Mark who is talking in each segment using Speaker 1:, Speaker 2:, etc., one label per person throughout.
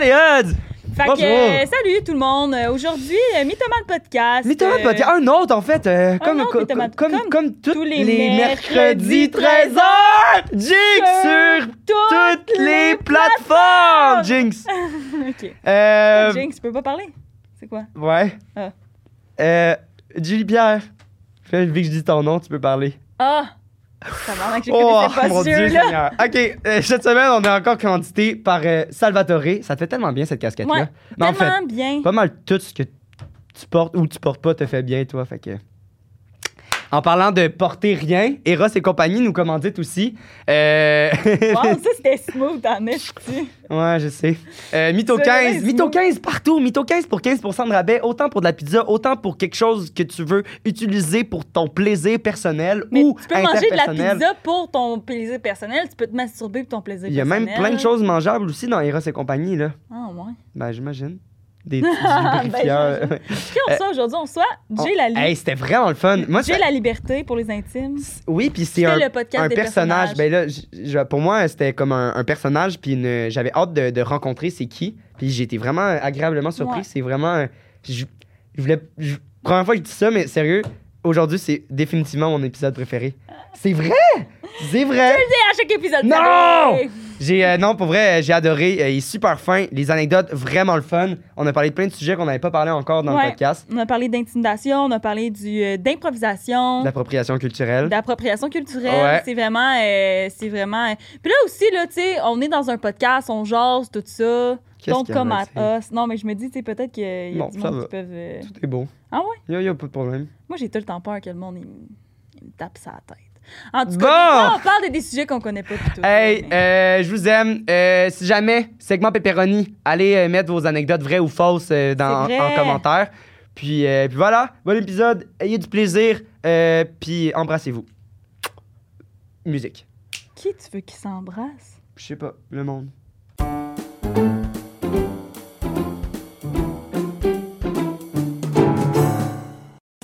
Speaker 1: les Huds!
Speaker 2: Fait que,
Speaker 1: Bonjour.
Speaker 2: euh, salut tout le monde. Euh, Aujourd'hui, euh, Mythomane Podcast.
Speaker 1: Mythomane
Speaker 2: euh,
Speaker 1: Podcast, un autre en fait, euh, comme,
Speaker 2: autre
Speaker 1: co-
Speaker 2: Mythomane-
Speaker 1: comme,
Speaker 2: comme
Speaker 1: comme tous, les,
Speaker 2: mercredis
Speaker 1: mercredis 13h! Jinx sur
Speaker 2: Toi!
Speaker 1: toutes les plateformes! Jinx!
Speaker 2: Ok.
Speaker 1: Euh,
Speaker 2: Jinx, tu peux pas parler? C'est quoi?
Speaker 1: Ouais.
Speaker 2: Ah.
Speaker 1: Euh, Julie Pierre, fais- vu que je dis ton nom, tu peux parler.
Speaker 2: Ah! Ça m'a que j'ai connaissais pas
Speaker 1: Oh, mon
Speaker 2: ce
Speaker 1: Dieu,
Speaker 2: jeu-là.
Speaker 1: Seigneur. OK, euh, cette semaine, on est encore commandité par euh, Salvatore. Ça te fait tellement bien, cette casquette-là.
Speaker 2: Ouais,
Speaker 1: Mais en fait,
Speaker 2: Tellement bien.
Speaker 1: pas mal tout ce que tu portes ou tu portes pas te fait bien, toi. Fait que... En parlant de porter rien, Eros et compagnie nous commanditent aussi. Euh...
Speaker 2: Wow, ça c'était smooth en esti.
Speaker 1: ouais, je sais. Euh, Mytho
Speaker 2: C'est
Speaker 1: 15,
Speaker 2: vrai,
Speaker 1: Mytho
Speaker 2: Simon.
Speaker 1: 15 partout. Mytho 15 pour 15 de rabais, autant pour de la pizza, autant pour quelque chose que tu veux utiliser pour ton plaisir personnel
Speaker 2: Mais
Speaker 1: ou
Speaker 2: tu peux manger de la
Speaker 1: interpersonnel.
Speaker 2: pizza pour ton plaisir personnel, tu peux te masturber pour ton plaisir
Speaker 1: Il y a même
Speaker 2: personnel.
Speaker 1: plein de choses mangeables aussi dans Eros et compagnie, là.
Speaker 2: Ah, ouais.
Speaker 1: Ben, j'imagine. Des petits lubrifiants.
Speaker 2: Ben, Qui on reçoit aujourd'hui? On reçoit Jay la, li-
Speaker 1: Euh, oh, hey, c'était vraiment le fun. Moi,
Speaker 2: Jay
Speaker 1: c'est-
Speaker 2: la liberté pour les intimes.
Speaker 1: Oui, puis c'est
Speaker 2: C'était
Speaker 1: un,
Speaker 2: le podcast
Speaker 1: un
Speaker 2: des
Speaker 1: personnage.
Speaker 2: personnages.
Speaker 1: Ben là, j- j- pour moi, c'était comme un, un personnage, puis une- j'avais hâte de, de rencontrer c'est qui. Puis j'ai été vraiment agréablement surpris.
Speaker 2: Ouais.
Speaker 1: C'est vraiment... euh, Je, je voulais... je- première fois que je dis ça, mais sérieux, aujourd'hui, c'est définitivement mon épisode préféré. C'est vrai! C'est vrai!
Speaker 2: Et à chaque épisode.
Speaker 1: Non!
Speaker 2: pareil.
Speaker 1: J'ai euh, non pour vrai, euh, j'ai adoré. Euh, il est super fin, les anecdotes vraiment le fun. On a parlé de plein de sujets qu'on n'avait pas parlé encore dans le
Speaker 2: Ouais.
Speaker 1: podcast.
Speaker 2: On a parlé d'intimidation, on a parlé du, euh, d'improvisation.
Speaker 1: L'appropriation culturelle.
Speaker 2: d'appropriation culturelle.
Speaker 1: Ouais.
Speaker 2: C'est vraiment, euh, c'est vraiment. Puis là aussi là, tu sais, on est dans un podcast, on jase tout ça.
Speaker 1: Qu'est-ce
Speaker 2: Donc
Speaker 1: qu'il y en
Speaker 2: comme
Speaker 1: a,
Speaker 2: à
Speaker 1: tu sais?
Speaker 2: us. Non, mais je me dis, tu sais, peut-être qu'il y a
Speaker 1: Non,
Speaker 2: du
Speaker 1: ça
Speaker 2: monde
Speaker 1: va.
Speaker 2: qui peuvent. euh,
Speaker 1: Tout est beau.
Speaker 2: Ah ouais.
Speaker 1: Y'a y a pas de problème.
Speaker 2: Moi, j'ai tout le temps peur que le monde il, me- il me tape ça la tête. En tout cas,
Speaker 1: Bon!
Speaker 2: des fois, on parle de des sujets qu'on connaît pas du tout.
Speaker 1: Hey,
Speaker 2: Mais-
Speaker 1: euh, je vous aime. Euh, si jamais segment pepperoni, allez euh, mettre vos anecdotes vraies ou fausses euh, dans
Speaker 2: C'est vrai.
Speaker 1: en commentaire. Puis, euh, puis voilà, bon épisode. Ayez du plaisir. euh, puis embrassez-vous. Musique.
Speaker 2: Qui tu veux qui s'embrasse?
Speaker 1: Je sais pas, le monde.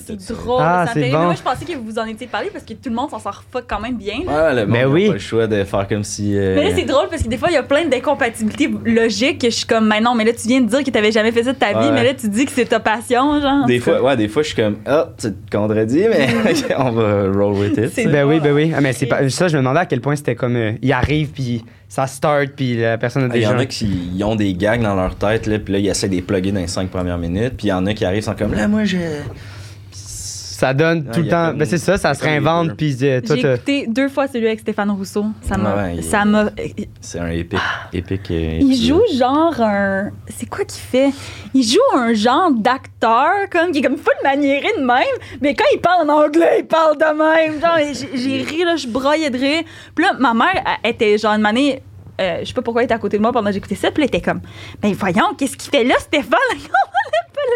Speaker 2: C'est drôle.
Speaker 1: Ah,
Speaker 2: ça
Speaker 1: c'est
Speaker 2: me fait rire.
Speaker 1: bon.
Speaker 2: Mais Moi, je pensais que vous en étiez parlé parce que tout le monde s'en sort fuck quand même bien. là.
Speaker 3: Ouais, le monde
Speaker 1: Ben
Speaker 3: n'a
Speaker 1: oui.
Speaker 3: pas le choix de faire comme si. euh,
Speaker 2: Mais là, c'est drôle parce que des fois, il y a plein d'incompatibilités logiques. que Je suis comme, mais non, mais là, tu viens de dire que t'avais jamais fait ça de ta vie,
Speaker 3: Ouais.
Speaker 2: mais là, tu dis que c'est ta passion, genre.
Speaker 3: des fois, ouais, des fois, je suis comme, ah, tu te contredis, mais ok, on va roll with it.
Speaker 2: C'est
Speaker 3: tu sais.
Speaker 1: Ben
Speaker 2: drôle,
Speaker 1: oui, ben
Speaker 2: hein.
Speaker 1: oui. Ah, mais c'est
Speaker 2: Et-
Speaker 1: pas, ça, je me demandais à quel point c'était comme. euh, il arrive, puis ça start, puis la personne a
Speaker 3: Ah, Il y
Speaker 1: déjà.
Speaker 3: en a qui ils ont des gags dans leur tête, là, puis là, ils essaient de les plugger dans les 5 premières minutes, puis il y en a qui arrivent, sont comme, là, moi, je.
Speaker 1: Ça donne
Speaker 3: Ah,
Speaker 1: tout
Speaker 3: il
Speaker 1: le
Speaker 3: y a
Speaker 1: temps.
Speaker 3: comme-
Speaker 1: Ben c'est ça, ça se
Speaker 3: comme les
Speaker 1: réinvente,
Speaker 3: deux.
Speaker 1: puis euh, toi,
Speaker 2: J'ai
Speaker 1: t'as.
Speaker 2: écouté deux fois celui avec Stéphane Rousseau. Ça m'a.
Speaker 3: Ouais, il-
Speaker 2: ça m'a.
Speaker 3: C'est un épique. épique euh,
Speaker 2: Il
Speaker 3: épisode.
Speaker 2: joue genre un. C'est quoi qu'il fait? Il joue un genre d'acteur, comme, qui est comme full maniéré de même, mais quand il parle en anglais, il parle de même. Genre, et j'ai j'ai ri, là, je broyais de rire. Puis là, ma mère, elle était genre une année. euh, je sais pas pourquoi elle était à côté de moi pendant que j'écoutais ça. Puis elle était comme, mais voyons, qu'est-ce qu'il fait là, Stéphane?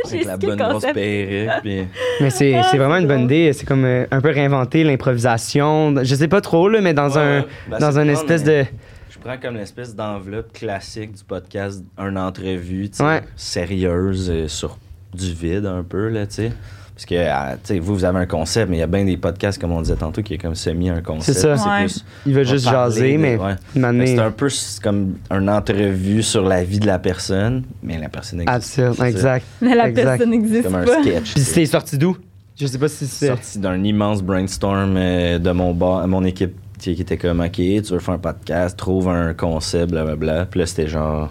Speaker 2: On l'a pas, là, j'ai
Speaker 3: Avec la bonne
Speaker 2: skippé le
Speaker 3: grosse
Speaker 2: concept.
Speaker 3: perruque, puis.
Speaker 1: Mais c'est
Speaker 2: Ah,
Speaker 1: c'est vraiment
Speaker 2: c'est
Speaker 1: une bonne
Speaker 2: drôle.
Speaker 1: idée. C'est comme euh, un peu réinventer l'improvisation. Je sais pas trop, là, mais dans
Speaker 3: Ouais,
Speaker 1: un.
Speaker 3: ouais. Ben,
Speaker 1: dans
Speaker 3: c'est
Speaker 1: un
Speaker 3: drôle,
Speaker 1: espèce
Speaker 3: mais
Speaker 1: de.
Speaker 3: Je prends comme l'espèce d'enveloppe classique du podcast, une entrevue, tu sais,
Speaker 1: Ouais.
Speaker 3: sérieuse, euh, sur du vide un peu, là, tu sais. Parce que, ah, tu sais, vous, vous avez un concept, mais il y a bien des podcasts, comme on disait tantôt, qui est comme semi un concept.
Speaker 1: C'est ça.
Speaker 2: Ouais.
Speaker 3: plus-
Speaker 1: Il veut
Speaker 3: on va
Speaker 1: juste
Speaker 3: parler
Speaker 1: jaser,
Speaker 3: de-
Speaker 1: mais.
Speaker 3: ouais.
Speaker 1: une
Speaker 3: Fait que
Speaker 1: année-
Speaker 3: C'est un peu s- comme une entrevue sur la vie de la personne, mais la personne existe.
Speaker 1: Absurde,
Speaker 3: C'est ça.
Speaker 1: exact.
Speaker 2: Mais la
Speaker 1: Exact.
Speaker 2: personne
Speaker 3: C'est
Speaker 2: n'existe
Speaker 3: Comme un
Speaker 2: pas.
Speaker 3: sketch.
Speaker 1: Puis
Speaker 3: tu sais.
Speaker 1: c'est sorti d'où Je sais pas si c'est.
Speaker 3: sorti d'un immense brainstorm euh, de mon bar, mon équipe qui qui était comme OK, tu veux faire un podcast, trouve un concept, blablabla. Puis là, c'était genre.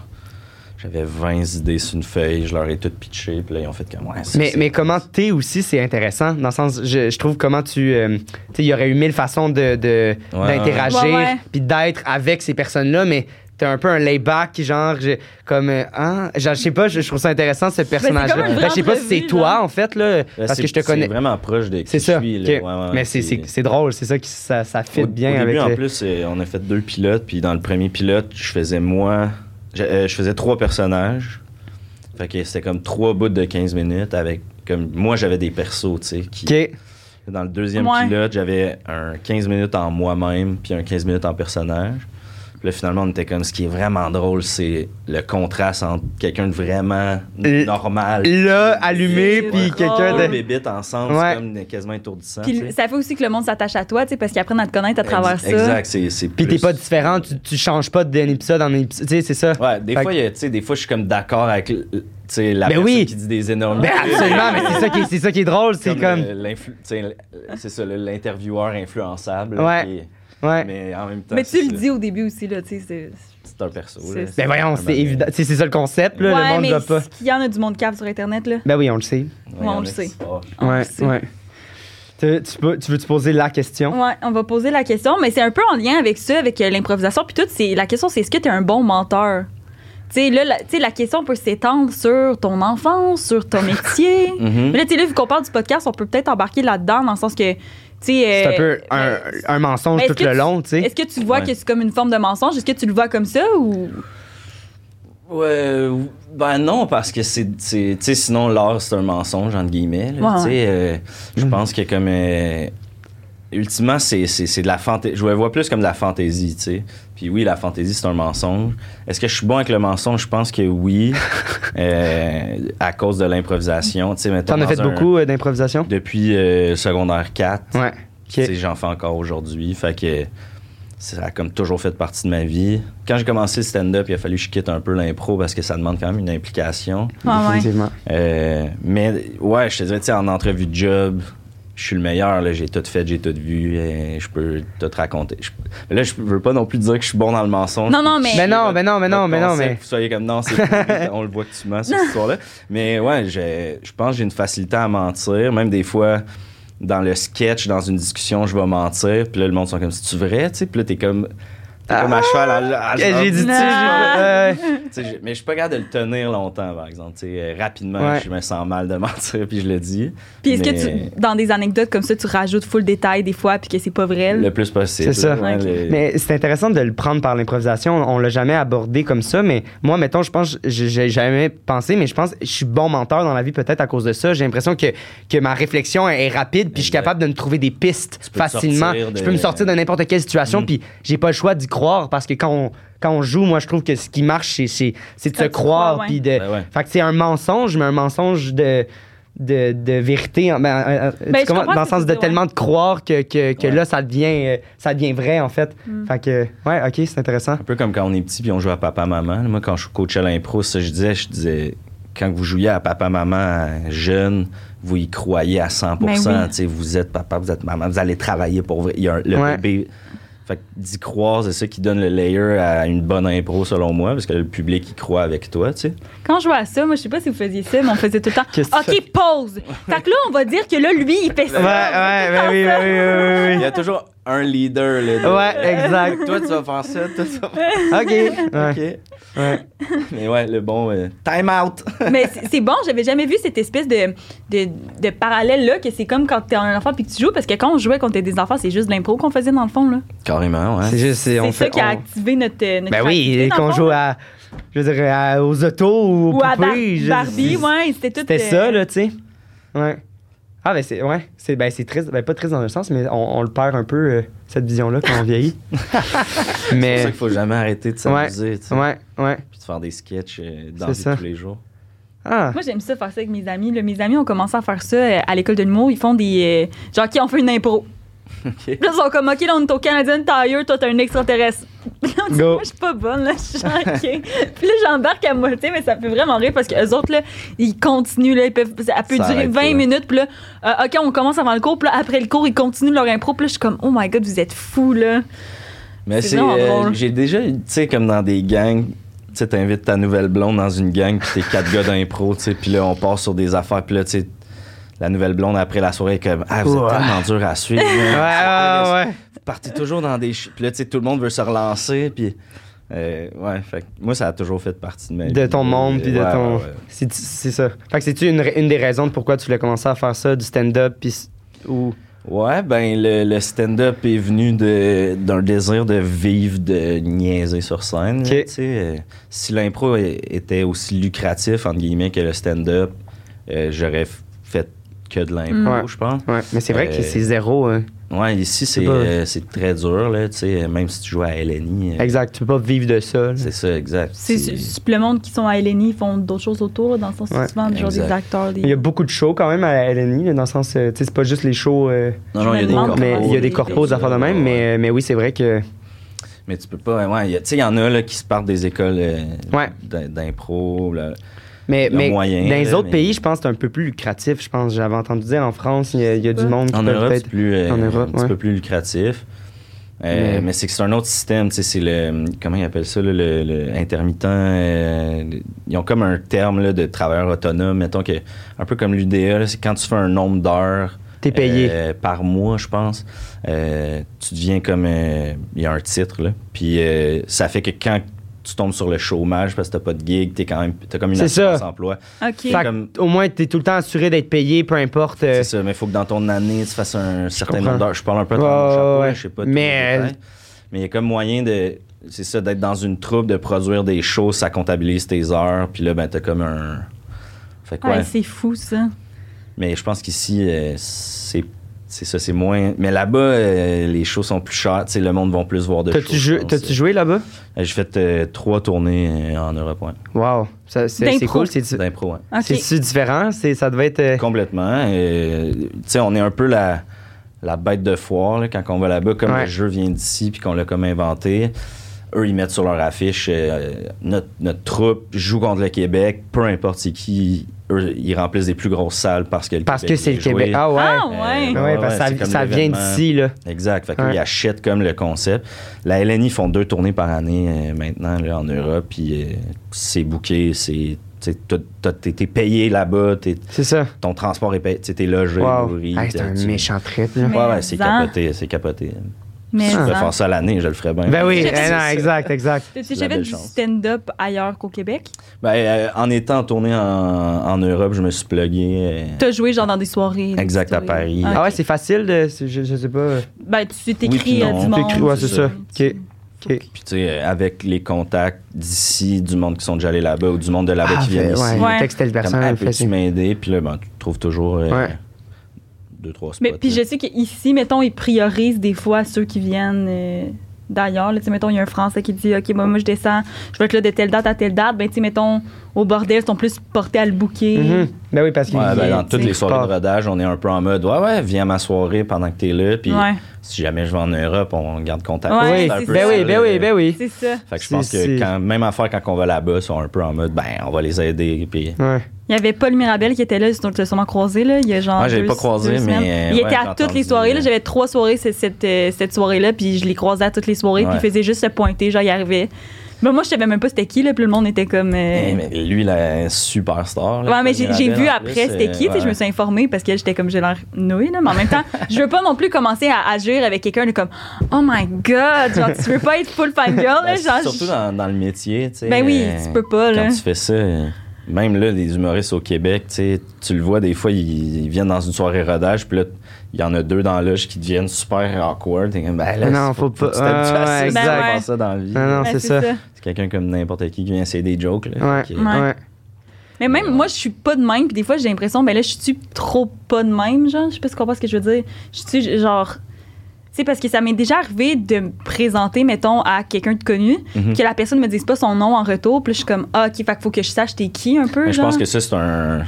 Speaker 3: J'avais 20 idées sur une feuille, je leur ai toutes pitchées, puis là, ils ont fait comme ouais. ça,
Speaker 1: Mais,
Speaker 3: c'est-
Speaker 1: mais comment t'es aussi, c'est intéressant. Dans le sens, je, je trouve comment tu. euh, tu sais, il y aurait eu mille façons de, de-
Speaker 3: Ouais,
Speaker 1: d'interagir,
Speaker 2: ouais. Ouais, ouais.
Speaker 1: puis d'être avec ces personnes-là, mais t'es un peu un layback qui, genre, je- comme. euh, hein, genre, je sais pas, je, je trouve ça intéressant, ce personnage-là.
Speaker 2: comme une
Speaker 1: Ben,
Speaker 2: vraie
Speaker 1: je sais pas si c'est
Speaker 2: entrevue,
Speaker 1: toi,
Speaker 2: genre.
Speaker 1: en fait, là,
Speaker 3: Là,
Speaker 1: parce
Speaker 3: Ben, c'est-
Speaker 1: que je te connais.
Speaker 3: C'est vraiment proche de qui
Speaker 1: C'est
Speaker 3: je
Speaker 1: ça.
Speaker 3: suis, là.
Speaker 1: ok.
Speaker 3: Ouais, ouais,
Speaker 1: mais c'est,
Speaker 3: puis-
Speaker 1: c'est, c'est drôle, c'est ça qui ça, ça fit
Speaker 3: Au-
Speaker 1: bien
Speaker 3: au
Speaker 1: avec.
Speaker 3: début, en
Speaker 1: le-
Speaker 3: plus, euh, on a fait deux pilotes, puis dans le premier pilote, je faisais moi, je, euh, je faisais trois personnages. Fait que c'était comme trois bouts de 15 minutes avec comme moi j'avais des persos, tu sais. qui-
Speaker 1: Ok.
Speaker 3: Dans le deuxième
Speaker 2: Ouais.
Speaker 3: pilote, j'avais un 15 minutes en moi-même, puis un 15 minutes en personnage. Puis Puis là, finalement, on était comme, ce qui est vraiment drôle, c'est le contraste entre quelqu'un de vraiment
Speaker 1: Euh,
Speaker 3: normal.
Speaker 1: Là, allumé,
Speaker 2: Ouais.
Speaker 1: puis quelqu'un
Speaker 3: Deux
Speaker 1: de.
Speaker 3: bébites ensemble,
Speaker 1: Ouais.
Speaker 3: c'est comme quasiment étourdissant.
Speaker 2: Puis
Speaker 3: tu sais.
Speaker 2: ça fait aussi que le monde s'attache à toi, tu sais, parce qu'ils apprennent à te connaître à travers
Speaker 3: Ex-
Speaker 2: ça.
Speaker 3: Exact, c'est c'est
Speaker 1: Puis t'es
Speaker 3: plus-
Speaker 1: pas différent, tu, tu changes pas d'un épisode en épisode. Tu sais, c'est ça.
Speaker 3: Ouais, des
Speaker 1: Fait
Speaker 3: fois,
Speaker 1: que-
Speaker 3: il y a- tu sais, des fois, je suis comme d'accord avec l- tu sais, la
Speaker 1: Ben
Speaker 3: personne
Speaker 1: oui.
Speaker 3: qui dit des énormes.
Speaker 1: Ben absolument, mais c'est ça qui, c'est ça qui est drôle, c'est comme.
Speaker 3: euh, l'influ- tu sais, l- C'est ça, le- l'intervieweur influençable.
Speaker 1: Ouais.
Speaker 3: qui-
Speaker 1: ouais.
Speaker 3: Mais en même temps,
Speaker 2: Mais tu
Speaker 3: c'est-
Speaker 2: le dis au début aussi, là, tu sais. c'est-
Speaker 3: C'est un perso.
Speaker 2: C'est
Speaker 3: là.
Speaker 2: ça.
Speaker 1: Ben voyons,
Speaker 3: Ah, ben,
Speaker 1: c'est évident. Tu sais, c'est ça le concept, là, le
Speaker 2: ouais,
Speaker 1: monde
Speaker 2: mais
Speaker 1: va pas.
Speaker 2: il y en a du monde cave sur Internet, là.
Speaker 1: Ben oui, on le sait.
Speaker 3: ouais,
Speaker 2: on
Speaker 3: y
Speaker 2: le
Speaker 3: en a qui
Speaker 2: sait.
Speaker 3: se fâchent.
Speaker 2: On le
Speaker 1: Ouais,
Speaker 2: sait.
Speaker 1: ouais. Tu, tu peux, tu veux te poser la question?
Speaker 2: Ouais, on va poser la question, mais c'est un peu en lien avec ça, avec euh, l'improvisation. Puis tout, c'est, la question, c'est est-ce que tu es un bon menteur? Tu sais, là, la, tu sais, la question peut s'étendre sur ton enfance, sur ton métier.
Speaker 1: Mm-hmm.
Speaker 3: Mhm.
Speaker 2: mais là, tu sais, là, vu qu'on parle du podcast, on peut peut-être embarquer là-dedans, dans le sens que, tu sais...
Speaker 1: C'est un
Speaker 2: euh,
Speaker 1: peu un,
Speaker 2: euh,
Speaker 1: un mensonge
Speaker 2: est-ce
Speaker 1: tout
Speaker 2: que
Speaker 1: le
Speaker 2: tu-
Speaker 1: long, tu sais.
Speaker 2: Est-ce que tu vois
Speaker 3: Ouais.
Speaker 2: que c'est comme une forme de mensonge? Est-ce que tu le vois comme ça ou...
Speaker 3: Ouais, euh, ben non, parce que c'est. c'est- Tu sais, sinon, l'art, c'est un mensonge, entre guillemets. là,
Speaker 2: Ouais,
Speaker 3: tu sais,
Speaker 2: ouais.
Speaker 3: euh, je
Speaker 1: Mm.
Speaker 3: pense que comme. euh, ultimement, c'est, c'est, c'est de la fantaisie. Je le vois plus comme de la fantaisie, tu sais. Puis oui, la fantaisie, c'est un mensonge. Est-ce que je suis bon avec le mensonge? Je pense que oui. Euh, à cause de l'improvisation. Tu sais, mettons,
Speaker 1: T'en as
Speaker 3: dans
Speaker 1: fait
Speaker 3: un-
Speaker 1: beaucoup euh, d'improvisation?
Speaker 3: Depuis euh, secondaire 4.
Speaker 1: Ouais.
Speaker 3: Tu sais, j'en fais encore aujourd'hui. Fait que ça a comme toujours fait partie de ma vie. Quand j'ai commencé le stand-up, il a fallu que je quitte un peu l'impro parce que ça demande quand même une implication.
Speaker 2: Ah ouais.
Speaker 1: Définitivement.
Speaker 3: Euh, mais ouais, je te dirais, tu sais, en entrevue de job, je suis le meilleur. là. J'ai tout fait, j'ai tout vu. et je peux tout te raconter. Je- mais là, je veux pas non plus dire que je suis bon dans le mensonge.
Speaker 2: Non, non, mais-
Speaker 1: Mais non, mais non, mais non,
Speaker 3: Votre
Speaker 1: mais non,
Speaker 3: concept,
Speaker 1: mais.
Speaker 3: Vous soyez comme non, c'est on le voit que tu mens cette histoire-là. Mais ouais, je, je pense que j'ai une facilité à mentir. Même des fois, dans le sketch, dans une discussion, je vais mentir. Puis là, le monde sont comme c'est-tu vrai? Tu sais, puis là, t'es comme. T'es comme à cheval. à- à- à-
Speaker 1: Ah! J'ai dit, tu
Speaker 2: Non.
Speaker 3: Tu sais, j'ai- mais je suis pas capable de le tenir longtemps, par exemple. Tu sais, euh, rapidement,
Speaker 1: Ouais.
Speaker 3: je me sens mal de mentir, puis je le dis.
Speaker 2: Puis est-ce
Speaker 3: Mais
Speaker 2: que tu, dans des anecdotes comme ça, tu rajoutes full détail des fois, puis que c'est pas vrai? là?
Speaker 3: Le plus possible.
Speaker 1: C'est ça.
Speaker 3: Ouais,
Speaker 2: Ok.
Speaker 3: le-
Speaker 1: Mais c'est intéressant de le prendre par l'improvisation. On l'a jamais abordé comme ça, mais moi, mettons, je pense, j'ai j'ai jamais pensé, mais je pense, que je suis bon menteur dans la vie peut-être à cause de ça. J'ai l'impression que, que ma réflexion est rapide, puis je suis
Speaker 3: Exact.
Speaker 1: capable de me trouver des pistes
Speaker 3: Tu peux te
Speaker 1: facilement.
Speaker 3: sortir Mm. de-
Speaker 1: Je peux me sortir de n'importe quelle situation, puis j'ai pas le choix d'y croire parce que quand on, quand on joue, moi, je trouve que ce qui marche, c'est- c'est c'est de
Speaker 2: Quand
Speaker 1: se
Speaker 2: tu crois,
Speaker 1: croire,
Speaker 2: ouais.
Speaker 1: puis de.
Speaker 3: Ben ouais.
Speaker 1: Fait que c'est un mensonge, mais un mensonge de. De, de vérité, en- ben, euh, euh, tu
Speaker 2: je
Speaker 1: comprends?
Speaker 2: comprends
Speaker 1: dans le
Speaker 2: ce que
Speaker 1: sens
Speaker 2: tu
Speaker 1: de
Speaker 2: dis, ouais.
Speaker 1: tellement de croire que, que, que
Speaker 3: Ouais.
Speaker 1: là, ça devient, euh, ça devient vrai, en fait.
Speaker 2: Mm.
Speaker 1: Fait que, ouais, ok, c'est intéressant.
Speaker 3: Un peu comme quand on est petit puis on joue à papa-maman. Moi, quand je coachais à l'impro, ça, je disais, je disais, quand vous jouiez à papa-maman jeune, vous y croyez à 100
Speaker 2: Ben oui.
Speaker 3: tu sais, Vous êtes papa, vous êtes maman, vous allez travailler pour vrai. Il y a un- le
Speaker 1: Ouais.
Speaker 3: bébé. Fait que d'y croire, c'est ça qui donne le layer à une bonne impro, selon moi, parce que le public y croit avec toi, tu sais.
Speaker 2: Quand je jouais à ça, moi, je sais pas si vous faisiez ça, mais on faisait tout le temps.
Speaker 1: Qu'est-ce que tu
Speaker 2: OK, pause. Fait que là, on va dire que là, lui, il fait
Speaker 1: Ouais, ouais,
Speaker 2: ça.
Speaker 1: ben oui, ben oui,
Speaker 3: Il y
Speaker 1: ben oui,
Speaker 3: a toujours un leader, là.
Speaker 1: oui. Ouais, exact.
Speaker 3: Toi, tu vas faire ça, toi, tu vas faire
Speaker 1: Ok. Ouais, ouais.
Speaker 3: Mais ouais, le bon. euh, time out!
Speaker 2: Mais c'est- c'est bon, j'avais jamais vu cette espèce de, de, de parallèle-là, que c'est comme quand t'es un enfant puis que tu joues, parce que quand on jouait quand t'es des enfants, c'est juste de l'impro qu'on faisait dans le fond, là.
Speaker 3: Carrément, ouais.
Speaker 1: C'est juste, c'est-
Speaker 2: C'est
Speaker 1: on
Speaker 2: ça
Speaker 1: fait.
Speaker 2: qui a
Speaker 1: on-
Speaker 2: activé notre. euh, notre
Speaker 1: Ben oui,
Speaker 2: créativité,
Speaker 1: et
Speaker 2: dans
Speaker 1: qu'on
Speaker 2: le fond,
Speaker 1: joue
Speaker 2: là.
Speaker 1: à, je dirais, à- aux autos ou aux
Speaker 2: Ou à Bar-
Speaker 1: poupées. je-
Speaker 2: Barbie, ouais, c'était tout.
Speaker 1: C'était
Speaker 2: euh,
Speaker 1: ça, là, tu sais. Ouais. Ah, ben c'est, ouais, c'est, ben c'est triste, ben pas triste dans le sens, mais on, on le perd un peu, euh, cette vision-là, quand on vieillit.
Speaker 3: C'est pour ça
Speaker 1: mais,
Speaker 3: qu'il faut jamais arrêter de s'amuser, tu sais.
Speaker 1: ouais, ouais.
Speaker 3: puis de faire des sketchs euh,
Speaker 1: C'est
Speaker 3: dans la vie de
Speaker 1: ça.
Speaker 3: tous les jours.
Speaker 1: Ah,
Speaker 2: Moi, j'aime ça faire ça avec mes amis. là. Mes amis ont commencé à faire ça euh, à l'école de l'humour. Ils font des. euh, genre, qui ont fait une impro. Puis là, ils sont comme, OK, là, on est au Canadian Tire, toi, t'es un extraterrestre. Puis là, on dit,
Speaker 1: Go.
Speaker 2: Moi, je suis pas bonne, là, je suis genre, OK. Puis là, j'embarque à moitié, mais ça fait vraiment rire parce que les autres, là, ils continuent, là, ils peuvent, ça peut
Speaker 3: Ça
Speaker 2: durer
Speaker 3: arrête
Speaker 2: 20
Speaker 3: pas.
Speaker 2: minutes. Puis là, euh, OK, on commence avant le cours, puis là, après le cours, ils continuent leur impro. Puis là, je suis comme, Oh my God, vous êtes fous, là.
Speaker 3: Mais
Speaker 2: C'est
Speaker 3: c'est.
Speaker 2: vraiment
Speaker 3: euh,
Speaker 2: drôle.
Speaker 3: J'ai déjà, eu, tu sais, comme dans des gangs, tu sais, t'invites ta nouvelle blonde dans une gang, puis t'es quatre gars d'impro, tu sais, puis là, on part sur des affaires, puis là, tu sais, la nouvelle blonde après la soirée est comme Ah, vous
Speaker 1: Ouais.
Speaker 3: êtes tellement dur à suivre.
Speaker 1: ouais,
Speaker 3: hein.
Speaker 1: ouais, ouais.
Speaker 3: Vous partez toujours dans des. ch- Puis là, tu sais, tout le monde veut se relancer, puis. euh, ouais, fait que moi, ça a toujours fait partie de ma vie.
Speaker 1: De ton monde, puis de
Speaker 3: Ouais,
Speaker 1: ton.
Speaker 3: ouais, ouais.
Speaker 1: C'est c'est ça. Fait que c'est-tu une, ra- une des raisons de pourquoi tu voulais commencer à faire ça, du stand-up, puis. s- Ou.
Speaker 3: Ouais, ben le, le stand-up est venu de- d'un désir de vivre, de niaiser sur scène.
Speaker 1: Ok.
Speaker 3: là, tu sais. Euh, si l'impro é- était aussi lucratif, entre guillemets, que le stand-up, euh, j'aurais f- fait que de l'impro,
Speaker 1: Mm. Ouais.
Speaker 3: je pense.
Speaker 1: Ouais, mais c'est vrai
Speaker 3: Euh,
Speaker 1: que c'est zéro. hein.
Speaker 3: Ouais, ici, c'est
Speaker 1: pas-
Speaker 3: euh, c'est très dur, là, tu sais, même si tu joues à LNI. euh,
Speaker 1: Exact, tu peux pas vivre de ça. là.
Speaker 3: C'est ça, exact.
Speaker 2: C'est c'est- le monde qui sont à LNI font d'autres choses autour, là, dans le sens
Speaker 1: Ouais.
Speaker 2: souvent genre des
Speaker 3: Exact.
Speaker 2: acteurs. Des...
Speaker 1: Il y a beaucoup de shows quand même à LNI, là, dans le sens, euh, tu sais, c'est pas juste les shows, euh,
Speaker 3: Non, non, il y a
Speaker 2: Je me
Speaker 3: des
Speaker 2: demande
Speaker 3: corpos,
Speaker 1: mais il y a des
Speaker 2: des-
Speaker 1: corpos, des affaires de même,
Speaker 3: ouais.
Speaker 1: mais, euh, mais oui, c'est vrai que.
Speaker 3: Mais tu peux pas. Ouais, il y a- tu sais, il y en a là, qui se partent des écoles euh,
Speaker 1: Ouais.
Speaker 3: d'im- d'impro. là.
Speaker 1: Mais,
Speaker 3: Il y a
Speaker 1: mais
Speaker 3: moyen,
Speaker 1: dans les
Speaker 3: là,
Speaker 1: autres
Speaker 3: mais-
Speaker 1: pays, je pense que c'est un peu plus lucratif. Je pense, j'avais entendu dire en France, il y a, il y a du
Speaker 2: Ouais.
Speaker 1: monde qui
Speaker 3: En
Speaker 1: peut
Speaker 3: Europe,
Speaker 1: peut-être.
Speaker 3: c'est plus, euh,
Speaker 1: En Europe,
Speaker 3: un petit
Speaker 1: ouais.
Speaker 3: peu plus lucratif. Euh,
Speaker 1: Mais-
Speaker 3: mais c'est que c'est un autre système, tu sais, c'est le. Comment ils appellent ça, là, le, le intermittent. euh, le- ils ont comme un terme là, de travailleur autonome, mettons que. Un peu comme l'UDA, là, c'est quand tu fais un nombre d'heures.
Speaker 1: T'es payé.
Speaker 3: euh, par mois, je pense. euh, tu deviens comme. euh, Il y a un titre, là. Puis euh, ça fait que quand tu tombes sur le chômage parce que t'as pas de gig, t'es quand même. T'as comme une
Speaker 1: C'est ça.
Speaker 3: assurance emploi.
Speaker 2: Ok.
Speaker 1: Fait que
Speaker 3: comme-
Speaker 1: Au moins, t'es tout le temps assuré d'être payé, peu importe. euh,
Speaker 3: C'est ça, mais il faut que dans ton année, tu fasses un certain
Speaker 1: comprends.
Speaker 3: nombre d'heures. Je parle un peu à
Speaker 1: Ouais,
Speaker 3: travers mon chapeau,
Speaker 1: ouais,
Speaker 3: là, je sais pas. tous
Speaker 1: mais-
Speaker 3: les détails. Mais il y a comme moyen de. C'est ça, d'être dans une troupe, de produire des choses, ça comptabilise tes heures, puis là, ben, t'as comme un. Fait
Speaker 2: Ah,
Speaker 3: quoi?
Speaker 2: C'est fou ça.
Speaker 3: mais je pense qu'ici, euh, c'est. C'est ça, c'est moins. Mais là-bas, euh, les shows sont plus chères. Tu sais, le monde va plus voir de
Speaker 1: T'as-tu
Speaker 3: shows, je
Speaker 1: jou-
Speaker 3: pense.
Speaker 1: t'as-tu joué là-bas?
Speaker 3: Euh, J'ai fait euh, trois tournées euh, en Europe, ouais.
Speaker 1: Wow, ça, c'est,
Speaker 2: D'impro.
Speaker 1: c'est cool. C'est,
Speaker 3: D'impro, ouais.
Speaker 2: Ok.
Speaker 1: C'est-tu différent? C'est, ça devait être. euh,
Speaker 3: Complètement. euh, tu sais, on est un peu la, la bête de foire là, quand on va là-bas, comme
Speaker 1: Ouais.
Speaker 3: le jeu vient d'ici puis qu'on l'a comme inventé. Eux, ils mettent sur leur affiche euh, notre, notre troupe joue contre le Québec, peu importe c'est qui. Eux, ils remplissent des plus grosses salles parce que le
Speaker 1: parce que
Speaker 3: Québec
Speaker 1: c'est
Speaker 3: vient
Speaker 1: le
Speaker 3: jouer.
Speaker 1: Québec. Ah ouais.
Speaker 2: Ah ouais.
Speaker 1: Ouais,
Speaker 3: ouais,
Speaker 1: parce que
Speaker 3: ouais, c'est
Speaker 1: ça,
Speaker 3: comme
Speaker 1: ça vient
Speaker 3: l'événement.
Speaker 1: d'ici, là.
Speaker 3: Exact. Fait que
Speaker 1: Ouais.
Speaker 3: ils achètent comme le concept. La LNI font deux tournées par année euh, maintenant là, en Europe, puis euh, c'est booké, c'est. tu sais, t'as- t'as- T'es t'es payé là-bas, t'es-
Speaker 1: C'est ça.
Speaker 3: ton transport est payé, tu sais, t'es logé,
Speaker 1: Wow.
Speaker 3: nourri.
Speaker 1: Hey, c'est
Speaker 3: t'as-
Speaker 1: un
Speaker 3: tu-
Speaker 1: méchant trip, là.
Speaker 2: Mais
Speaker 3: Ouais, ouais, c'est
Speaker 2: en-
Speaker 3: capoté, c'est capoté.
Speaker 2: Mais
Speaker 3: Si je
Speaker 1: Ah.
Speaker 3: pouvais
Speaker 2: en-
Speaker 3: faire ça à l'année, je le ferais bien.
Speaker 1: Ben oui,
Speaker 2: C'est
Speaker 1: eh non,
Speaker 2: ça.
Speaker 1: exact, exact.
Speaker 2: T'as-tu
Speaker 3: C'est la
Speaker 2: jamais fait
Speaker 3: belle
Speaker 2: du
Speaker 3: chance.
Speaker 2: stand-up ailleurs qu'au Québec?
Speaker 3: Ben, euh, en étant tourné en, en Europe, je me suis plugué. euh,
Speaker 2: T'as joué genre dans des soirées. là,
Speaker 3: Exact,
Speaker 2: des
Speaker 3: à
Speaker 2: soirées.
Speaker 3: Paris.
Speaker 1: Ah ouais, c'est facile de. c'est- Je, je sais pas.
Speaker 2: Ben, tu
Speaker 3: Oui, puis
Speaker 2: t'écris à
Speaker 3: non.
Speaker 2: du monde.
Speaker 1: T'écris- ouais, c'est ça.
Speaker 2: Tu-
Speaker 1: Ok.
Speaker 2: faut
Speaker 1: Ok.
Speaker 2: que-
Speaker 3: Puis, tu sais, euh, avec les contacts d'ici, du monde qui sont déjà allés là-bas ou du monde de là-bas
Speaker 1: Ah,
Speaker 3: qui viennent
Speaker 1: fait-
Speaker 3: ici.
Speaker 1: ouais,
Speaker 2: Ouais.
Speaker 1: le texte telle
Speaker 3: Comme,
Speaker 1: personne.
Speaker 3: ah,
Speaker 1: fait-
Speaker 3: peux-tu m'aider? Puis là, ben, tu trouves toujours euh,
Speaker 1: Ouais.
Speaker 3: deux, trois spots.
Speaker 2: Mais puis
Speaker 3: là.
Speaker 2: je sais qu'ici, mettons, ils priorisent des fois ceux qui viennent euh, d'ailleurs. là. Tu sais, mettons, il y a un Français qui dit OK, moi, moi, je descends, je vais être là de telle date à telle date. Ben, tu sais, mettons, au bordel, ils sont plus portés à le bouquer.
Speaker 1: Mhm. Ben oui, parce qu'il.
Speaker 3: Ouais, ben, dans
Speaker 2: tu
Speaker 3: toutes
Speaker 2: sais,
Speaker 3: les
Speaker 1: tu
Speaker 3: soirées de
Speaker 1: pars.
Speaker 3: rodage, on est un peu en mode Ouais, ouais, viens à ma soirée pendant que t'es là. Puis
Speaker 2: Ouais,
Speaker 3: si jamais je vais en Europe, on garde contact.
Speaker 2: Ouais,
Speaker 1: oui,
Speaker 3: C'est un
Speaker 2: c'est
Speaker 3: peu
Speaker 1: ben
Speaker 3: ça,
Speaker 1: oui,
Speaker 3: là.
Speaker 1: ben oui, ben oui.
Speaker 2: c'est ça.
Speaker 3: Fait que je
Speaker 1: C'est-
Speaker 3: pense
Speaker 1: c'est-
Speaker 3: que quand, même affaire quand on va là-bas, ils sont un peu en mode ben on va les aider. Puis
Speaker 1: Ouais.
Speaker 2: Il y avait Paul Mirabel qui était là, donc tu l'as sûrement croisé, là. Il y a genre.
Speaker 3: Ouais, je l'ai
Speaker 2: deux-
Speaker 3: pas croisé,
Speaker 2: deux semaines.
Speaker 3: mais,
Speaker 2: Il
Speaker 3: ouais,
Speaker 2: était à
Speaker 3: j'ai
Speaker 2: toutes les
Speaker 3: entendu, euh,
Speaker 2: soirées, là.
Speaker 3: ouais.
Speaker 2: J'avais trois soirées c'est- cette, euh, cette soirée-là, puis je les croisais à toutes les soirées, puis
Speaker 3: Ouais.
Speaker 2: il faisait juste se pointer, genre, il arrivait. Mais moi, je savais même pas c'était qui, là, puis le monde était comme. euh,
Speaker 3: Eh, mais lui, la superstar. là,
Speaker 2: Ouais, mais
Speaker 3: Paul
Speaker 2: j'ai j'ai
Speaker 3: Mirabel,
Speaker 2: vu
Speaker 3: en
Speaker 2: après
Speaker 3: plus,
Speaker 2: c'était
Speaker 3: euh,
Speaker 2: qui, puis je me suis informée parce que j'étais comme j'ai l'air nouée, là, mais en même temps, je veux pas non plus commencer à agir avec quelqu'un de comme Oh my god, genre tu veux pas être full fangirl, là,
Speaker 3: Ben,
Speaker 2: genre.
Speaker 3: surtout
Speaker 2: je-
Speaker 3: dans, dans le métier, tu sais.
Speaker 2: Ben oui,
Speaker 3: euh,
Speaker 2: tu peux pas, là.
Speaker 3: Quand tu fais ça, euh, même là, les humoristes au Québec, tu sais, tu le vois, des fois, ils, ils viennent dans une soirée rodage, puis là, il y en a deux dans la loge qui deviennent super awkward. T'es comme, ben là,
Speaker 1: Non,
Speaker 3: c'est-
Speaker 1: faut pas-
Speaker 3: tu t'habitues
Speaker 1: ouais,
Speaker 3: à ça,
Speaker 1: ouais,
Speaker 3: c'est
Speaker 2: exact.
Speaker 3: vraiment
Speaker 2: Ben ouais.
Speaker 3: ça dans la vie.
Speaker 1: Non, non,
Speaker 2: Ouais,
Speaker 1: c'est ça.
Speaker 3: C'est quelqu'un comme n'importe qui qui vient essayer des jokes, là.
Speaker 1: Ouais.
Speaker 3: Fait que-
Speaker 2: Ouais.
Speaker 1: Ouais.
Speaker 2: Mais même moi, je suis pas de même, puis des fois j'ai l'impression, ben là, je suis trop pas de même, genre, je sais pas si tu comprends ce que je veux dire. Je suis genre. Tu sais, parce que ça m'est déjà arrivé de me présenter, mettons, à quelqu'un de connu,
Speaker 3: Mhm.
Speaker 2: que la personne me dise pas son nom en retour, puis là, je suis comme Ah, ok, fait qu'il faut que je sache t'es qui un peu.
Speaker 3: Mais je
Speaker 2: genre.
Speaker 3: pense que ça, c'est un.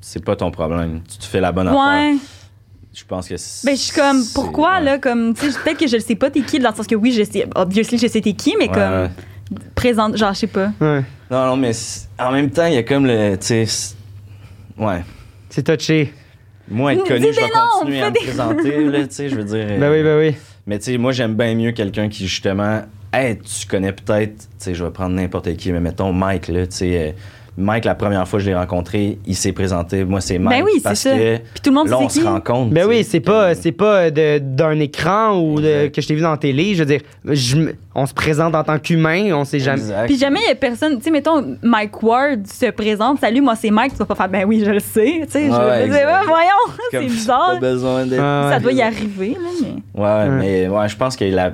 Speaker 3: C'est pas ton problème. Tu te fais la bonne affaire.
Speaker 2: Ouais.
Speaker 3: Je pense que c'est.
Speaker 2: Ben, je suis comme, pourquoi,
Speaker 3: ouais.
Speaker 2: là, comme, tu sais, peut-être que je le sais pas, t'es qui, dans le sens que oui, je sais, obviously, je sais t'es qui, mais
Speaker 3: Ouais, ouais.
Speaker 2: comme, présente, genre, je sais pas.
Speaker 1: Ouais.
Speaker 3: Non, non, mais c'est- en même temps, il y a comme le. Tu sais. c'est- Ouais.
Speaker 1: C'est touché.
Speaker 3: Moi, être
Speaker 2: Dis
Speaker 3: connu,
Speaker 2: des
Speaker 3: je vais
Speaker 2: noms,
Speaker 3: continuer à
Speaker 2: fais
Speaker 3: me
Speaker 2: des-
Speaker 3: présenter, là, tu sais, je veux dire. euh,
Speaker 1: Ben oui, ben oui.
Speaker 3: Mais tu sais, moi, j'aime bien mieux quelqu'un qui, justement, hey, tu connais peut-être, tu sais, je vais prendre n'importe qui, mais mettons Mike, là, tu sais. euh, Mike, la première fois que je l'ai rencontré, il s'est présenté. Moi, c'est Mike.
Speaker 2: Ben oui, c'est
Speaker 3: parce
Speaker 2: ça.
Speaker 3: que
Speaker 2: Puis tout le monde
Speaker 3: là, on
Speaker 2: sait
Speaker 3: se
Speaker 2: qui.
Speaker 3: rencontre.
Speaker 1: Ben
Speaker 3: tu
Speaker 1: oui,
Speaker 3: sais,
Speaker 1: c'est
Speaker 3: comme-
Speaker 1: pas, c'est pas euh, de- d'un écran ou de-
Speaker 3: Exact.
Speaker 1: que je t'ai vu dans la télé. Je veux dire, je me- on se présente en tant qu'humain, on sait jamais.
Speaker 3: Exact.
Speaker 2: Puis jamais il y a personne, tu sais, mettons, Mike Ward se présente, salut, moi c'est Mike, tu vas pas faire, ben oui, je le sais, tu sais, je
Speaker 3: Ouais, ouais,
Speaker 2: je-
Speaker 3: exact.
Speaker 2: voyons, c'est
Speaker 3: Comme,
Speaker 2: bizarre,
Speaker 3: Pas besoin d'être.
Speaker 1: Ah,
Speaker 2: ça doit y arriver, là, mais.
Speaker 3: Ouais, mais ouais, je pense qu'il a.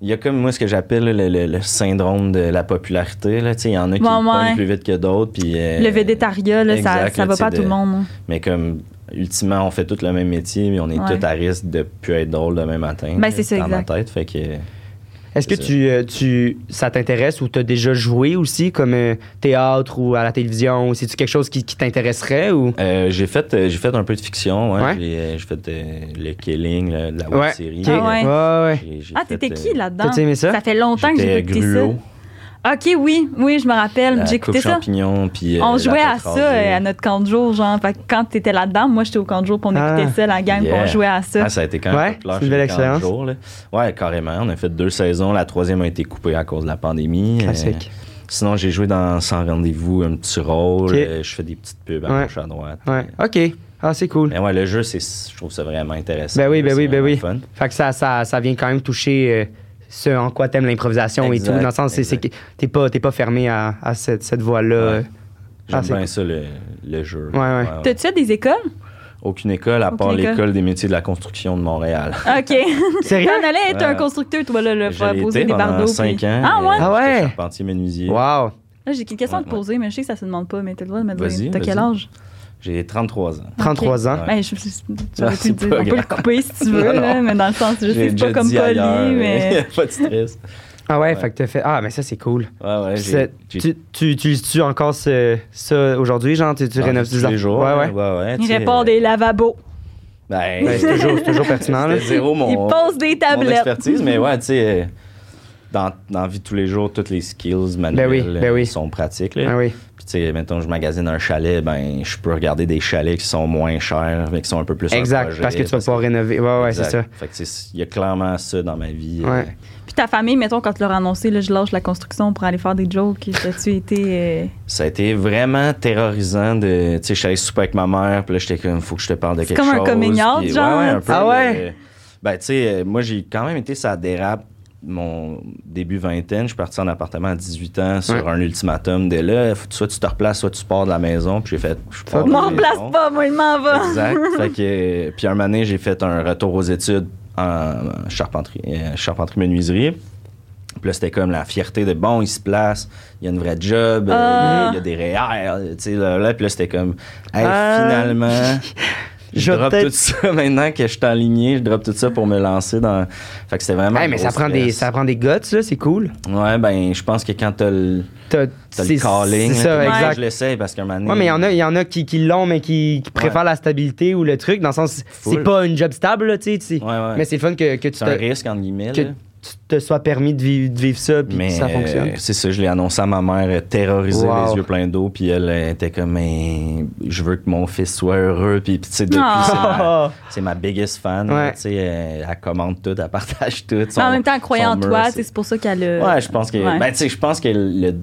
Speaker 3: Il y a comme moi ce que j'appelle le, le- le syndrome de la popularité. là. Tu sais, Il y en a qui
Speaker 2: Ouais,
Speaker 3: le pognent
Speaker 2: ouais.
Speaker 3: plus vite que d'autres. puis, euh,
Speaker 2: Le végétariat, là, ça,
Speaker 3: exact,
Speaker 2: ça
Speaker 3: là,
Speaker 2: va
Speaker 3: tu sais,
Speaker 2: pas à tout
Speaker 3: de-
Speaker 2: le monde.
Speaker 3: Mais comme, ultimement, on fait tous le même métier, mais on est
Speaker 2: Ouais.
Speaker 3: tous à risque de plus être drôle demain matin.
Speaker 2: Ben, c'est ça,
Speaker 3: dans ma
Speaker 2: exact.
Speaker 3: tête, fait que...
Speaker 1: Est-ce que
Speaker 3: C'est ça.
Speaker 1: tu, euh, tu, ça t'intéresse ou t'as déjà joué aussi comme euh, théâtre ou à la télévision? Ou c'est-tu quelque chose qui, qui t'intéresserait ou?
Speaker 3: Euh, j'ai fait, euh, j'ai fait un peu de fiction. ouais.
Speaker 1: Ouais.
Speaker 3: J'ai, euh, j'ai fait euh, le Killing, le- la web
Speaker 1: Ouais.
Speaker 3: série. euh,
Speaker 1: ok.
Speaker 2: Ah ouais.
Speaker 1: ouais.
Speaker 3: J'ai- j'ai
Speaker 2: Ah,
Speaker 3: fait,
Speaker 2: t'étais
Speaker 3: euh,
Speaker 2: qui là-dedans?
Speaker 1: t'as-tu aimé ça?
Speaker 2: fait longtemps que j'ai
Speaker 3: J'étais
Speaker 2: écouté
Speaker 3: Grulot,
Speaker 2: ça. Ok, oui, oui, je me rappelle.
Speaker 3: la
Speaker 2: J'ai écouté
Speaker 3: coupe
Speaker 2: ça.
Speaker 3: champignon, puis euh,
Speaker 2: On
Speaker 3: la
Speaker 2: jouait à
Speaker 3: tête
Speaker 2: ça
Speaker 3: rasée.
Speaker 2: euh, à notre camp de jour, genre. Fait que quand t'étais là-dedans, moi j'étais au camp de jour, puis on
Speaker 1: Ah.
Speaker 2: écoutait ça, la gang, puis on
Speaker 3: Yeah.
Speaker 2: jouait à ça.
Speaker 3: Ah, ça a été quand même
Speaker 1: Ouais,
Speaker 3: populaire
Speaker 1: c'est une
Speaker 3: chez
Speaker 1: belle
Speaker 3: les 40
Speaker 1: expérience.
Speaker 3: jours, là. Ouais, carrément. On a fait deux saisons. La troisième a été coupée à cause de la pandémie.
Speaker 1: Classique.
Speaker 3: Euh, sinon, j'ai joué dans Sans rendez-vous un petit rôle.
Speaker 1: Ok.
Speaker 3: Euh, je fais des petites pubs à
Speaker 1: Ouais.
Speaker 3: gauche à droite.
Speaker 1: Ouais. OK. Ah, c'est cool.
Speaker 3: Mais ouais, le jeu, c'est, je trouve ça vraiment intéressant.
Speaker 1: Ben oui, ben
Speaker 3: ben, C'est
Speaker 1: oui, ben
Speaker 3: vraiment
Speaker 1: oui.
Speaker 3: fun.
Speaker 1: Fait que ça, ça, ça vient quand même toucher euh, ce en quoi t'aimes l'improvisation et tout.
Speaker 3: Exact,
Speaker 1: Dans le sens, c'est, c'est que t'es pas, t'es pas fermé à, à cette, cette voie-là. euh.
Speaker 3: Ouais. J'aime
Speaker 1: Ah, c'est
Speaker 3: bien
Speaker 1: cool.
Speaker 3: ça, le, le jeu.
Speaker 1: Ouais, ouais.
Speaker 2: T'as-tu fait des écoles?
Speaker 3: Aucune école, à
Speaker 2: Aucune
Speaker 3: part
Speaker 2: école.
Speaker 3: l'école des métiers de la construction de Montréal.
Speaker 2: Ok.
Speaker 1: Sérieux?
Speaker 2: T'en allais être
Speaker 3: Ouais.
Speaker 2: un constructeur, toi, là, là,
Speaker 3: J'ai
Speaker 2: pour poser
Speaker 3: Euh,
Speaker 2: des
Speaker 3: été pendant
Speaker 2: bardeaux.
Speaker 3: 5
Speaker 2: puis-
Speaker 3: ans.
Speaker 2: Ah
Speaker 3: euh,
Speaker 2: ouais?
Speaker 1: Ah ouais?
Speaker 3: j'étais Charpentier menuisier.
Speaker 1: Wow.
Speaker 2: Là, j'ai une question à te
Speaker 3: Ouais, ouais.
Speaker 2: poser, mais je sais que ça se demande pas, mais t'as le droit de me
Speaker 3: Vas-y,
Speaker 2: dire. T'as quel
Speaker 3: vas-y.
Speaker 2: âge?
Speaker 3: J'ai 33 ans.
Speaker 1: 33 ans.
Speaker 3: Ouais.
Speaker 2: Ben, je, je- je-
Speaker 3: Ah,
Speaker 2: j'aurais pu
Speaker 3: c'est
Speaker 2: le dire.
Speaker 3: pas
Speaker 2: On peut le
Speaker 3: grave.
Speaker 2: couper si tu veux,
Speaker 3: Non,
Speaker 2: là,
Speaker 3: non.
Speaker 2: mais dans le sens, je
Speaker 3: J'ai
Speaker 2: sais c'est pas
Speaker 3: déjà
Speaker 2: comme
Speaker 3: dit
Speaker 2: poli,
Speaker 3: ailleurs,
Speaker 2: mais.
Speaker 3: pas de stress.
Speaker 1: Ah ouais,
Speaker 3: Ouais.
Speaker 1: fait que t'as fait. Ah, mais ça, c'est cool.
Speaker 3: Ouais, ouais. j'ai-
Speaker 1: C'est-
Speaker 3: j'ai-
Speaker 1: Tu, tu utilises-tu encore ce, ça aujourd'hui, genre? Tu, tu
Speaker 3: j'en ai
Speaker 1: rénoves
Speaker 3: Ah, tous les jours.
Speaker 1: Ouais, ouais.
Speaker 3: ouais, ouais, tu
Speaker 2: Il
Speaker 3: sais,
Speaker 2: répare des lavabos.
Speaker 3: Ben,
Speaker 1: Ben, c'est, toujours, c'est toujours pertinent. là.
Speaker 3: c'était zéro Oh, mon,
Speaker 2: Il pose des
Speaker 3: mon
Speaker 2: tablettes.
Speaker 3: expertise, mais ouais, tu sais, euh, dans, dans la vie de tous les jours, toutes les skills manuelles
Speaker 1: oui, ben
Speaker 3: euh,
Speaker 1: oui.
Speaker 3: sont pratiques. Là.
Speaker 1: Ah oui.
Speaker 3: Puis, tu sais, mettons, je magasine un chalet, ben, je peux regarder des chalets qui sont moins chers, mais qui sont un peu plus un
Speaker 1: Exact,
Speaker 3: projet,
Speaker 1: parce que tu vas pouvoir rénover. Ouais, ouais, c'est
Speaker 3: Exact.
Speaker 1: ça.
Speaker 3: Fait que, tu sais, il y a clairement ça dans ma vie. euh,
Speaker 1: Ouais.
Speaker 2: Puis ta famille, mettons, quand tu leur as annoncé, là, je lâche la construction pour aller faire des jokes, as-tu été. euh,
Speaker 3: Ça a été vraiment terrorisant de. Tu sais, je suis allé souper avec ma mère, puis là, j'étais comme, faut que je te parle de
Speaker 2: C'est
Speaker 3: quelque chose.
Speaker 2: comme un coming out,
Speaker 3: puis-
Speaker 2: genre, hein?
Speaker 3: Ouais, ouais, un peu,
Speaker 1: Ah ouais?
Speaker 3: euh, ben, tu sais, euh, moi, j'ai quand même été ça dérape mon début vingtaine. Je suis parti en appartement à 18 ans sur
Speaker 1: Ouais.
Speaker 3: un ultimatum de là, faut que soit tu te replaces, soit tu pars de la maison, puis j'ai fait, je pars
Speaker 1: Fuck.
Speaker 3: de
Speaker 2: Je
Speaker 3: la
Speaker 2: m'en place
Speaker 3: maison.
Speaker 2: pas, moi, il m'en va.
Speaker 3: Exact. fait que, puis un moment donné, j'ai fait un retour aux études en charpenterie, euh, charpenterie menuiserie. Puis là, c'était comme la fierté de bon, il se place, il y a une vraie job, euh,
Speaker 2: Ah.
Speaker 3: il y a des REER, tu sais, là, là. Puis là, c'était comme, hey,
Speaker 1: Ah.
Speaker 3: finalement,
Speaker 1: Je
Speaker 3: je
Speaker 1: vais
Speaker 3: drop
Speaker 1: peut-être-
Speaker 3: tout ça maintenant que je suis aligné, je drop tout ça pour me lancer dans. Fait que c'était vraiment.
Speaker 1: Hey, mais
Speaker 3: un
Speaker 1: ça
Speaker 3: gros
Speaker 1: prend, des,
Speaker 3: stress.
Speaker 1: ça prend des guts, là, c'est cool.
Speaker 3: Ouais, ben, je pense que quand t'as le,
Speaker 1: T'as,
Speaker 3: t'as le calling,
Speaker 1: C'est
Speaker 3: là,
Speaker 1: ça,
Speaker 3: puis moi,
Speaker 1: exact.
Speaker 3: je l'essaye parce qu'un moment donné.
Speaker 1: Ouais, mais il y en a, il y en a qui, qui l'ont, mais qui, qui préfèrent la stabilité ou le truc, dans le sens, c'est
Speaker 3: Full.
Speaker 1: pas une job stable, là, tu sais. tu sais.
Speaker 3: Ouais, ouais.
Speaker 1: Mais c'est le fun que, que tu,
Speaker 3: C'est un
Speaker 1: te,
Speaker 3: risque, entre guillemets.
Speaker 1: que
Speaker 3: là.
Speaker 1: tu te sois permis de vivre, de vivre ça, puis
Speaker 3: Mais
Speaker 1: que ça fonctionne.
Speaker 3: euh, c'est ça, je l'ai annoncé à ma mère, euh, terrorisée,
Speaker 1: Wow.
Speaker 3: les yeux pleins d'eau, puis elle euh, était comme, mais je veux que mon fils soit heureux, puis puis tu sais, depuis,
Speaker 2: Ah.
Speaker 3: c'est ma- c'est ma, biggest fan,
Speaker 1: Ouais.
Speaker 3: tu sais, euh, elle commande tout, elle partage tout.
Speaker 2: Mais en même temps, elle croyait
Speaker 3: son
Speaker 2: en
Speaker 3: mur,
Speaker 2: toi, tu sais,
Speaker 3: c'est-
Speaker 2: c'est pour ça qu'elle a.
Speaker 3: Ouais, je pense que,
Speaker 2: Ouais.
Speaker 3: ben, tu sais, je pense que le-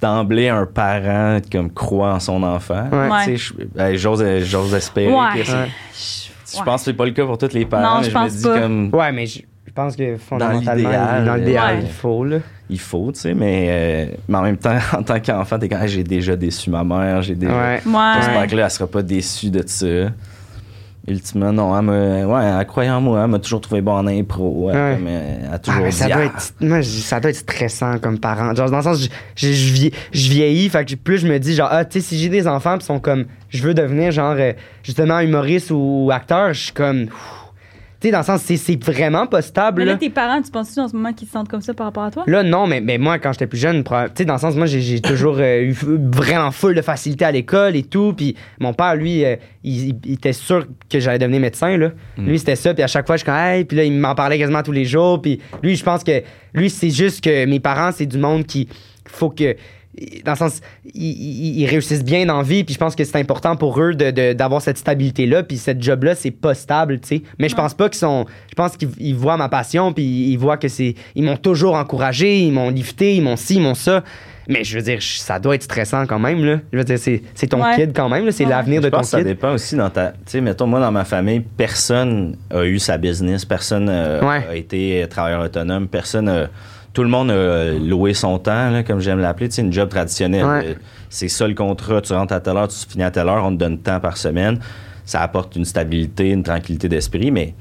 Speaker 3: d'emblée, un parent comme croit en son enfant,
Speaker 1: Ouais.
Speaker 3: tu sais, je- ben, j'ose j'ose espérer
Speaker 2: Ouais.
Speaker 3: que c'est-
Speaker 1: Ouais.
Speaker 3: Je pense que c'est pas le cas pour tous les parents,
Speaker 2: Non,
Speaker 3: mais
Speaker 2: je
Speaker 3: je,
Speaker 2: pense
Speaker 3: me dis
Speaker 2: pas.
Speaker 3: comme,
Speaker 1: Ouais, mais je, je pense que fondamentalement,
Speaker 3: l'idéal,
Speaker 1: dans l'idéal,
Speaker 2: ouais.
Speaker 1: il faut, là.
Speaker 3: il faut, tu sais, mais, euh, mais en même temps, en tant qu'enfant, t'es quand j'ai déjà déçu ma mère, j'ai déjà.
Speaker 1: Ouais.
Speaker 2: Ouais.
Speaker 3: J'espère que là, elle sera pas déçue de ça. Ultimement, non, elle me. Ouais, elle croyait en moi, elle m'a toujours trouvé bon en impro. Elle,
Speaker 1: Ouais.
Speaker 3: comme, euh, elle a
Speaker 1: Ah,
Speaker 3: toujours
Speaker 1: mais
Speaker 3: dit.
Speaker 1: ça, doit
Speaker 3: ah,
Speaker 1: être, moi, je- ça doit être stressant comme parent. Genre, dans le sens, je, je, je vie- je vieillis, fait que plus je me dis, genre, ah, tu sais, si j'ai des enfants, pis sont comme, je veux devenir, genre, euh, justement, humoriste ou, acteur, je suis comme, ouf. tu sais, dans le sens, c'est- c'est vraiment pas stable.
Speaker 2: Mais là,
Speaker 1: là.
Speaker 2: tes parents, tu penses-tu en ce moment qu'ils se sentent comme ça par rapport à toi?
Speaker 1: Là, non, mais, mais moi, quand j'étais plus jeune, proba- tu sais, dans le sens, moi, j'ai- j'ai toujours euh, eu f- vraiment full de facilité à l'école et tout. Puis mon père, lui, euh, il, il- il était sûr que j'allais devenir médecin, là. Lui, c'était ça. Puis à chaque fois, je suis comme, hey, puis là, il m'en parlait quasiment tous les jours. Puis lui, je pense que, lui, c'est juste que mes parents, c'est du monde qui faut que. Dans le sens, ils, ils- ils réussissent bien dans la vie, puis je pense que c'est important pour eux de- de- d'avoir cette stabilité-là, puis cette job-là, c'est pas stable, tu sais. Mais je
Speaker 2: Ouais.
Speaker 1: pense pense pas qu'ils sont. Je pense qu'ils ils voient ma passion, puis ils voient que c'est. Ils m'ont toujours encouragé, ils m'ont lifté, ils m'ont ci, ils m'ont ça. Mais je veux dire, je- ça doit être stressant quand même, là. Je veux dire, c'est c'est ton
Speaker 2: Ouais.
Speaker 1: kid quand même, là. C'est
Speaker 2: Ouais.
Speaker 1: l'avenir
Speaker 3: Je
Speaker 1: de ton
Speaker 3: pense que ça
Speaker 1: kid.
Speaker 3: dépend aussi dans ta. Tu sais, mettons, moi, dans ma famille, personne a eu sa business, personne euh,
Speaker 1: Ouais.
Speaker 3: a été travailleur autonome, personne a- Tout le monde a euh, loué son temps, là, comme j'aime l'appeler. C'est une job traditionnelle.
Speaker 1: Ouais.
Speaker 3: Euh, C'est ça le contrat. Tu rentres à telle heure, tu finis à telle heure, on te donne tant par semaine. Ça apporte une stabilité, une tranquillité d'esprit, mais tu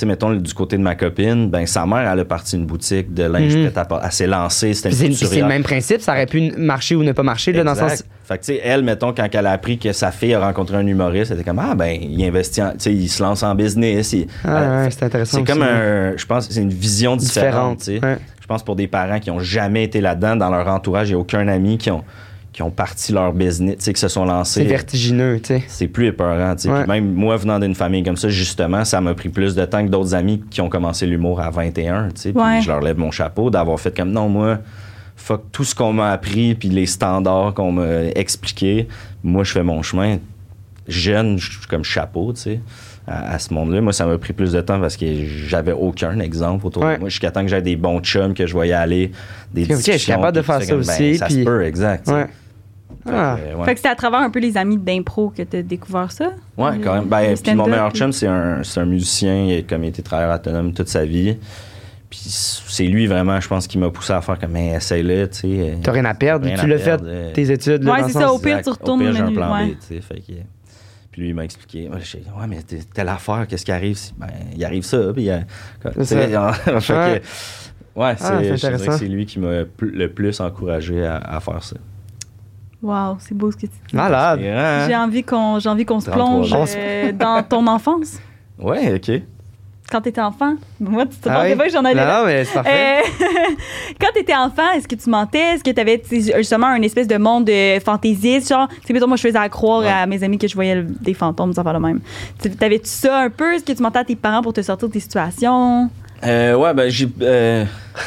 Speaker 3: sais, mettons, du côté de ma copine, ben, sa mère, elle a parti une boutique de linge
Speaker 1: Mhm.
Speaker 3: prêt-à-porter. Elle s'est lancée, c'était
Speaker 1: Puis
Speaker 3: une
Speaker 1: C'est puis c'est
Speaker 3: couturière.
Speaker 1: le même principe, ça aurait pu n- marcher ou ne pas marcher, là, dans le sens.
Speaker 3: Exact. Fait que, tu sais, elle, mettons, quand elle a appris que sa fille a rencontré un humoriste, elle était comme, ah, ben, il investit en, tu sais, il se lance en business. il-
Speaker 1: Ah,
Speaker 3: elle-
Speaker 1: ouais, c'est intéressant.
Speaker 3: c'est comme
Speaker 1: aussi. hein.
Speaker 3: un, je pense, que c'est une vision
Speaker 1: Différente,
Speaker 3: différente, tu sais.
Speaker 1: ouais.
Speaker 3: Je pense pour des parents qui ont jamais été là-dedans, dans leur entourage, il n'y a aucun ami qui ont, qui ont parti leur business, tu sais, qui se sont
Speaker 1: C'est
Speaker 3: lancés.
Speaker 1: vertigineux, tu sais.
Speaker 3: C'est plus épeurant, tu sais.
Speaker 1: Ouais.
Speaker 3: Puis même moi, venant d'une famille comme ça, justement, ça m'a pris plus de temps que d'autres amis qui ont commencé l'humour à 21, tu sais. Puis
Speaker 2: Ouais.
Speaker 3: je leur lève mon chapeau d'avoir fait comme, non, moi, fuck tout ce qu'on m'a appris, puis les standards qu'on m'a expliqués. Moi, je fais mon chemin jeune, je suis comme chapeau, tu sais, à, à ce monde-là. Moi, ça m'a pris plus de temps parce que j'avais aucun exemple autour
Speaker 1: Ouais.
Speaker 3: de moi. Jusqu'à temps que j'avais des bons chums que je voyais aller, des
Speaker 1: Ok, je suis
Speaker 3: discussions,
Speaker 1: capable de
Speaker 3: puis tout
Speaker 1: faire ça
Speaker 3: comme, ben,
Speaker 1: aussi,
Speaker 3: ça
Speaker 1: puis-
Speaker 3: se peut, exact. tu sais.
Speaker 1: Ouais.
Speaker 3: Fait que,
Speaker 1: Ah.
Speaker 3: euh, ouais.
Speaker 2: Fait que c'est à travers un peu les amis d'impro que t'as découvert ça?
Speaker 3: Ouais,
Speaker 2: Le-
Speaker 3: quand même.
Speaker 2: le
Speaker 3: Ben, puis mon
Speaker 2: stand-up,
Speaker 3: meilleur
Speaker 2: puis-
Speaker 3: chum, c'est un, c'est un musicien, il a comme été travailleur autonome toute sa vie. Puis c'est lui vraiment, je pense, qui m'a poussé à faire comme, mais essaye-le, tu sais.
Speaker 1: T'as rien à perdre,
Speaker 3: Rien
Speaker 1: tu
Speaker 3: à
Speaker 1: l'as fait,
Speaker 3: perdre, euh,
Speaker 1: tes études, là,
Speaker 2: Ouais,
Speaker 1: dans le
Speaker 2: c'est ça,
Speaker 1: sens-
Speaker 2: au pire,
Speaker 3: Exact.
Speaker 2: tu retournes
Speaker 3: Au pire, j'ai un
Speaker 2: menu,
Speaker 3: plan
Speaker 2: ouais.
Speaker 3: B, tu sais. Fait que- Puis lui, il m'a expliqué. Moi, j'ai dit, ouais, mais t'es- telle affaire, qu'est-ce qui arrive? si- Ben, il arrive ça, puis il.
Speaker 1: C'est ça. Ouais.
Speaker 3: Ouais, ouais
Speaker 2: Ah,
Speaker 1: c'est
Speaker 3: c'est je te dirais que
Speaker 1: intéressant.
Speaker 3: c'est lui qui m'a pl- le plus encouragé à, à faire ça.
Speaker 2: Wow, c'est beau ce que tu dis.
Speaker 1: Malade.
Speaker 3: C'est grand,
Speaker 2: Ah. J'ai
Speaker 3: hein?
Speaker 2: envie qu'on j'ai envie qu'on se
Speaker 3: 33
Speaker 2: plonge
Speaker 1: ans.
Speaker 2: euh, dans ton enfance.
Speaker 3: Ouais, ok.
Speaker 2: Quand t'étais enfant, moi, tu te
Speaker 1: Ah
Speaker 2: pensais
Speaker 1: oui?
Speaker 2: pas que j'en allais là.
Speaker 1: Non, mais c'est parfait.
Speaker 2: Euh, quand t'étais enfant, est-ce que tu mentais? Est-ce que t'avais tu sais, justement un espèce de monde euh, fantaisiste? Genre, tu sais, mettons, moi, je faisais à croire
Speaker 3: Ouais.
Speaker 2: à mes amis que je voyais le- des fantômes, des affaires de même. Tu- T'avais-tu ça un peu? Est-ce que tu mentais à tes parents pour te sortir des situations?
Speaker 3: Euh, ouais, ben j'ai. euh,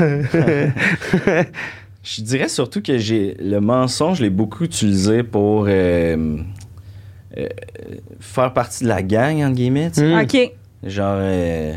Speaker 3: je dirais surtout que j'ai le mensonge, je l'ai beaucoup utilisé pour euh, euh, faire partie de la gang, entre guillemets. tu sais.
Speaker 1: Hmm.
Speaker 2: OK.
Speaker 3: Genre, euh,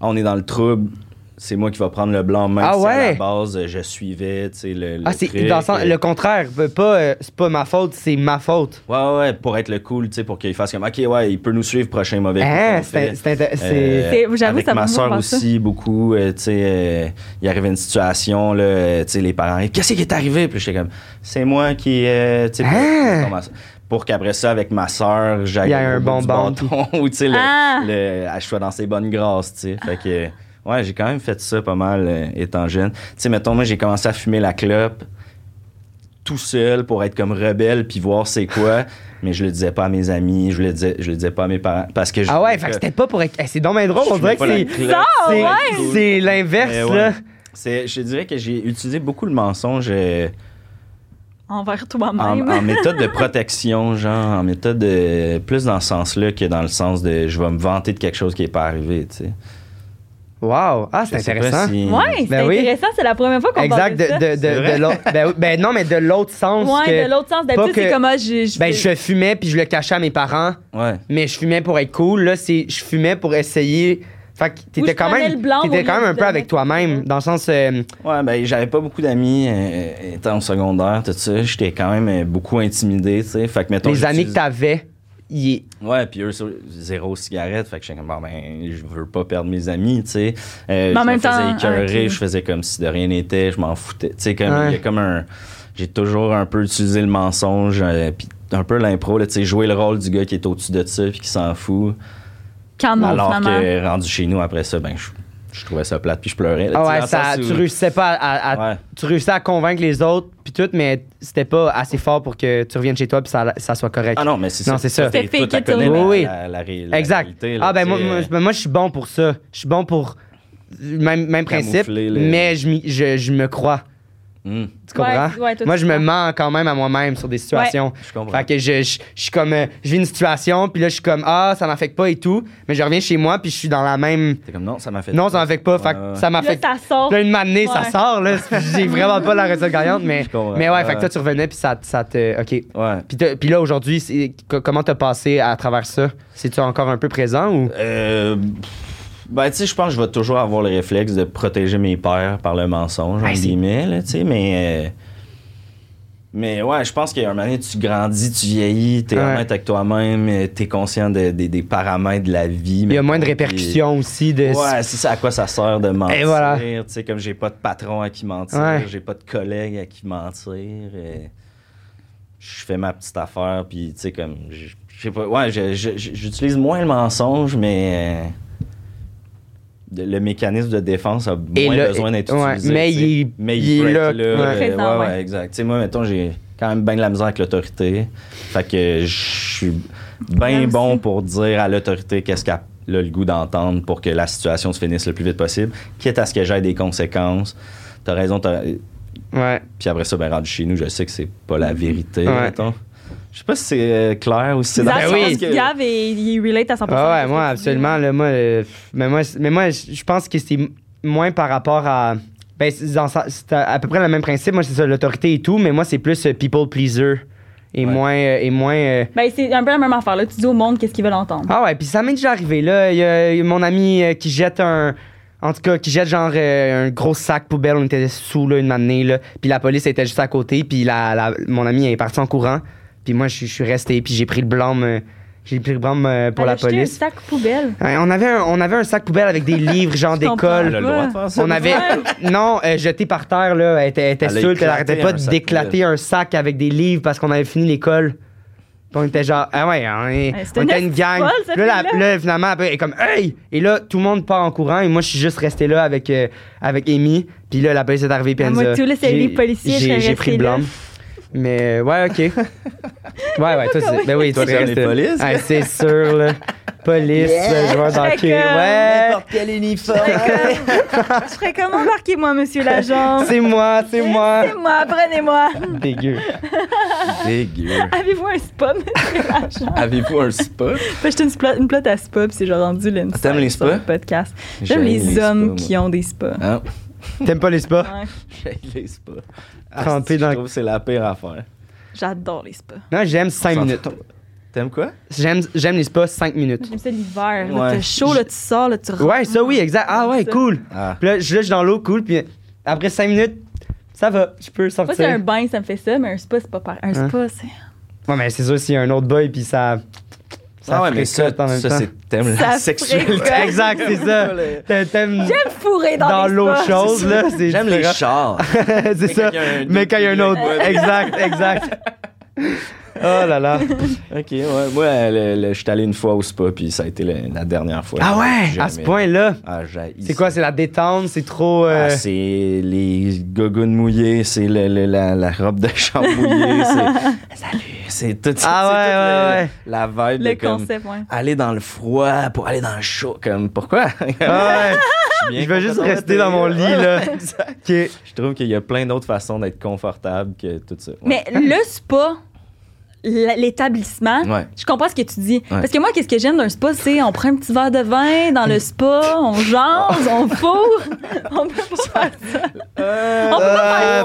Speaker 3: on est dans le trouble, c'est moi qui va prendre le blanc, même
Speaker 1: Ah
Speaker 3: si à la
Speaker 1: ouais?
Speaker 3: base, euh, je suivais, tu sais, le. le
Speaker 1: Ah, c'est
Speaker 3: truc,
Speaker 1: dans le, sens-
Speaker 3: euh,
Speaker 1: le contraire, euh, pas euh, c'est pas ma faute, c'est ma faute.
Speaker 3: Ouais, ouais, ouais, pour être le cool, tu sais, pour qu'il fasse comme, ok, ouais, il peut nous suivre, prochain mauvais. coup
Speaker 1: Hein,
Speaker 3: qu'on Ben, fait.
Speaker 1: c'est c'est intér-
Speaker 3: Euh,
Speaker 1: c'est-
Speaker 2: C'est- j'avoue,
Speaker 3: avec
Speaker 2: ça m'a
Speaker 3: ma
Speaker 2: beaucoup
Speaker 3: soeur
Speaker 2: pensé.
Speaker 3: aussi, beaucoup. euh, tu sais, euh, il arrivait une situation, là, euh, tu sais, les parents, arrivent, qu'est-ce qui est arrivé? Puis j'étais comme, c'est moi qui. euh, tu sais,
Speaker 1: Hein?
Speaker 3: pour- pour ma- pour qu'après ça, avec ma soeur, j'aille
Speaker 1: Il y a un
Speaker 3: au bout
Speaker 1: bon
Speaker 3: du
Speaker 1: bond.
Speaker 3: bâton, ou tu sais, le-
Speaker 2: Ah!
Speaker 3: le- ah, je sois dans ses bonnes grâces, tu sais. Fait que, euh, ouais, j'ai quand même fait ça pas mal euh, étant jeune. Tu sais, mettons, moi, j'ai commencé à fumer la clope tout seul pour être comme rebelle puis voir c'est quoi. Mais je le disais pas à mes amis, je le disais, je le disais pas à mes parents. Parce que je-
Speaker 1: Ah ouais, fait que c'était pas pour être. eh, c'est donc bien drôle, on
Speaker 3: Je
Speaker 1: dirait que
Speaker 3: fumais
Speaker 1: c'est.
Speaker 3: pas la
Speaker 2: Ça,
Speaker 1: c'est-
Speaker 3: clope.
Speaker 2: ouais!
Speaker 1: C'est l'inverse,
Speaker 3: Mais ouais.
Speaker 1: là.
Speaker 3: C'est- je dirais que j'ai utilisé beaucoup le mensonge euh,
Speaker 2: Envers
Speaker 3: en,
Speaker 2: toi-même.
Speaker 3: en méthode de protection, genre, en méthode de, plus dans ce sens-là que dans le sens de je vais me vanter de quelque chose qui n'est pas arrivé, tu sais.
Speaker 1: Wow. Ah, c'est
Speaker 3: Je sais pas
Speaker 1: intéressant.
Speaker 3: si-
Speaker 2: Ouais, c'est
Speaker 1: Ben oui.
Speaker 2: intéressant. C'est la première fois qu'on parle
Speaker 1: Exact,
Speaker 2: de,
Speaker 1: de,
Speaker 2: ça.
Speaker 1: de, de,
Speaker 3: C'est
Speaker 1: de
Speaker 3: vrai?
Speaker 1: l'autre. Ben, oui, ben non, mais de l'autre sens.
Speaker 2: Ouais,
Speaker 1: que-
Speaker 2: de l'autre sens.
Speaker 1: pas
Speaker 2: D'habitude,
Speaker 1: que-
Speaker 2: c'est comme ah, je, je,
Speaker 1: Ben, je fumais puis je le cachais à mes parents,
Speaker 3: Ouais.
Speaker 1: mais je fumais pour être cool. Là, c'est je fumais pour essayer. Fait que
Speaker 2: Ou je
Speaker 1: t'étais quand
Speaker 2: prenais
Speaker 1: même,
Speaker 2: le blanc
Speaker 1: t'étais
Speaker 2: au
Speaker 1: quand
Speaker 2: lieu
Speaker 1: même un
Speaker 2: de
Speaker 1: peu avec
Speaker 2: mettre-
Speaker 1: toi-même, dans le sens. euh,
Speaker 3: Ouais, ben j'avais pas beaucoup d'amis euh, étant au secondaire, tout ça. J'étais quand même euh, beaucoup intimidé, tu sais. Fait que mettons.
Speaker 1: les amis que
Speaker 3: j'utilise-
Speaker 1: t'avais, il est-
Speaker 3: Ouais, puis eux, sur- zéro cigarette. Fait que j'étais comme, bon, ben, je veux pas perdre mes amis, tu sais. Euh,
Speaker 2: Mais en
Speaker 3: je
Speaker 2: même
Speaker 3: me faisais
Speaker 2: temps,
Speaker 3: écœurer,
Speaker 2: ok.
Speaker 3: je faisais comme si de rien n'était, je m'en foutais. Tu sais, comme, il y
Speaker 1: Ouais.
Speaker 3: a comme un. J'ai toujours un peu utilisé le mensonge, euh, puis un peu l'impro, là, tu sais, jouer le rôle du gars qui est au-dessus de ça, puis qui s'en fout.
Speaker 2: quand non,
Speaker 3: alors
Speaker 2: finalement.
Speaker 3: que rendu chez nous après ça, ben, je, je trouvais ça plate, puis je pleurais. là,
Speaker 1: Ah
Speaker 3: tu sais,
Speaker 1: ouais,
Speaker 3: dans le
Speaker 1: ça,
Speaker 3: sens
Speaker 1: tu
Speaker 3: où-
Speaker 1: réussissais pas à, à-
Speaker 3: Ouais.
Speaker 1: tu réussissais à convaincre les autres puis tout, mais c'était pas assez fort pour que tu reviennes chez toi puis ça, ça soit correct.
Speaker 3: Ah non, mais c'est
Speaker 1: Non, c'est ça.
Speaker 3: Toi,
Speaker 2: C'était fake
Speaker 3: t'as
Speaker 2: it till
Speaker 3: connu
Speaker 1: you make it.
Speaker 3: la, la- la ré- la
Speaker 1: exact.
Speaker 3: réalité, là,
Speaker 1: ah ben
Speaker 3: tu
Speaker 1: moi,
Speaker 3: sais,
Speaker 1: moi,
Speaker 3: euh,
Speaker 1: je- moi, je suis bon pour ça. Je suis bon pour même, même principe,
Speaker 3: Camoufler le-
Speaker 1: mais je, m'y- je, je me crois.
Speaker 3: hmm,
Speaker 1: Tu comprends?
Speaker 2: Ouais, ouais, toi,
Speaker 1: moi,
Speaker 2: tu
Speaker 1: je me
Speaker 2: comprends.
Speaker 1: mens quand même à moi-même sur des situations.
Speaker 3: je comprends.
Speaker 1: Fait que je, je, je suis comme. euh, Je vis une situation, puis là, je suis comme, ah, ça m'affecte pas et tout. Mais je reviens chez moi, puis je suis dans la même.
Speaker 3: T'es comme, non, ça m'a fait.
Speaker 1: Non, ça m'affecte pas. Fait que
Speaker 3: Ouais, ouais.
Speaker 1: ça
Speaker 2: Là,
Speaker 1: m'affecte.
Speaker 2: ça sort.
Speaker 1: Puis là, une matinée, ça
Speaker 2: Ouais.
Speaker 1: sort, là. J'ai vraiment pas la recette gagnante, mais.
Speaker 3: Je comprends.
Speaker 1: Mais ouais, fait
Speaker 3: Ouais.
Speaker 1: que toi, tu revenais, puis ça, ça te. OK.
Speaker 3: Ouais.
Speaker 1: Puis, t'as- puis là, aujourd'hui, c'est- co- comment t'as passé à travers ça? C'est-tu encore un peu présent ou.
Speaker 3: Euh, ben, tu sais, je pense que je vais toujours avoir le réflexe de protéger mes pères par le mensonge,
Speaker 1: Ben,
Speaker 3: entre
Speaker 1: c'est-
Speaker 3: guillemets, là, tu sais, mais. euh, mais ouais, je pense qu'à un moment donné, tu grandis, tu vieillis, t'es
Speaker 1: Ouais.
Speaker 3: honnête avec toi-même, euh, t'es conscient de- des- des paramètres de la vie.
Speaker 1: Il y a moins de répercussions aussi de.
Speaker 3: Ouais, c'est ça à quoi ça sert de mentir.
Speaker 1: Et voilà.
Speaker 3: Tu sais, comme j'ai pas de patron à qui mentir,
Speaker 1: Ouais.
Speaker 3: j'ai pas de collègue à qui mentir. euh, je fais ma petite affaire, puis tu sais, comme. Je je sais pas. Ouais, je- je- je- j'utilise moins le mensonge, mais. euh, le mécanisme de défense a
Speaker 1: Et
Speaker 3: moins
Speaker 1: là,
Speaker 3: besoin d'être
Speaker 1: ouais,
Speaker 3: utilisé.
Speaker 1: mais
Speaker 3: tu sais.
Speaker 1: il-
Speaker 3: mais
Speaker 1: il est
Speaker 3: peut être
Speaker 1: là, ouais.
Speaker 3: euh,
Speaker 2: Présent,
Speaker 3: ouais,
Speaker 2: ouais.
Speaker 3: ouais, exact. Tu sais, moi, mettons, j'ai quand même bien de la misère avec l'autorité. Fait que je suis
Speaker 2: Moi
Speaker 3: bien
Speaker 2: aussi.
Speaker 3: bon pour dire à l'autorité qu'est-ce qu'elle a le goût d'entendre pour que la situation se finisse le plus vite possible, quitte à ce que j'aille des conséquences. T'as raison, t'as-
Speaker 1: Ouais.
Speaker 3: puis après ça, ben rendu chez nous, je sais que c'est pas la vérité,
Speaker 1: Ouais.
Speaker 3: mettons. Je sais pas si c'est euh, clair ou si c'est
Speaker 2: Zach,
Speaker 1: Ben
Speaker 2: je
Speaker 1: oui.
Speaker 2: pense
Speaker 3: Parce
Speaker 2: que Gab, est- il relate à 100%.
Speaker 1: Ah
Speaker 2: à ce
Speaker 1: ouais,
Speaker 2: que
Speaker 1: moi,
Speaker 2: tu dis.
Speaker 1: absolument. Là, moi, euh, pff, mais moi, c'est- mais moi je je pense que c'est m- moins par rapport à. Ben, c'est dans ça- c'est à, à peu près le même principe. Moi, c'est ça, l'autorité et tout, mais moi, c'est plus euh, people pleaser et
Speaker 3: Ouais.
Speaker 1: moins. euh, et moins euh,
Speaker 2: Ben, c'est un peu la même affaire. Là. Tu dis au monde qu'est-ce qu'ils veulent entendre.
Speaker 1: Ah ouais, puis ça m'est déjà arrivé. Là, il y a il y a mon ami euh, qui jette un. En tout cas, qui jette genre euh, un gros sac poubelle. On était sous là, une matinée, là. Puis la police était juste à côté. Puis la, la- mon ami est parti en courant. Puis moi, je suis- je suis resté. Puis j'ai pris le blâme. euh, j'ai pris le blâme euh, pour
Speaker 2: Elle
Speaker 1: la
Speaker 2: a jeté
Speaker 1: police.
Speaker 2: un sac poubelle.
Speaker 1: Ouais, on, avait un, on avait un sac poubelle avec des livres, genre
Speaker 2: Je comprends.
Speaker 1: d'école.
Speaker 3: Elle a le droit de faire ça.
Speaker 1: On avait. Non, euh, jeté par terre, là. Elle était, elle était
Speaker 3: Elle
Speaker 1: saoule,
Speaker 3: a
Speaker 1: puis elle
Speaker 3: éclaté
Speaker 1: arrêtait pas
Speaker 3: un sac
Speaker 1: d'éclater un sac avec des livres parce qu'on avait fini l'école. Puis on était genre, ah ouais, on, est-
Speaker 2: Ouais, c'était
Speaker 1: on était
Speaker 2: une
Speaker 1: une gang.
Speaker 2: folle, cette
Speaker 1: Puis là, la-
Speaker 2: fille-là.
Speaker 1: là, finalement, après, elle est comme, hey! Et là, tout le monde part en courant, et moi, je suis juste resté là avec, euh, avec Amy. Puis là, la police est arrivée, puis
Speaker 2: Ah,
Speaker 1: elle
Speaker 2: moi,
Speaker 1: nous a-
Speaker 2: tout, là, c'est
Speaker 1: j'ai-
Speaker 2: les policiers, je
Speaker 1: J'ai
Speaker 2: serais
Speaker 1: j'ai pris le
Speaker 2: restée là.
Speaker 1: blâme. Mais, euh, ouais, OK. Ouais, ouais, toi, c'est. Ben oui, toi,
Speaker 3: Toi,
Speaker 1: t'es
Speaker 3: t'aimes les
Speaker 1: resté-
Speaker 3: polices,
Speaker 1: Ah, c'est sûr, là. Police,
Speaker 3: Yeah.
Speaker 1: joueur d'hockey.
Speaker 2: Chacun,
Speaker 1: Ouais!
Speaker 3: quel uniforme.
Speaker 2: Je serais comme- je serais comme embarquez-moi, monsieur l'agent.
Speaker 1: C'est moi, c'est moi.
Speaker 2: C'est moi, prenez-moi.
Speaker 1: Dégueu.
Speaker 3: Dégueu.
Speaker 2: Avez-vous un spa, monsieur l'agent?
Speaker 3: Avez-vous un spa?
Speaker 2: Fait que J'étais une, spla- une plate à spa, puis c'est genre rendu l'inside
Speaker 3: Ah, T'aimes les
Speaker 2: sur
Speaker 3: spas?
Speaker 2: le podcast.
Speaker 3: J'aime
Speaker 2: J'aime les,
Speaker 3: les
Speaker 2: hommes
Speaker 3: spas, Ah.
Speaker 2: qui ont des spas.
Speaker 3: Hein?
Speaker 1: T'aimes pas les spas?
Speaker 2: Ouais,
Speaker 3: J'ai les spas.
Speaker 1: Trempé dans-
Speaker 3: Je trouve que c'est la pire affaire.
Speaker 2: J'adore les spas.
Speaker 1: Non, j'aime 5 minutes.
Speaker 3: T'aimes quoi?
Speaker 1: J'aime, j'aime les spas 5 minutes.
Speaker 2: J'aime ça l'hiver. là,
Speaker 3: Ouais.
Speaker 2: T'as chaud, là, tu sors, là, tu rentres.
Speaker 1: Ouais, ça oui, exact. Ah ouais,
Speaker 2: Ça.
Speaker 1: cool.
Speaker 3: Ah.
Speaker 1: Puis là, je là, je suis dans l'eau, cool. Puis après 5 minutes, ça va, je peux
Speaker 2: Moi, c'est un
Speaker 1: sortir.
Speaker 2: bain, ça me fait ça, mais un spa, c'est pas pareil. Un
Speaker 1: Hein?
Speaker 2: spa, c'est.
Speaker 1: Ouais, mais c'est sûr, s'il y a un autre boy, puis ça. Ça
Speaker 3: ah ouais, mais ça,
Speaker 1: fricote en même
Speaker 3: ça
Speaker 1: temps.
Speaker 3: c'est t'aimes
Speaker 2: Ça
Speaker 3: la sexualité.
Speaker 2: fricote.
Speaker 1: Exact, c'est ça. T'aimes- T'aimes
Speaker 2: J'aime fourrer dans,
Speaker 1: dans
Speaker 2: les
Speaker 1: l'eau
Speaker 2: spas.
Speaker 1: chaude, là. c'est
Speaker 3: J'aime les
Speaker 1: différent.
Speaker 3: chars.
Speaker 1: c'est ça. Mais quand il y a un autre. Exact, exact. Oh là là.
Speaker 3: ok, ouais. Moi, le- le- je suis allé une fois au spa, puis ça a été le- la dernière fois.
Speaker 1: Ah ouais, à ce
Speaker 3: Jamais.
Speaker 1: point-là.
Speaker 3: Ah, j'haïs
Speaker 1: C'est quoi, c'est la détente, c'est trop. euh,
Speaker 3: Ah, c'est les gogoons mouillés, c'est le- le- la, la robe de chambre mouillée, c'est salut, c'est tout c'est
Speaker 1: Ah
Speaker 3: tout
Speaker 1: ouais,
Speaker 3: le-
Speaker 1: ouais, ouais.
Speaker 3: la vibe
Speaker 2: Le
Speaker 3: de comme
Speaker 2: concept, ouais.
Speaker 3: aller dans le froid pour aller dans le chaud comme pourquoi
Speaker 1: Ah ouais.
Speaker 3: bien
Speaker 1: Je vais juste
Speaker 3: content
Speaker 1: rester
Speaker 3: de
Speaker 1: dans mon lit,
Speaker 3: t'accueillir.
Speaker 1: là. Ok.
Speaker 3: Je trouve qu'il y a plein d'autres façons d'être confortable que tout ça. Ouais.
Speaker 2: Mais le spa, l- l'établissement,
Speaker 3: Ouais.
Speaker 2: je comprends ce que tu dis. Parce que moi, qu'est-ce que j'aime d'un spa, c'est on prend un petit verre de vin dans le spa, on jase, on fourre. On peut pas faire ça. On peut pas faire
Speaker 1: Ah,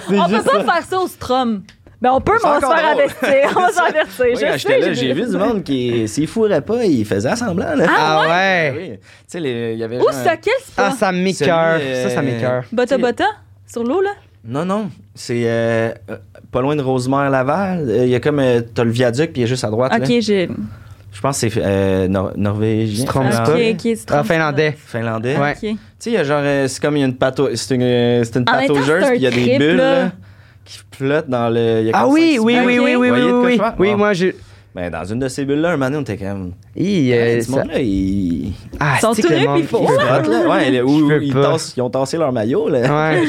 Speaker 1: faut. C'est
Speaker 2: On peut
Speaker 1: juste
Speaker 2: pas faire ça au strum. Ben on peut, mais
Speaker 3: C'est
Speaker 2: on va se
Speaker 3: encore
Speaker 2: faire
Speaker 3: drôle.
Speaker 2: investir. On va se faire investir.
Speaker 3: Oui, quand j'étais là, j'ai vu du monde qui s'il fourrait pas, il faisait semblant là.
Speaker 1: Ah
Speaker 3: Ah
Speaker 1: ouais.
Speaker 3: oui. Tu sais les- il y avait
Speaker 2: Où
Speaker 3: genre un- euh,
Speaker 2: ça? Quel spa?
Speaker 1: Ah, ça m'écœure. Ça, ça m'écœure.
Speaker 2: Bota Bota? Sur l'eau, là?
Speaker 3: Non, non. C'est euh, euh, pas loin de Rosemère-Laval. Euh, Il y a comme. euh, T'as le viaduc, puis il est juste à droite. là.
Speaker 2: Ok, j'ai.
Speaker 3: Je pense que c'est euh, nor- norvégien.
Speaker 1: Stromstad.
Speaker 2: Ok,
Speaker 1: spa.
Speaker 3: finlandais.
Speaker 2: ok, c'est
Speaker 1: Ah,
Speaker 2: Strum.
Speaker 1: finlandais.
Speaker 3: Finlandais.
Speaker 1: Ouais.
Speaker 2: Ok. Ouais,
Speaker 3: Tu sais, il y a genre. euh, c'est comme il y a une pato. C'est une, euh, c'est une
Speaker 2: En même temps,
Speaker 3: pataugeuse,
Speaker 2: c'est un
Speaker 3: puis il y a des
Speaker 2: trip,
Speaker 3: bulles,
Speaker 2: là.
Speaker 3: là, qui flottent dans le. il y a
Speaker 1: Ah
Speaker 3: comme
Speaker 1: oui,
Speaker 3: cinq,
Speaker 1: oui,
Speaker 3: six
Speaker 1: oui,
Speaker 3: bulles.
Speaker 1: oui, oui,
Speaker 3: Vous
Speaker 1: oui,
Speaker 3: voyez de quoi
Speaker 1: oui.
Speaker 3: je parle?
Speaker 1: Oui,
Speaker 3: Bon.
Speaker 1: moi, je.
Speaker 3: Ben, dans une de ces bulles-là, un moment donné, on était comme. Ah,
Speaker 1: Hi, euh,
Speaker 3: Hey, ce
Speaker 1: ça-
Speaker 3: monde-là, il.
Speaker 1: Ah,
Speaker 2: Ils sont
Speaker 1: c'est que
Speaker 2: tout
Speaker 1: le
Speaker 2: nus,
Speaker 1: monde
Speaker 2: puis ils font-
Speaker 1: qui
Speaker 3: Ah,
Speaker 1: frotte.
Speaker 3: là, ouais, là, où-
Speaker 1: Je peux
Speaker 3: ils,
Speaker 1: pas.
Speaker 3: tassent- ils ont tassé leur maillot, là.
Speaker 1: Ouais.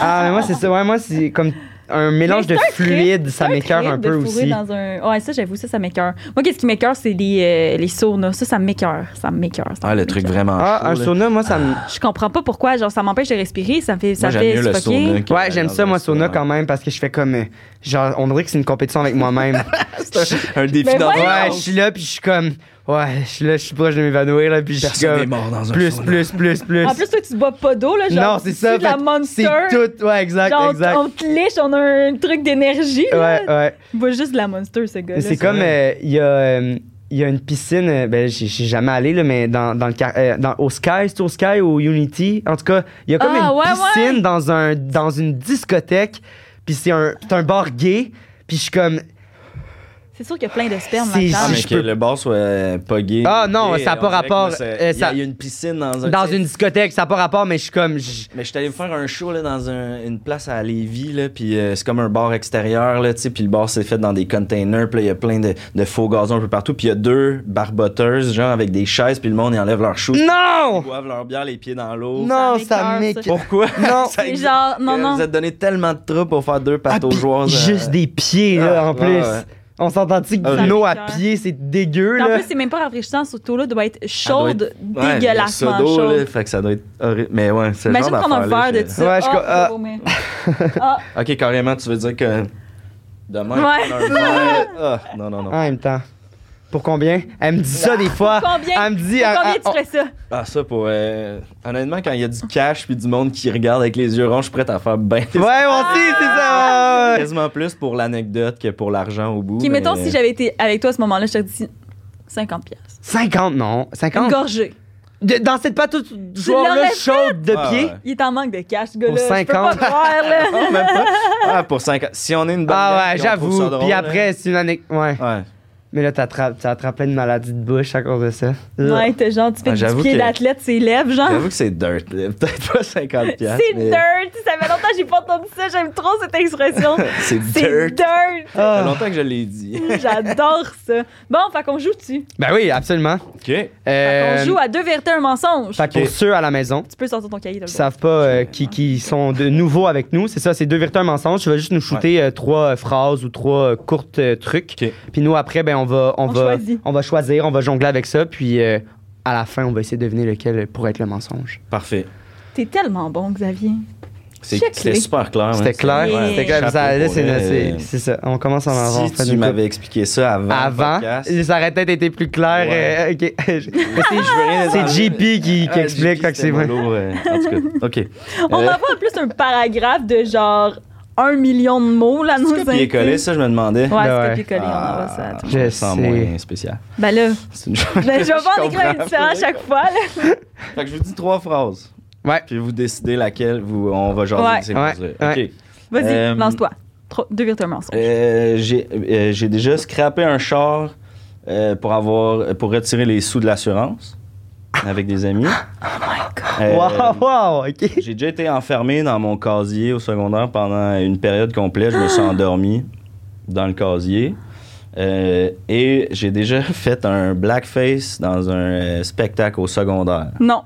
Speaker 1: Ah, mais moi, c'est ça. Ouais, moi, c'est comme un mélange
Speaker 2: Mais
Speaker 1: de
Speaker 2: c'est un
Speaker 1: fluide. Ça
Speaker 2: C'est
Speaker 1: m'écœure
Speaker 2: trip
Speaker 1: un
Speaker 2: de
Speaker 1: peu
Speaker 2: fourrer
Speaker 1: aussi.
Speaker 2: Dans un... Ouais, ça, j'avoue, ça, ça m'écœure. Moi, qu'est-ce qui m'écœure, c'est les, euh, les saunas. Ça, ça m'écœure. Ça m'écœure. ça
Speaker 3: Ah, le truc
Speaker 2: m'écœure.
Speaker 3: vraiment. chaud,
Speaker 1: Ah, un
Speaker 3: là.
Speaker 1: sauna, moi, ça me.
Speaker 2: Je comprends pas pourquoi. Genre, ça m'empêche de respirer. Ça me fait, ça
Speaker 3: Moi, j'aime
Speaker 2: fait
Speaker 3: mieux le
Speaker 2: suffoquer.
Speaker 3: sauna que
Speaker 1: Ouais, j'aime
Speaker 3: dans
Speaker 1: ça,
Speaker 3: le
Speaker 1: moi, sauna
Speaker 3: restaurant.
Speaker 1: quand même, parce que je fais comme. euh, Genre, on dirait que c'est une compétition avec moi-même.
Speaker 3: un défi
Speaker 2: Mais
Speaker 3: dans
Speaker 2: voyons!
Speaker 1: Ouais, je suis là, puis je suis comme. Ouais, je suis là, je suis proche de m'évanouir, là, puis je suis
Speaker 3: Personne n'est
Speaker 1: comme.
Speaker 3: mort dans un
Speaker 1: Plus,
Speaker 3: sauna.
Speaker 1: plus, plus, plus.
Speaker 2: En plus, toi, tu bois pas d'eau, là. Genre,
Speaker 1: Non, c'est
Speaker 2: tu
Speaker 1: ça.
Speaker 2: de la
Speaker 1: fait-
Speaker 2: monster.
Speaker 1: C'est tout. Ouais, exact,
Speaker 2: Genre, on-
Speaker 1: exact.
Speaker 2: on te liche, on a un truc d'énergie. là.
Speaker 1: Ouais, ouais.
Speaker 2: Il boit juste de la monster, ce gars-là.
Speaker 1: Mais C'est comme, euh, il y a... euh, il y a une piscine, euh, ben j'y j'y ai jamais allé là, mais dans, dans le car- euh, dans- au Sky, c'est au Sky ou au Unity. En tout cas, il y a comme
Speaker 2: Ah,
Speaker 1: une
Speaker 2: ouais,
Speaker 1: piscine dans un dans une discothèque, puis c'est un c'est un bar gay, puis je suis comme
Speaker 2: C'est sûr qu'il y a plein de sperme
Speaker 1: euh, C'est
Speaker 2: là-dedans.
Speaker 1: Ah,
Speaker 3: mais
Speaker 1: je
Speaker 3: que
Speaker 1: peux-
Speaker 3: le bar soit euh, pogué.
Speaker 1: Ah, non,
Speaker 3: Et
Speaker 1: ça a
Speaker 3: on
Speaker 1: pas
Speaker 3: dirait
Speaker 1: rapport,
Speaker 3: que ça-
Speaker 1: euh,
Speaker 3: Il y a-
Speaker 1: ça-
Speaker 3: il y a une piscine dans un.
Speaker 1: Dans
Speaker 3: tu sais,
Speaker 1: une discothèque, ça n'a pas rapport, mais je suis comme. je-
Speaker 3: Mais je suis allé faire un show là, dans un- une place à Lévis, là, puis euh, c'est comme un bar extérieur, là, tu sais, puis le bar c'est fait dans des containers, puis là, il y a plein de, de faux gazons un peu partout, puis il y a deux barboteuses, genre avec des chaises, puis le monde, ils enlèvent leurs shoes, ils
Speaker 1: Non!
Speaker 3: boivent leur bière les pieds dans l'eau.
Speaker 1: Non, ça
Speaker 2: Ça m'écoeure,
Speaker 1: m'écoeure.
Speaker 3: Pourquoi?
Speaker 1: Non.
Speaker 3: Ça
Speaker 2: C'est
Speaker 3: existe.
Speaker 2: genre, non,
Speaker 3: Euh,
Speaker 2: non.
Speaker 3: Vous êtes donné tellement de trucs pour faire deux
Speaker 1: Ah,
Speaker 3: pâtes aux
Speaker 1: puis
Speaker 3: joueurs. euh,
Speaker 1: Juste des pieds, là,
Speaker 3: Ah,
Speaker 1: en
Speaker 3: ouais,
Speaker 1: plus.
Speaker 3: ouais.
Speaker 1: On s'entend-tu que
Speaker 3: Ah,
Speaker 1: l'eau à
Speaker 2: oui.
Speaker 1: pied, c'est dégueu,
Speaker 2: En
Speaker 1: là?
Speaker 2: plus, c'est même pas rafraîchissant. Cette eau-là doit
Speaker 3: Ah,
Speaker 2: être chaude, dégueulassement
Speaker 3: Sodo, là,
Speaker 2: chaude.
Speaker 3: fait que ça doit être horrible. Mais ouais, c'est le
Speaker 2: Imagine
Speaker 3: genre
Speaker 2: prendre un
Speaker 3: d'affaire,
Speaker 2: verre
Speaker 3: là,
Speaker 2: de
Speaker 3: je-
Speaker 2: ça.
Speaker 1: Ouais, je-
Speaker 2: Ah,
Speaker 1: ah.
Speaker 2: je vais vomir. Ah,
Speaker 3: Ok, carrément, tu veux dire que demain,
Speaker 2: Ouais.
Speaker 3: prendre un verre. Ah, non, non, non.
Speaker 1: En même temps. Pour combien? Elle me dit ça des fois.
Speaker 2: Ah, combien?
Speaker 1: Elle me dit. elle-
Speaker 2: combien
Speaker 1: elle-
Speaker 2: tu ferais ça?
Speaker 3: Ah, ça pour. euh, Honnêtement, quand il y a du cash puis du monde qui regarde avec les yeux ronds, je suis prêt à faire ben.
Speaker 1: on- Ouais, on
Speaker 2: Ah!
Speaker 1: dit, c'est ça! ouais, ouais.
Speaker 3: Quasiment plus pour l'anecdote que pour l'argent au bout.
Speaker 2: Qui,
Speaker 3: mais- euh,
Speaker 2: mettons, si j'avais été avec toi à ce moment-là, je t'aurais dit 50 piastres.
Speaker 1: 50, non.
Speaker 2: Une
Speaker 1: 50?
Speaker 2: gorgée.
Speaker 1: De- dans cette pâte aux joueurs-là
Speaker 2: l'aurais
Speaker 1: chaude de
Speaker 3: Ah,
Speaker 1: pied?
Speaker 3: ouais.
Speaker 2: Il est en manque de cash, ce gars-là.
Speaker 1: Pour
Speaker 2: Je
Speaker 1: 50.
Speaker 2: peux pas croire, là.
Speaker 3: Non, même pas. Ah, pour 50. Si on est une bonne.
Speaker 1: Ah ouais,
Speaker 3: gang, puis on trouve ça
Speaker 1: j'avoue.
Speaker 3: drôle, hein.
Speaker 1: Puis
Speaker 3: là.
Speaker 1: après, c'est une anecdote. Ouais.
Speaker 3: Ouais.
Speaker 1: Mais là, t'attrapes, t'attrapes plein de maladies de bouche à cause de ça.
Speaker 2: Ouais, t'es genre, tu fais
Speaker 3: Ah,
Speaker 2: du
Speaker 3: j'avoue
Speaker 2: pied
Speaker 3: que-
Speaker 2: d'athlète, ses lèvres, genre.
Speaker 3: J'avoue que c'est dirt. là. Peut-être pas 50$. piastres,
Speaker 2: C'est
Speaker 3: mais
Speaker 2: dirt. Ça fait longtemps que j'ai pas entendu ça. J'aime trop cette expression.
Speaker 3: C'est
Speaker 2: C'est
Speaker 3: dirt.
Speaker 2: dirt.
Speaker 3: Ça fait
Speaker 1: Ah.
Speaker 3: longtemps que je l'ai dit.
Speaker 2: J'adore ça. Bon, fait qu'on joue dessus.
Speaker 1: Ben oui, absolument.
Speaker 2: Ah.
Speaker 3: OK.
Speaker 2: Fait qu'on
Speaker 1: Euh,
Speaker 2: joue à deux vérités, un mensonge.
Speaker 1: fait que pour
Speaker 3: Ok.
Speaker 1: ceux à la maison
Speaker 2: Tu peux sortir ton cahier. t'as le
Speaker 1: qui
Speaker 2: droit.
Speaker 1: savent pas, euh, qui, qui sont de nouveaux avec nous, c'est ça, c'est deux véritables mensonges. Tu vas juste nous shooter euh, trois euh, phrases ou trois euh, courtes euh, trucs.
Speaker 3: Ok.
Speaker 1: Puis nous, après, ben, on, va, on,
Speaker 2: On
Speaker 1: va,
Speaker 2: choisit.
Speaker 1: on va choisir, on va jongler avec ça. Puis euh, à la fin, on va essayer de deviner lequel euh, pourrait être le mensonge.
Speaker 3: Parfait.
Speaker 2: T'es tellement bon, Xavier.
Speaker 3: C'est-
Speaker 2: Check-les.
Speaker 3: C'était super clair.
Speaker 1: C'était
Speaker 3: hein.
Speaker 1: clair?
Speaker 2: ouais,
Speaker 1: C'était clair.
Speaker 3: chapeau
Speaker 1: Ça, là,
Speaker 3: pour
Speaker 1: c'est,
Speaker 3: elle.
Speaker 1: c'est- c'est ça. On commence à en avoir fait
Speaker 3: Si tu
Speaker 1: une couple.
Speaker 3: m'avais expliqué ça avant, le
Speaker 1: avant,
Speaker 3: podcast,
Speaker 1: ça aurait peut-être été plus clair.
Speaker 3: Ouais.
Speaker 1: euh, ok. Mais c'est-
Speaker 3: je veux rien
Speaker 1: c'est
Speaker 3: dire.
Speaker 1: JP qui, qui
Speaker 3: Ah,
Speaker 1: explique,
Speaker 3: JP,
Speaker 1: fait que c'est
Speaker 3: c'était
Speaker 1: vrai.
Speaker 3: mollo, euh, en tout cas, OK.
Speaker 2: On
Speaker 3: Euh,
Speaker 2: envoie en plus un paragraphe de genre un million de mots, là, nous.
Speaker 3: c'est copier-coller,
Speaker 2: invités.
Speaker 3: ça, je me demandais.
Speaker 2: Ouais,
Speaker 1: Ouais.
Speaker 2: c'est copier-coller, on envoie ça. à
Speaker 3: Ah,
Speaker 2: tout.
Speaker 1: Je
Speaker 3: je me sens
Speaker 1: sais.
Speaker 3: moins spécial.
Speaker 2: Ben là,
Speaker 3: C'est une joke.
Speaker 2: ben, je vais pas en écrire une
Speaker 3: comprends.
Speaker 2: différente à chaque fois, là.
Speaker 3: Fait que je vous dis trois phrases.
Speaker 1: Ouais.
Speaker 3: Puis vous décidez laquelle vous, on va jaser
Speaker 2: Ouais.
Speaker 3: de ces
Speaker 1: Ouais,
Speaker 3: phrases-là.
Speaker 1: ouais.
Speaker 3: OK.
Speaker 2: Vas-y,
Speaker 3: Euh,
Speaker 2: lance-toi. Trois- Deux virtuels mensonges.
Speaker 3: Euh, j'ai euh, j'ai déjà scrappé un char euh, pour, avoir, pour retirer les sous de l'assurance avec des amis.
Speaker 2: Oh my god.
Speaker 3: Euh,
Speaker 1: Wow, wow, ok.
Speaker 3: J'ai déjà été enfermé dans mon casier au secondaire pendant une période complète. Je me suis endormi dans le casier. Euh, et j'ai déjà fait un blackface dans un euh, spectacle au secondaire.
Speaker 2: Non.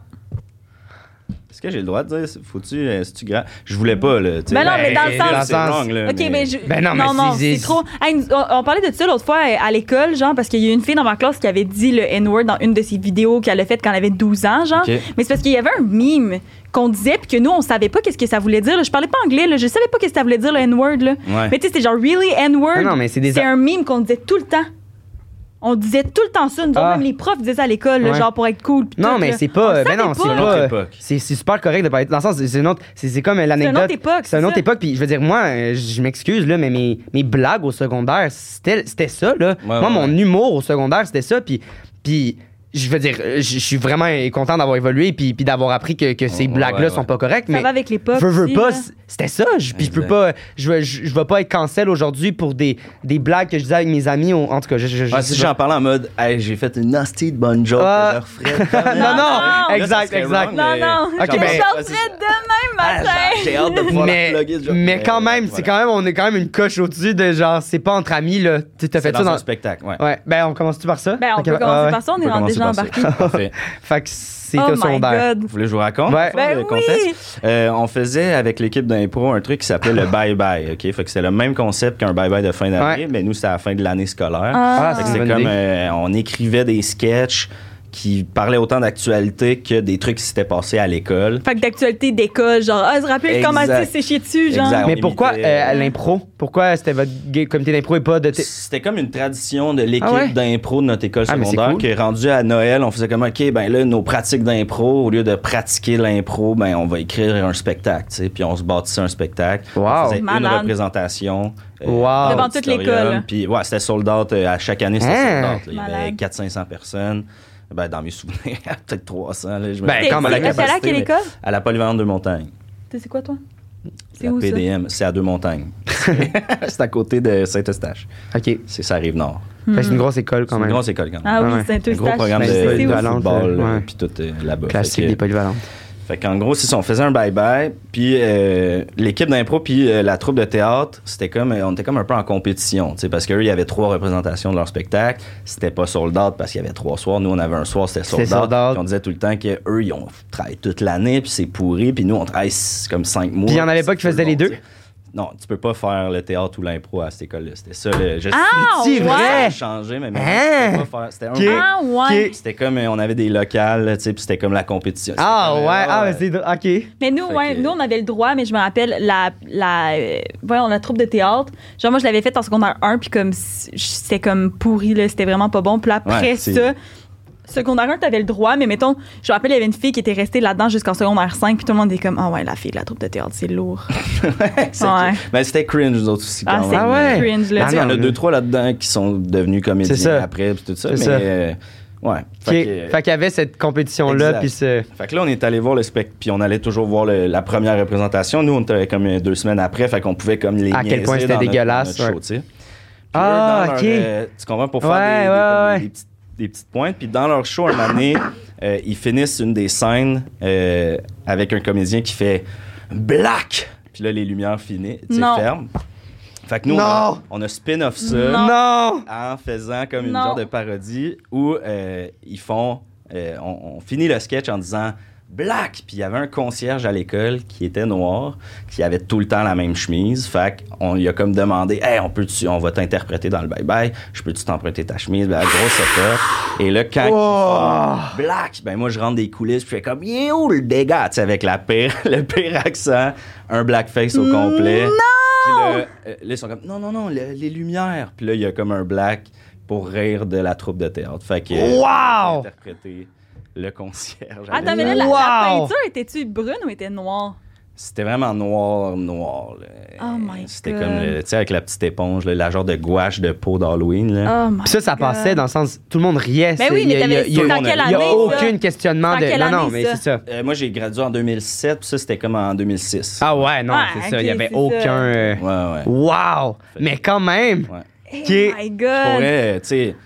Speaker 3: Est-ce que j'ai le droit de dire, c'est- faut-tu, euh, c'est-tu grand? Je voulais pas, là. tu sais.
Speaker 2: Ben non, mais dans le
Speaker 3: c'est-
Speaker 2: sens-
Speaker 3: c'est wrong, là,
Speaker 2: Ok,
Speaker 3: mais-
Speaker 2: ben, je...
Speaker 1: Ben non, mais
Speaker 2: non, non,
Speaker 1: si-
Speaker 2: c'est trop. Hey, nous- on, on parlait de ça l'autre fois euh, à, à l'école, genre, parce qu'il y a une fille dans ma classe qui avait dit le N-word dans une de ses vidéos qu'elle a faite quand elle avait 12 ans, genre.
Speaker 3: Ok.
Speaker 2: Mais c'est parce qu'il y avait un mime qu'on disait, puis que nous, on savait pas qu'est-ce que ça voulait dire. là. Je parlais pas anglais, là. je savais pas qu'est-ce que ça voulait dire le N-word. là.
Speaker 3: Ouais.
Speaker 2: Mais tu sais, c'était genre really
Speaker 1: Ah
Speaker 2: N-word.
Speaker 1: non, mais c'est des-
Speaker 2: C'est un mime qu'on disait tout le temps. On disait tout le temps ça. Nous autres,
Speaker 1: Ah.
Speaker 2: même les profs disaient ça à l'école, là,
Speaker 1: Ouais.
Speaker 2: genre pour être cool. puis
Speaker 1: Non,
Speaker 2: tout,
Speaker 1: mais
Speaker 2: là.
Speaker 1: c'est
Speaker 2: On
Speaker 1: pas.
Speaker 2: le
Speaker 1: Ben non, c'est
Speaker 2: savait pas.
Speaker 3: une autre
Speaker 1: pas. euh,
Speaker 3: époque.
Speaker 1: C'est c'est super correct de pas être. Dans le sens, c'est une autre. C'est c'est comme euh,
Speaker 2: C'est une
Speaker 1: l'anecdote.
Speaker 2: autre époque.
Speaker 1: C'est une autre
Speaker 2: ça.
Speaker 1: époque, puis je veux dire, moi, euh, je m'excuse, là, mais mes, mes blagues au secondaire, c'était c'était ça, là.
Speaker 3: Ouais,
Speaker 1: moi,
Speaker 3: ouais,
Speaker 1: mon
Speaker 3: ouais.
Speaker 1: humour au secondaire, c'était ça, puis, puis je veux dire, euh, je je suis vraiment content d'avoir évolué, puis, puis d'avoir appris que, que ces
Speaker 3: Ouais,
Speaker 1: blagues-là
Speaker 3: ouais,
Speaker 1: sont
Speaker 3: ouais.
Speaker 1: pas correctes,
Speaker 2: Ça
Speaker 1: mais
Speaker 2: va avec l'époque.
Speaker 1: veux, veux
Speaker 2: aussi,
Speaker 1: pas,
Speaker 2: là.
Speaker 1: c- c'était ça. Je, puis je peux pas,
Speaker 3: Exact.
Speaker 1: je, vais- je, je vais pas être cancel aujourd'hui pour des, des blagues que je disais avec mes amis. au- en tout cas, je, je, je-
Speaker 3: Ah, si
Speaker 1: je-
Speaker 3: j'en parlais en mode, hey, j'ai fait une nasty de bonne joke,
Speaker 1: Ah.
Speaker 3: je leur ferais demain.
Speaker 1: non, non,
Speaker 2: Non, non.
Speaker 3: Là, ça
Speaker 1: exact,
Speaker 3: serait
Speaker 1: exact.
Speaker 3: wrong,
Speaker 2: Non,
Speaker 3: mais-
Speaker 2: non.
Speaker 1: Ok,
Speaker 2: je
Speaker 1: ben-
Speaker 3: Genre,
Speaker 2: sortirai
Speaker 3: vas-y.
Speaker 2: demain
Speaker 3: Ah,
Speaker 2: matin.
Speaker 3: genre, J'ai hâte de pouvoir la
Speaker 1: Mais,
Speaker 3: plugger, ce joke.
Speaker 1: mais quand même, c'est quand même, on est quand même une coche au-dessus de genre, c'est pas entre amis, là. Tu t'as
Speaker 3: C'est
Speaker 1: fait ça
Speaker 3: dans
Speaker 1: dans.
Speaker 3: un spectacle, ouais.
Speaker 1: Ouais, ben on commence-tu par ça?
Speaker 2: Ben, on
Speaker 1: Ok,
Speaker 2: peut
Speaker 1: ouais,
Speaker 2: commencer
Speaker 1: ouais.
Speaker 2: par ça, on
Speaker 3: peut
Speaker 2: est rendu
Speaker 3: commencer
Speaker 2: déjà
Speaker 3: par ça.
Speaker 2: embarqué.
Speaker 3: Parfait.
Speaker 1: Fait que c'était
Speaker 2: Oh
Speaker 1: au
Speaker 2: my
Speaker 1: secondaire.
Speaker 2: god.
Speaker 3: Vous voulez que je vous raconte?
Speaker 1: Ouais.
Speaker 3: au fond,
Speaker 2: Ben
Speaker 3: le
Speaker 2: oui.
Speaker 3: contexte? Euh, on faisait avec l'équipe d'impro un truc qui s'appelait le bye-bye, OK? Fait que c'était le même concept qu'un bye-bye de fin d'année,
Speaker 1: Ouais.
Speaker 3: mais nous, c'était à la fin de l'année scolaire.
Speaker 1: Ah,
Speaker 3: Fait que
Speaker 1: c'est une
Speaker 3: c'est
Speaker 1: bonne
Speaker 3: comme
Speaker 1: idée.
Speaker 3: euh, on écrivait des sketchs qui parlaient autant d'actualité que des trucs qui s'étaient passés à l'école.
Speaker 2: Fait que d'actualité d'école, genre, ah, se rappeler
Speaker 3: Exact.
Speaker 2: comment tu s'est chié dessus, genre.
Speaker 3: Exact.
Speaker 1: Mais
Speaker 3: on
Speaker 1: pourquoi
Speaker 3: imitait,
Speaker 1: euh,
Speaker 3: euh,
Speaker 1: l'impro? Pourquoi c'était votre ga- comité d'impro et pas de. t-
Speaker 3: C'était comme une tradition de l'équipe
Speaker 1: Ah ouais?
Speaker 3: d'impro de notre école
Speaker 1: Ah, mais c'est
Speaker 3: secondaire
Speaker 1: cool.
Speaker 3: qui est rendue à Noël. On faisait comme, OK, ben là, nos pratiques d'impro, au lieu de pratiquer l'impro, ben on va écrire un spectacle, tu sais. Puis on se bâtissait un spectacle.
Speaker 1: Wow.
Speaker 3: On faisait une
Speaker 2: Malade.
Speaker 3: représentation. euh,
Speaker 1: Wow.
Speaker 2: Devant toute
Speaker 3: auditorium.
Speaker 2: l'école.
Speaker 3: Puis ouais, c'était sold out. euh, à chaque année, c'était
Speaker 1: Hein?
Speaker 3: sold out. là. Il y avait
Speaker 2: Malade.
Speaker 3: 400-500 personnes. Ben, dans mes souvenirs, peut-être 300. Là, je me
Speaker 1: Ben,
Speaker 2: T'es
Speaker 1: quand même,
Speaker 3: rappelle pas
Speaker 1: la
Speaker 2: t'es- t'es allé à
Speaker 3: capacité,
Speaker 2: quelle
Speaker 3: mais
Speaker 2: école?
Speaker 3: À la polyvalente de Montagne.
Speaker 2: T'es- C'est quoi, toi? C'est
Speaker 3: La
Speaker 2: où, ça?
Speaker 3: PDM, c'est à deux montagnes. c'est à côté de Saint-Eustache.
Speaker 1: OK. Fait
Speaker 3: C'est ça arrive nord.
Speaker 2: Hmm.
Speaker 1: que C'est une grosse école
Speaker 3: C'est
Speaker 1: quand
Speaker 3: une
Speaker 1: même.
Speaker 3: grosse école quand même.
Speaker 2: Ah oui,
Speaker 1: Ouais.
Speaker 2: c'est
Speaker 3: un
Speaker 2: un
Speaker 3: gros programme de,
Speaker 1: Mais c'est
Speaker 3: de
Speaker 1: aussi.
Speaker 3: football,
Speaker 1: Ouais.
Speaker 3: euh, puis tout euh, là-bas.
Speaker 1: Classique
Speaker 3: Fait
Speaker 1: des
Speaker 3: que-
Speaker 1: polyvalentes.
Speaker 3: fait qu'en gros, c'est ça, on faisait un bye-bye, puis euh, l'équipe d'impro, puis euh, la troupe de théâtre, c'était comme, euh, on était comme un peu en compétition, tu sais, parce qu'eux, il y avait trois représentations de leur spectacle, c'était pas sold out parce qu'il y avait trois soirs, nous, on avait un soir, c'était sold out,
Speaker 1: C'était sold out.
Speaker 3: puis on disait tout le temps qu'eux, ils ont travaillé toute l'année, puis c'est pourri, puis nous, on travaille s- comme cinq mois.
Speaker 1: Puis il y en avait pas qui
Speaker 3: c'est
Speaker 1: faisaient
Speaker 3: long,
Speaker 1: les deux?
Speaker 3: tu sais. Non, tu peux pas faire le théâtre ou l'impro à cette école-là, c'était ça, le, je
Speaker 2: Ah,
Speaker 1: C'est
Speaker 2: ouais.
Speaker 1: vrai?
Speaker 3: ça a changé, mais même,
Speaker 1: Hein?
Speaker 3: tu peux pas faire- c'était un
Speaker 1: Ok.
Speaker 2: Ah ouais.
Speaker 1: Ok.
Speaker 3: c'était comme, euh, on avait des locales, là, tu sais, puis c'était comme la compétition. C'était
Speaker 1: Ah
Speaker 3: comme,
Speaker 1: ouais,
Speaker 3: euh,
Speaker 1: ah mais c'est drôle. OK.
Speaker 2: Mais nous,
Speaker 3: Fait
Speaker 2: ouais,
Speaker 3: que-
Speaker 2: nous, on avait le droit, mais je me rappelle, la, la, euh, voyons, la troupe de théâtre, genre, moi, je l'avais faite en secondaire 1, puis comme, c- c'était comme pourri, là, c'était vraiment pas bon. Puis là, après
Speaker 3: Ouais, c'est-
Speaker 2: ça, secondaire 1, t'avais le droit, mais mettons, je me rappelle, il y avait une fille qui était restée là-dedans jusqu'en secondaire 5, puis tout le monde était comme, ah ouais, la fille de la troupe de théâtre, c'est lourd.
Speaker 3: C'est-
Speaker 2: Ouais.
Speaker 3: Ben, c'était cringe, nous autres aussi. Quand
Speaker 2: ah, c'est
Speaker 3: même.
Speaker 1: Ah ouais.
Speaker 2: cringe, là.
Speaker 1: Ah,
Speaker 3: Tu sais, Il y en a
Speaker 1: non,
Speaker 3: deux,
Speaker 1: mais-
Speaker 3: trois là-dedans qui sont devenus comédiens
Speaker 1: C'est ça.
Speaker 3: après, puis tout ça.
Speaker 1: C'est
Speaker 3: Mais,
Speaker 1: ça.
Speaker 3: euh, ouais.
Speaker 1: Ok.
Speaker 3: Fait, que,
Speaker 1: Fait qu'il y avait cette compétition-là,
Speaker 3: Exact.
Speaker 1: puis ce...
Speaker 3: fait que là, on est allé voir le spectacle, puis on allait toujours voir le- la première représentation. Nous, on était comme euh, deux semaines après, fait qu'on pouvait comme les
Speaker 1: À quel
Speaker 3: niaiser
Speaker 1: point c'était
Speaker 3: dans notre-
Speaker 1: dégueulasse,
Speaker 3: dans notre
Speaker 1: ouais.
Speaker 3: show, tu sais. Puis
Speaker 1: Ah,
Speaker 3: eux, dans
Speaker 1: ok.
Speaker 3: leur, euh, tu comprends? Pour faire
Speaker 1: Ouais,
Speaker 3: des, des-
Speaker 1: ouais,
Speaker 3: des-
Speaker 1: ouais.
Speaker 3: des petites, des petites pointes. Puis dans leur show, un moment donné, euh, ils finissent une des scènes euh, avec un comédien qui fait « Black !» Puis là, les lumières finissent, tu sais,
Speaker 2: Non.
Speaker 3: ferment. Fait que nous, on a,
Speaker 1: Non.
Speaker 3: on a spin-off ça
Speaker 2: Non.
Speaker 1: Non!
Speaker 3: en faisant comme une
Speaker 2: Non.
Speaker 3: genre de parodie où euh, ils font. euh, on, on finit le sketch en disant Black! Puis il y avait un concierge à l'école qui était noir, qui avait tout le temps la même chemise. Fait qu'on lui a comme demandé Hey, on, peut on va t'interpréter dans le bye-bye, je peux-tu t'emprunter ta chemise? Ben, gros setup. Et là, quand ils
Speaker 1: Wow.
Speaker 3: font Black, ben moi je rentre des coulisses, puis je fais comme Il est où le dégât? Tu sais, avec la pire, le pire accent, un blackface au complet. Puis
Speaker 2: Oh!
Speaker 3: là, euh, là, ils sont comme, non, non, non, le- les lumières. Puis là, il y a comme un black pour rire de la troupe de théâtre. Fait que. euh,
Speaker 1: Wow!
Speaker 3: interpréter le concierge. à
Speaker 2: Attends, mais
Speaker 3: l'école.
Speaker 2: Ah, là, la, la
Speaker 1: Wow.
Speaker 2: peinture, était-tu brune ou était noire?
Speaker 3: C'était vraiment noir, noir. là.
Speaker 2: Oh my
Speaker 3: C'était
Speaker 2: God.
Speaker 3: comme, le- tu sais, avec la petite éponge, là, la genre de gouache de peau d'Halloween. là.
Speaker 2: Oh my
Speaker 1: Puis ça, ça passait
Speaker 2: God.
Speaker 1: dans le sens, tout le monde riait.
Speaker 2: Mais
Speaker 1: c'est-
Speaker 2: oui,
Speaker 1: il y
Speaker 2: mais
Speaker 1: a-
Speaker 2: t'avais.
Speaker 1: il y a-
Speaker 2: c'est
Speaker 3: tout
Speaker 2: Dans
Speaker 3: le
Speaker 2: quelle
Speaker 1: Il
Speaker 2: année?
Speaker 1: n'y a
Speaker 2: ça?
Speaker 1: aucun questionnement
Speaker 2: Dans
Speaker 1: de.
Speaker 2: quelle
Speaker 1: Non, non,
Speaker 2: année,
Speaker 1: mais
Speaker 2: ça?
Speaker 1: c'est ça.
Speaker 3: Euh, moi, j'ai gradué en 2007, puis ça, c'était comme en 2006.
Speaker 1: Ah ouais, non,
Speaker 2: Ouais,
Speaker 1: c'est
Speaker 2: ok,
Speaker 1: ça. Il n'y avait
Speaker 2: c'est ça.
Speaker 1: aucun. euh,
Speaker 3: Ouais, ouais.
Speaker 1: Wow! Mais quand même!
Speaker 3: ouais.
Speaker 2: Oh my
Speaker 3: Pour
Speaker 2: god.
Speaker 3: vrai, tu sais,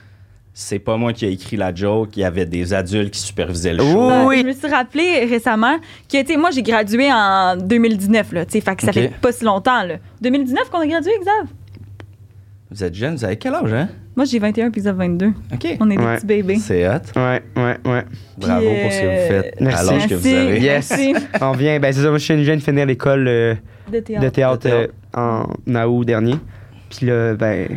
Speaker 3: c'est pas moi qui ai écrit la joke, il y avait des adultes qui supervisaient le
Speaker 1: Ouh.
Speaker 3: show.
Speaker 2: Ouais,
Speaker 1: Oui.
Speaker 2: Je me suis rappelé récemment que, tu sais, moi, j'ai gradué en 2019, là, tu sais, fait que ça
Speaker 3: Ok.
Speaker 2: fait pas si longtemps, là. 2019 qu'on a gradué, Xav?
Speaker 3: Vous êtes jeunes, vous avez quel âge, hein?
Speaker 2: Moi, j'ai 21 puis Xav 22.
Speaker 3: OK.
Speaker 2: On est des
Speaker 1: Ouais.
Speaker 2: petits bébés.
Speaker 3: C'est hot.
Speaker 1: Ouais, ouais, ouais.
Speaker 3: Bravo
Speaker 2: Puis,
Speaker 3: pour ce que
Speaker 2: euh,
Speaker 3: vous faites à
Speaker 1: Merci.
Speaker 3: l'âge que vous avez.
Speaker 1: Yes.
Speaker 2: Merci.
Speaker 1: On vient, ben c'est ça, moi je suis- je viens de finir l'école euh,
Speaker 2: De
Speaker 1: de
Speaker 2: théâtre.
Speaker 1: théâtre
Speaker 3: De
Speaker 1: euh,
Speaker 3: théâtre.
Speaker 1: en août dernier. Puis là, ben,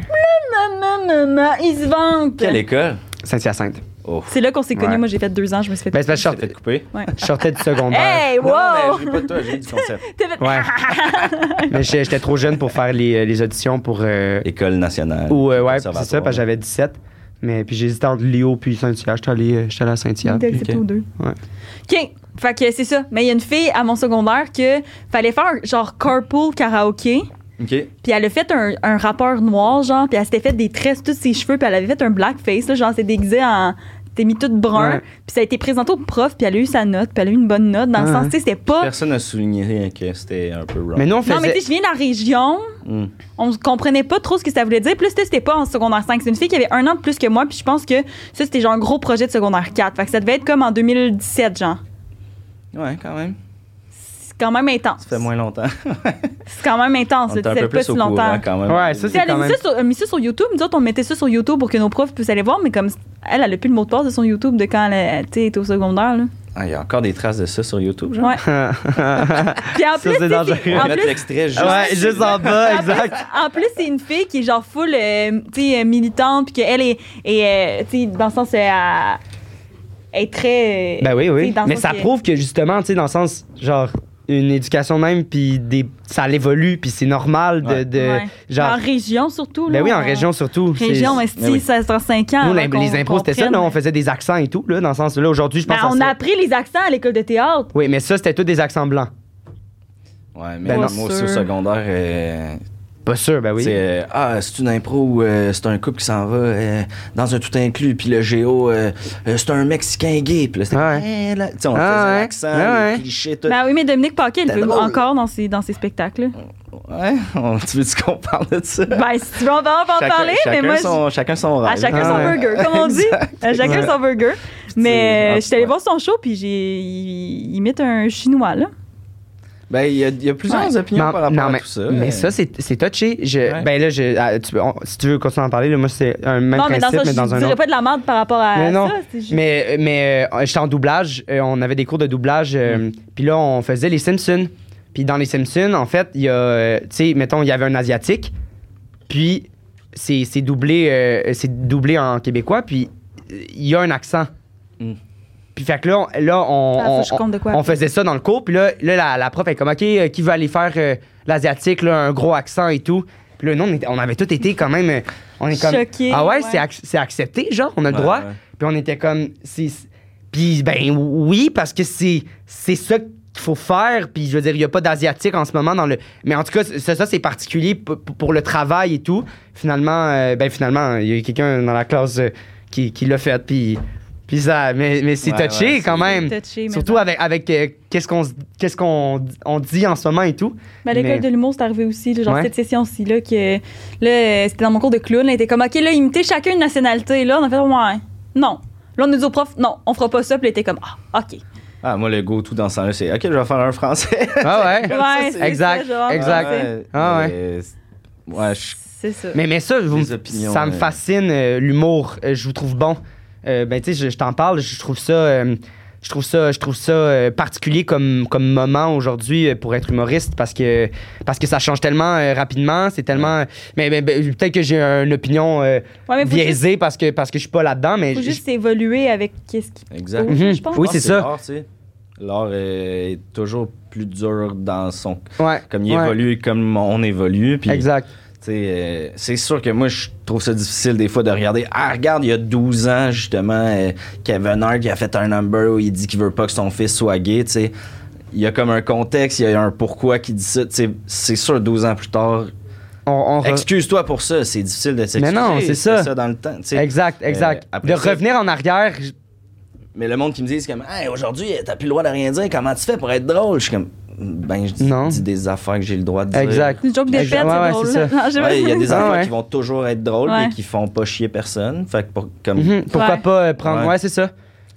Speaker 2: Maman, maman, ils se vantent.
Speaker 3: Quelle école?
Speaker 1: Saint-Hyacinthe.
Speaker 3: Oh,
Speaker 2: C'est là qu'on s'est connus.
Speaker 1: Ouais.
Speaker 2: Moi, j'ai fait deux ans, je me suis fait.
Speaker 1: Ben, c'est parce que je
Speaker 3: t'es
Speaker 1: sortais-
Speaker 3: fait couper?
Speaker 2: Ouais.
Speaker 1: je sortais du secondaire.
Speaker 2: Hey, wow!
Speaker 3: Non, mais je ris pas de toi, j'ai du concept.
Speaker 2: T'as fait- Ah,
Speaker 1: Ouais. Mais j'étais j'étais trop jeune pour faire les, euh, les auditions pour. euh,
Speaker 3: École nationale.
Speaker 1: ou, euh, ouais, c'est
Speaker 3: conservatoire.
Speaker 1: ça, parce que j'avais 17. Mais puis j'hésitais entre Léo puis Saint-Hyacinthe. J'étais allé, euh, j'étais allé à
Speaker 2: Il
Speaker 1: Saint-Hyacinthe.
Speaker 2: était accepté
Speaker 3: ok.
Speaker 2: aux deux.
Speaker 1: Ouais.
Speaker 2: OK. Fait que c'est ça. Mais il y a une fille à mon secondaire que fallait faire genre carpool karaoké.
Speaker 3: OK.
Speaker 2: Puis elle a fait un, un rappeur noir, genre, puis elle s'était fait des tresses, tous ses cheveux, puis elle avait fait un blackface, là, genre, elle s'est déguisée en. T'es mis toute brun,
Speaker 1: Ouais.
Speaker 2: puis ça a été présenté au prof, puis elle a eu sa note, puis elle a eu une bonne note, dans le
Speaker 1: Ah Ouais.
Speaker 2: sens, tu sais, c'était pas.
Speaker 3: Personne n'a souligné que c'était un peu wrong.
Speaker 1: Mais nous, on faisait.
Speaker 2: Non, mais tu sais, je viens de la région,
Speaker 3: Hmm.
Speaker 2: on comprenait pas trop ce que ça voulait dire. Plus, là, c'était pas en secondaire 5. C'est une fille qui avait un an de plus que moi, puis je pense que ça, c'était genre un gros projet de secondaire 4. Fait que ça devait être comme en 2017, genre.
Speaker 3: Ouais, quand même.
Speaker 2: C'est quand même intense.
Speaker 3: Ça fait moins longtemps.
Speaker 2: C'est quand même intense,
Speaker 3: On
Speaker 2: là,
Speaker 3: était
Speaker 2: tu
Speaker 3: un
Speaker 2: sais,
Speaker 3: peu
Speaker 2: pas
Speaker 3: plus
Speaker 2: si
Speaker 3: au
Speaker 2: longtemps.
Speaker 3: courant quand même.
Speaker 1: Ouais, ça,
Speaker 2: Tu sais,
Speaker 1: c'est
Speaker 2: elle a
Speaker 1: quand
Speaker 2: mis
Speaker 1: même.
Speaker 2: ça, sur, a mis ça sur YouTube. Nous autres, on mettait ça sur YouTube pour que nos profs puissent aller voir, mais comme elle, elle a plus le mot de passe de son YouTube de quand elle a- tu sais, était au secondaire. Là.
Speaker 3: Ah, il y a encore des traces de ça sur YouTube, genre?
Speaker 2: Ouais. Puis en plus,
Speaker 1: c'est
Speaker 2: tu sais,
Speaker 1: dangereux.
Speaker 2: c'est-
Speaker 3: On
Speaker 2: en
Speaker 3: va mettre
Speaker 2: plus,
Speaker 3: l'extrait juste.
Speaker 1: ouais, juste en
Speaker 2: Ah,
Speaker 1: bas, exact.
Speaker 2: en plus, c'est une fille qui est genre full euh, tu sais, euh, militante, puis qu'elle est, est, euh, tu sais, dans le sens, euh, elle elle est très. euh,
Speaker 1: Ben oui,
Speaker 2: tu sais,
Speaker 1: oui.
Speaker 2: dans le
Speaker 1: Mais
Speaker 2: sens
Speaker 1: ça
Speaker 2: que-
Speaker 1: prouve que justement, tu sais, dans le sens, genre, une éducation de même, puis des, ça l'évolue, puis c'est normal de.
Speaker 3: Ouais.
Speaker 1: de-
Speaker 2: Ouais.
Speaker 1: Genre,
Speaker 2: en région surtout.
Speaker 1: ben
Speaker 2: là,
Speaker 1: oui, en
Speaker 2: on-
Speaker 1: région surtout. c'est- ben
Speaker 2: Région, mais
Speaker 3: Mais oui.
Speaker 2: si, ça sera 5 ans.
Speaker 1: Nous,
Speaker 2: là,
Speaker 1: les-
Speaker 2: qu'on
Speaker 1: les impros, c'était ça,
Speaker 2: comprenne.
Speaker 1: là, on faisait des accents et tout, là, dans le sens, là, aujourd'hui, je
Speaker 2: Ben,
Speaker 1: pense à
Speaker 2: on
Speaker 1: ça.
Speaker 2: a appris les accents à l'école de théâtre.
Speaker 1: Oui, mais ça, c'était tous des accents blancs.
Speaker 3: Ouais, mais
Speaker 1: Ben
Speaker 3: moi
Speaker 2: non.
Speaker 3: aussi au
Speaker 2: Sûr.
Speaker 3: secondaire, euh,
Speaker 1: Pas sûr, ben oui.
Speaker 3: C'est euh, ah, c'est une impro où euh, c'est un couple qui s'en va euh, dans un tout inclus, puis le géo, euh, euh, c'est un Mexicain gay, puis là, c'était.
Speaker 1: Ouais.
Speaker 3: Eh, là, tu sais, on
Speaker 1: Ah
Speaker 3: faisait
Speaker 1: ouais.
Speaker 3: l'accent,
Speaker 1: Ah
Speaker 3: le
Speaker 1: ouais.
Speaker 2: Bah.
Speaker 3: cliché, tout.
Speaker 2: Ben oui, mais Dominique Paquet, il
Speaker 3: C'était
Speaker 2: veut
Speaker 3: drôle.
Speaker 2: encore dans ses, dans ses spectacles. là.
Speaker 3: Ouais, on- tu veux-tu qu'on parle de ça?
Speaker 2: Ben, si tu veux, on va on va en
Speaker 3: Chacun-
Speaker 2: parler, mais
Speaker 3: chacun
Speaker 2: moi,
Speaker 3: son, chacun son
Speaker 2: À
Speaker 3: rêve.
Speaker 2: chacun son
Speaker 1: Ah ouais.
Speaker 2: burger, comme on dit. À chacun son burger.
Speaker 3: c'est-
Speaker 2: Mais euh,
Speaker 3: ah,
Speaker 2: je suis allée
Speaker 3: ouais.
Speaker 2: voir son show, puis j'ai, il, il imite un chinois, là.
Speaker 3: Ben, il y, a- il y a plusieurs opinions
Speaker 1: Non,
Speaker 3: par rapport
Speaker 1: non, mais,
Speaker 3: à tout ça.
Speaker 1: mais ça, c'est c'est touché. Je-
Speaker 3: Ouais.
Speaker 1: Ben là, je, ah, tu peux- on- si tu veux continuer à en parler, là, moi, c'est un même
Speaker 2: non, mais
Speaker 1: principe,
Speaker 2: dans ça,
Speaker 1: mais dans
Speaker 2: je
Speaker 1: un
Speaker 2: dirais
Speaker 1: autre.
Speaker 2: pas de la merde par rapport à
Speaker 1: Mais non,
Speaker 2: Bah, ça. c'est juste-
Speaker 1: Mais, mais euh, j'étais en doublage, euh, on avait des cours de doublage,
Speaker 2: Mm.
Speaker 1: euh, puis là, on faisait les Simpsons. Puis dans les Simpsons, en fait, il y a, euh, tu sais, mettons, il y avait un Asiatique, puis c'est c'est doublé, euh, c'est doublé en québécois, puis euh, il y a un accent.
Speaker 3: Mm.
Speaker 1: Puis fait que là, on, là, on,
Speaker 2: Ah, faut
Speaker 1: on-
Speaker 2: que je compte de quoi.
Speaker 1: on faisait ça dans le cours, puis là, là la, la prof est comme, OK, euh, qui veut aller faire euh, l'asiatique, là, un gros accent et tout. Puis là, non, on, était- on avait tout été quand même. euh, On est comme.
Speaker 2: Choqués,
Speaker 1: Ah ouais,
Speaker 2: ouais.
Speaker 1: C'est, ac- c'est accepté, genre, on a le
Speaker 3: Ouais,
Speaker 1: droit.
Speaker 3: ouais.
Speaker 1: Puis on était comme. c'est- Puis ben oui, parce que c'est, c'est ça qu'il faut faire. Puis je veux dire, il n'y a pas d'asiatique en ce moment dans le. Mais en tout cas, c'est- ça, c'est particulier p- p- pour le travail et tout. Finalement, euh, ben finalement, il y a eu quelqu'un dans la classe euh, qui, qui l'a fait. Puis. Puis ça, mais, mais c'est
Speaker 3: Ouais,
Speaker 1: touché
Speaker 3: ouais,
Speaker 1: quand
Speaker 3: c'est-
Speaker 1: même.
Speaker 2: Touché, mais
Speaker 1: Surtout
Speaker 2: bon.
Speaker 1: avec, avec euh, qu'est-ce qu'on se- qu'est-ce qu'on on dit en ce moment et tout.
Speaker 2: Mais à l'école
Speaker 1: mais-
Speaker 2: de l'humour, c'est arrivé aussi, là, genre
Speaker 1: Ouais.
Speaker 2: cette session-ci, là, que là, euh, c'était dans mon cours de clown, là, il était comme, OK, là, imitez chacun une nationalité, là. On a fait, ouais, non. Là, on a dit au prof, non, on fera pas ça, puis il était comme, ah, OK.
Speaker 3: Ah, moi, le go-to dans ce temps-là, c'est OK, je vais faire un français.
Speaker 1: Ah ouais.
Speaker 2: Ouais, c'est ça,
Speaker 1: Exact,
Speaker 2: genre,
Speaker 1: exact.
Speaker 2: c'est-
Speaker 1: Ah ouais.
Speaker 3: Euh, ouais, je-
Speaker 2: C'est ça.
Speaker 1: mais, mais ça, vous
Speaker 3: Les
Speaker 1: me-
Speaker 3: opinions,
Speaker 1: ça me
Speaker 3: euh.
Speaker 1: fascine, euh, l'humour. Euh, je vous trouve bon. Euh, ben, tu sais, je, je t'en parle, je trouve ça. euh, je trouve ça, je trouve ça euh, particulier comme, comme moment aujourd'hui euh, pour être humoriste parce que, parce que ça change tellement euh, rapidement. C'est tellement. Mais, mais- ben, peut-être que j'ai une opinion euh,
Speaker 2: Ouais, Ah, mais faut juste,
Speaker 1: biaisée parce que, parce que je suis pas là-dedans, mais.
Speaker 2: faut
Speaker 1: je-
Speaker 2: juste évoluer avec qu'est-ce qui.
Speaker 3: exact.
Speaker 2: Mhm.
Speaker 1: Mhm.
Speaker 2: je pense.
Speaker 1: Oui,
Speaker 3: Je
Speaker 1: c'est
Speaker 3: pense que
Speaker 1: ça.
Speaker 3: Ah, L'art, tu sais, l'art est, est toujours plus dur dans son.
Speaker 1: Ouais.
Speaker 3: Comme il
Speaker 1: Ouais.
Speaker 3: évolue, comme on évolue. Puis,
Speaker 1: Exact.
Speaker 3: tu sais, euh, c'est sûr que moi, je trouve ça difficile des fois de regarder. Ah, regarde, il y a 12 ans, justement, euh, Kevin Hart, il a fait un number où il dit qu'il veut pas que son fils soit gay, tu sais. Il y a comme un contexte, il y a un pourquoi qui dit ça. tu sais, C'est sûr, 12 ans plus tard,
Speaker 1: On, on re-
Speaker 3: excuse-toi pour ça, c'est difficile de s'excuser.
Speaker 1: Mais non, c'est ça.
Speaker 3: dans le temps. tu sais.
Speaker 1: Exact, exact.
Speaker 3: Euh, après
Speaker 1: de
Speaker 3: ça-
Speaker 1: revenir en arrière, je-
Speaker 3: Mais le monde qui me dit, c'est comme, hey, aujourd'hui, t'as plus le droit de rien dire, comment tu fais pour être drôle? Je suis comme, ben, je dis,
Speaker 1: Non.
Speaker 3: dis des affaires que j'ai le droit de dire.
Speaker 1: exact.
Speaker 2: Une joke des
Speaker 1: Exact.
Speaker 2: pets,
Speaker 1: Ben, Ouais, ouais,
Speaker 2: c'est drôle.
Speaker 1: c'est ça.
Speaker 2: là. Non, je sais pas.
Speaker 3: Ouais, Il y a des
Speaker 1: Ah
Speaker 3: affaires
Speaker 1: ouais.
Speaker 3: qui vont toujours être drôles,
Speaker 2: Ouais.
Speaker 3: mais qui font pas chier personne. Fait que pour- comme,
Speaker 1: Mhm, Pourquoi
Speaker 2: Ouais.
Speaker 1: pas euh, prendre. Ouais,
Speaker 3: Ouais.
Speaker 1: c'est ça.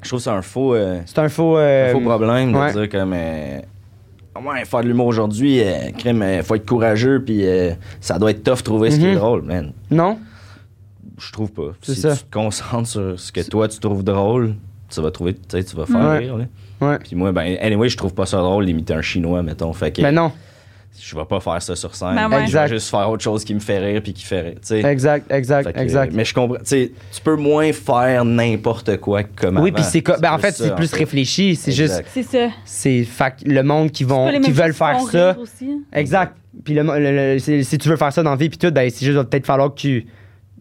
Speaker 3: je trouve ça un faux, euh,
Speaker 1: C'est un faux.
Speaker 3: un
Speaker 1: euh,
Speaker 3: faux problème de
Speaker 1: ouais.
Speaker 3: dire comme, euh, ouais, faire de l'humour aujourd'hui, euh, crime, euh, faut être courageux, puis euh, ça doit être tough trouver ce qui
Speaker 1: Mhm.
Speaker 3: est drôle, man.
Speaker 1: Non?
Speaker 3: Je trouve pas.
Speaker 1: C'est
Speaker 3: si
Speaker 1: ça.
Speaker 3: tu te concentres sur ce que toi tu trouves drôle, tu vas trouver, tu sais, tu vas faire
Speaker 1: Ouais.
Speaker 3: rire, là.
Speaker 1: Ouais.
Speaker 3: Puis moi, ben, anyway, je trouve pas ça drôle d'imiter un chinois, mettons. Fait que
Speaker 1: Mais Ben non.
Speaker 3: je vais pas faire ça sur scène.
Speaker 2: Ben ouais.
Speaker 3: Je vais
Speaker 1: Exact.
Speaker 3: juste faire autre chose qui me fait rire puis qui fait rire. tu sais.
Speaker 1: Exact,
Speaker 3: Fait
Speaker 1: exact,
Speaker 3: que,
Speaker 1: exact.
Speaker 3: Mais je comprends. tu sais, tu peux moins faire n'importe quoi comme
Speaker 1: Oui,
Speaker 3: avant.
Speaker 1: puis c'est. co- Ben, en fait,
Speaker 3: ça,
Speaker 1: c'est plus
Speaker 3: fait.
Speaker 1: réfléchi. C'est juste.
Speaker 3: Exact.
Speaker 2: C'est ça.
Speaker 1: C'est. Fait que le monde qui,
Speaker 2: C'est
Speaker 1: vont,
Speaker 2: pas les
Speaker 1: qui
Speaker 2: mêmes
Speaker 1: veulent
Speaker 2: choses qui
Speaker 1: faire
Speaker 2: font
Speaker 1: ça.
Speaker 2: rire aussi.
Speaker 1: Exact. Puis le, mo- le- le- si, si tu veux faire ça dans la vie, puis tout, ben, c'est juste, va peut-être falloir que tu.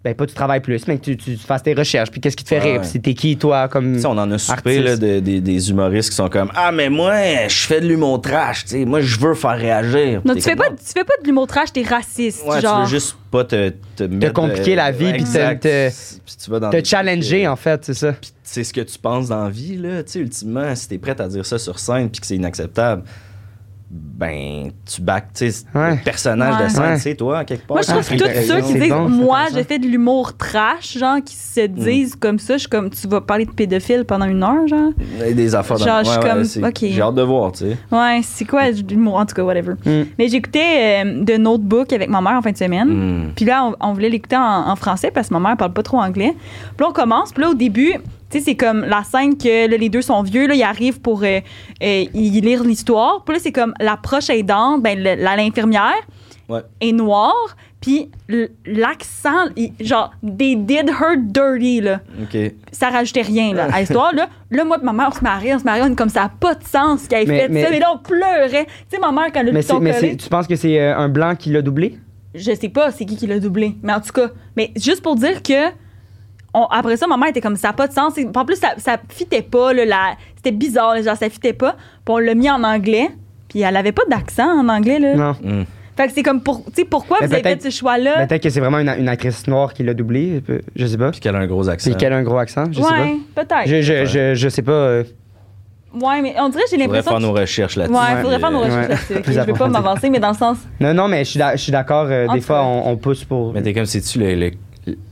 Speaker 1: Ben, pas tu travailles plus, mais que tu, tu fasses tes recherches. Puis qu'est-ce qui te fait
Speaker 3: Ouais,
Speaker 1: rire?
Speaker 3: ouais.
Speaker 1: Puis c'était qui, toi, comme.
Speaker 3: Tu sais, on en a soupé
Speaker 1: hum, Artiste.
Speaker 3: là, de- des- des humoristes qui sont comme Ah, mais moi, je fais de l'humour trash. tu sais, Moi, je veux faire réagir.
Speaker 2: Non,
Speaker 3: T'es
Speaker 2: tu fais,
Speaker 3: comme,
Speaker 2: pas, tu fais pas de l'humour trash, t'es raciste.
Speaker 3: Ouais, tu
Speaker 2: genre.
Speaker 3: veux juste pas te, te mettre,
Speaker 1: compliquer la vie,
Speaker 3: ouais,
Speaker 1: puis te-
Speaker 3: exact.
Speaker 1: te-
Speaker 3: Puis tu vas dans
Speaker 1: Te
Speaker 3: des trucs,
Speaker 1: challenger,
Speaker 3: euh,
Speaker 1: en fait, c'est ça.
Speaker 3: c'est ce que tu penses dans la vie, là. Tu sais, ultimement, si t'es prête à dire ça sur scène puis que c'est inacceptable, ben, tu back, tu sais,
Speaker 1: Ouais.
Speaker 3: le personnage
Speaker 2: Ouais.
Speaker 3: de scène,
Speaker 1: Ouais.
Speaker 3: c'est toi, quelque part.
Speaker 2: Moi, je
Speaker 1: Ah,
Speaker 2: trouve
Speaker 1: c'est
Speaker 2: que tous ceux qui
Speaker 1: c'est
Speaker 2: disent
Speaker 1: bon, c'est
Speaker 2: Moi,
Speaker 1: intéressant.
Speaker 2: j'ai fait de l'humour trash, genre, qui se disent comme ça, je suis comme Tu vas parler de pédophile pendant une heure, genre.
Speaker 3: Il y a Des affaires
Speaker 2: Genre, je suis
Speaker 3: ouais, ouais,
Speaker 2: comme,
Speaker 3: c'est-
Speaker 2: ok.
Speaker 3: J'ai hâte de voir, tu sais.
Speaker 2: Ouais, c'est quoi de l'humour, en tout cas, whatever.
Speaker 1: Mm.
Speaker 2: Mais j'écoutais euh, The Notebook avec ma mère en fin de semaine.
Speaker 3: Hmm.
Speaker 2: Puis là, on, on voulait l'écouter en, en français parce que ma mère parle pas trop anglais. Puis là, on commence. Puis là, au début, tu sais, c'est comme la scène que là, les deux sont vieux. Là, ils arrivent pour euh, euh, y lire l'histoire. Puis là, c'est comme la proche aidante, ben, le- la- l'infirmière
Speaker 3: Ouais.
Speaker 2: est noire. Puis l- l'accent, il- genre, they did her dirty, là
Speaker 3: OK.
Speaker 2: ça rajoutait rien là, à l'histoire. Là, là, moi, pis ma mère, on se marie, on se marie, on est comme ça, a pas de sens qu'elle ait
Speaker 1: Mais-
Speaker 2: fait
Speaker 1: mais-
Speaker 2: ça. Mais là, on pleurait. Tu sais, ma mère, quand elle a
Speaker 1: Mais,
Speaker 2: le
Speaker 1: c'est,
Speaker 2: piton
Speaker 1: mais
Speaker 2: collé,
Speaker 1: c'est- tu penses que c'est euh, un blanc qui l'a doublé?
Speaker 2: je sais pas c'est qui qui l'a doublé. Mais en tout cas, mais juste pour dire que. on- après ça, ma mère était comme ça, a pas de sens. Et- En plus, ça, ça fitait pas, là, la- c'était bizarre, là, genre ça fitait pas. Puis on l'a mis en anglais, puis elle avait pas d'accent en anglais. Là.
Speaker 1: Non.
Speaker 3: Hmm.
Speaker 2: Fait que c'est comme, pour, tu sais, pourquoi
Speaker 1: Mais
Speaker 2: vous avez fait
Speaker 1: peut-être-
Speaker 2: ce choix-là?
Speaker 1: Ben, peut-être que c'est vraiment une, une actrice noire qui l'a doublé. euh, Je sais pas.
Speaker 3: Puis qu'elle a un gros accent.
Speaker 1: Puis qu'elle a un gros accent, je sais pas.
Speaker 2: ouais, peut-être.
Speaker 1: Je, je, je, je sais pas. euh,
Speaker 2: Ouais, mais on dirait, j'ai
Speaker 3: Faudrait
Speaker 2: l'impression.
Speaker 3: faire
Speaker 2: que-
Speaker 3: nos recherches là-dessus.
Speaker 2: Ouais,
Speaker 3: puis,
Speaker 2: faudrait faire nos
Speaker 3: euh,
Speaker 2: recherches
Speaker 1: Ouais.
Speaker 2: là-dessus. ok?
Speaker 1: Plus
Speaker 2: Je veux pas
Speaker 1: approfondir.
Speaker 2: m'avancer, mais dans le sens.
Speaker 1: Non, non, mais je suis d'a- je suis d'accord. euh,
Speaker 2: En
Speaker 1: des
Speaker 2: tout
Speaker 1: fois,
Speaker 2: cas.
Speaker 1: on, on pousse pour.
Speaker 3: Mais t'es comme, c'est-tu le, le-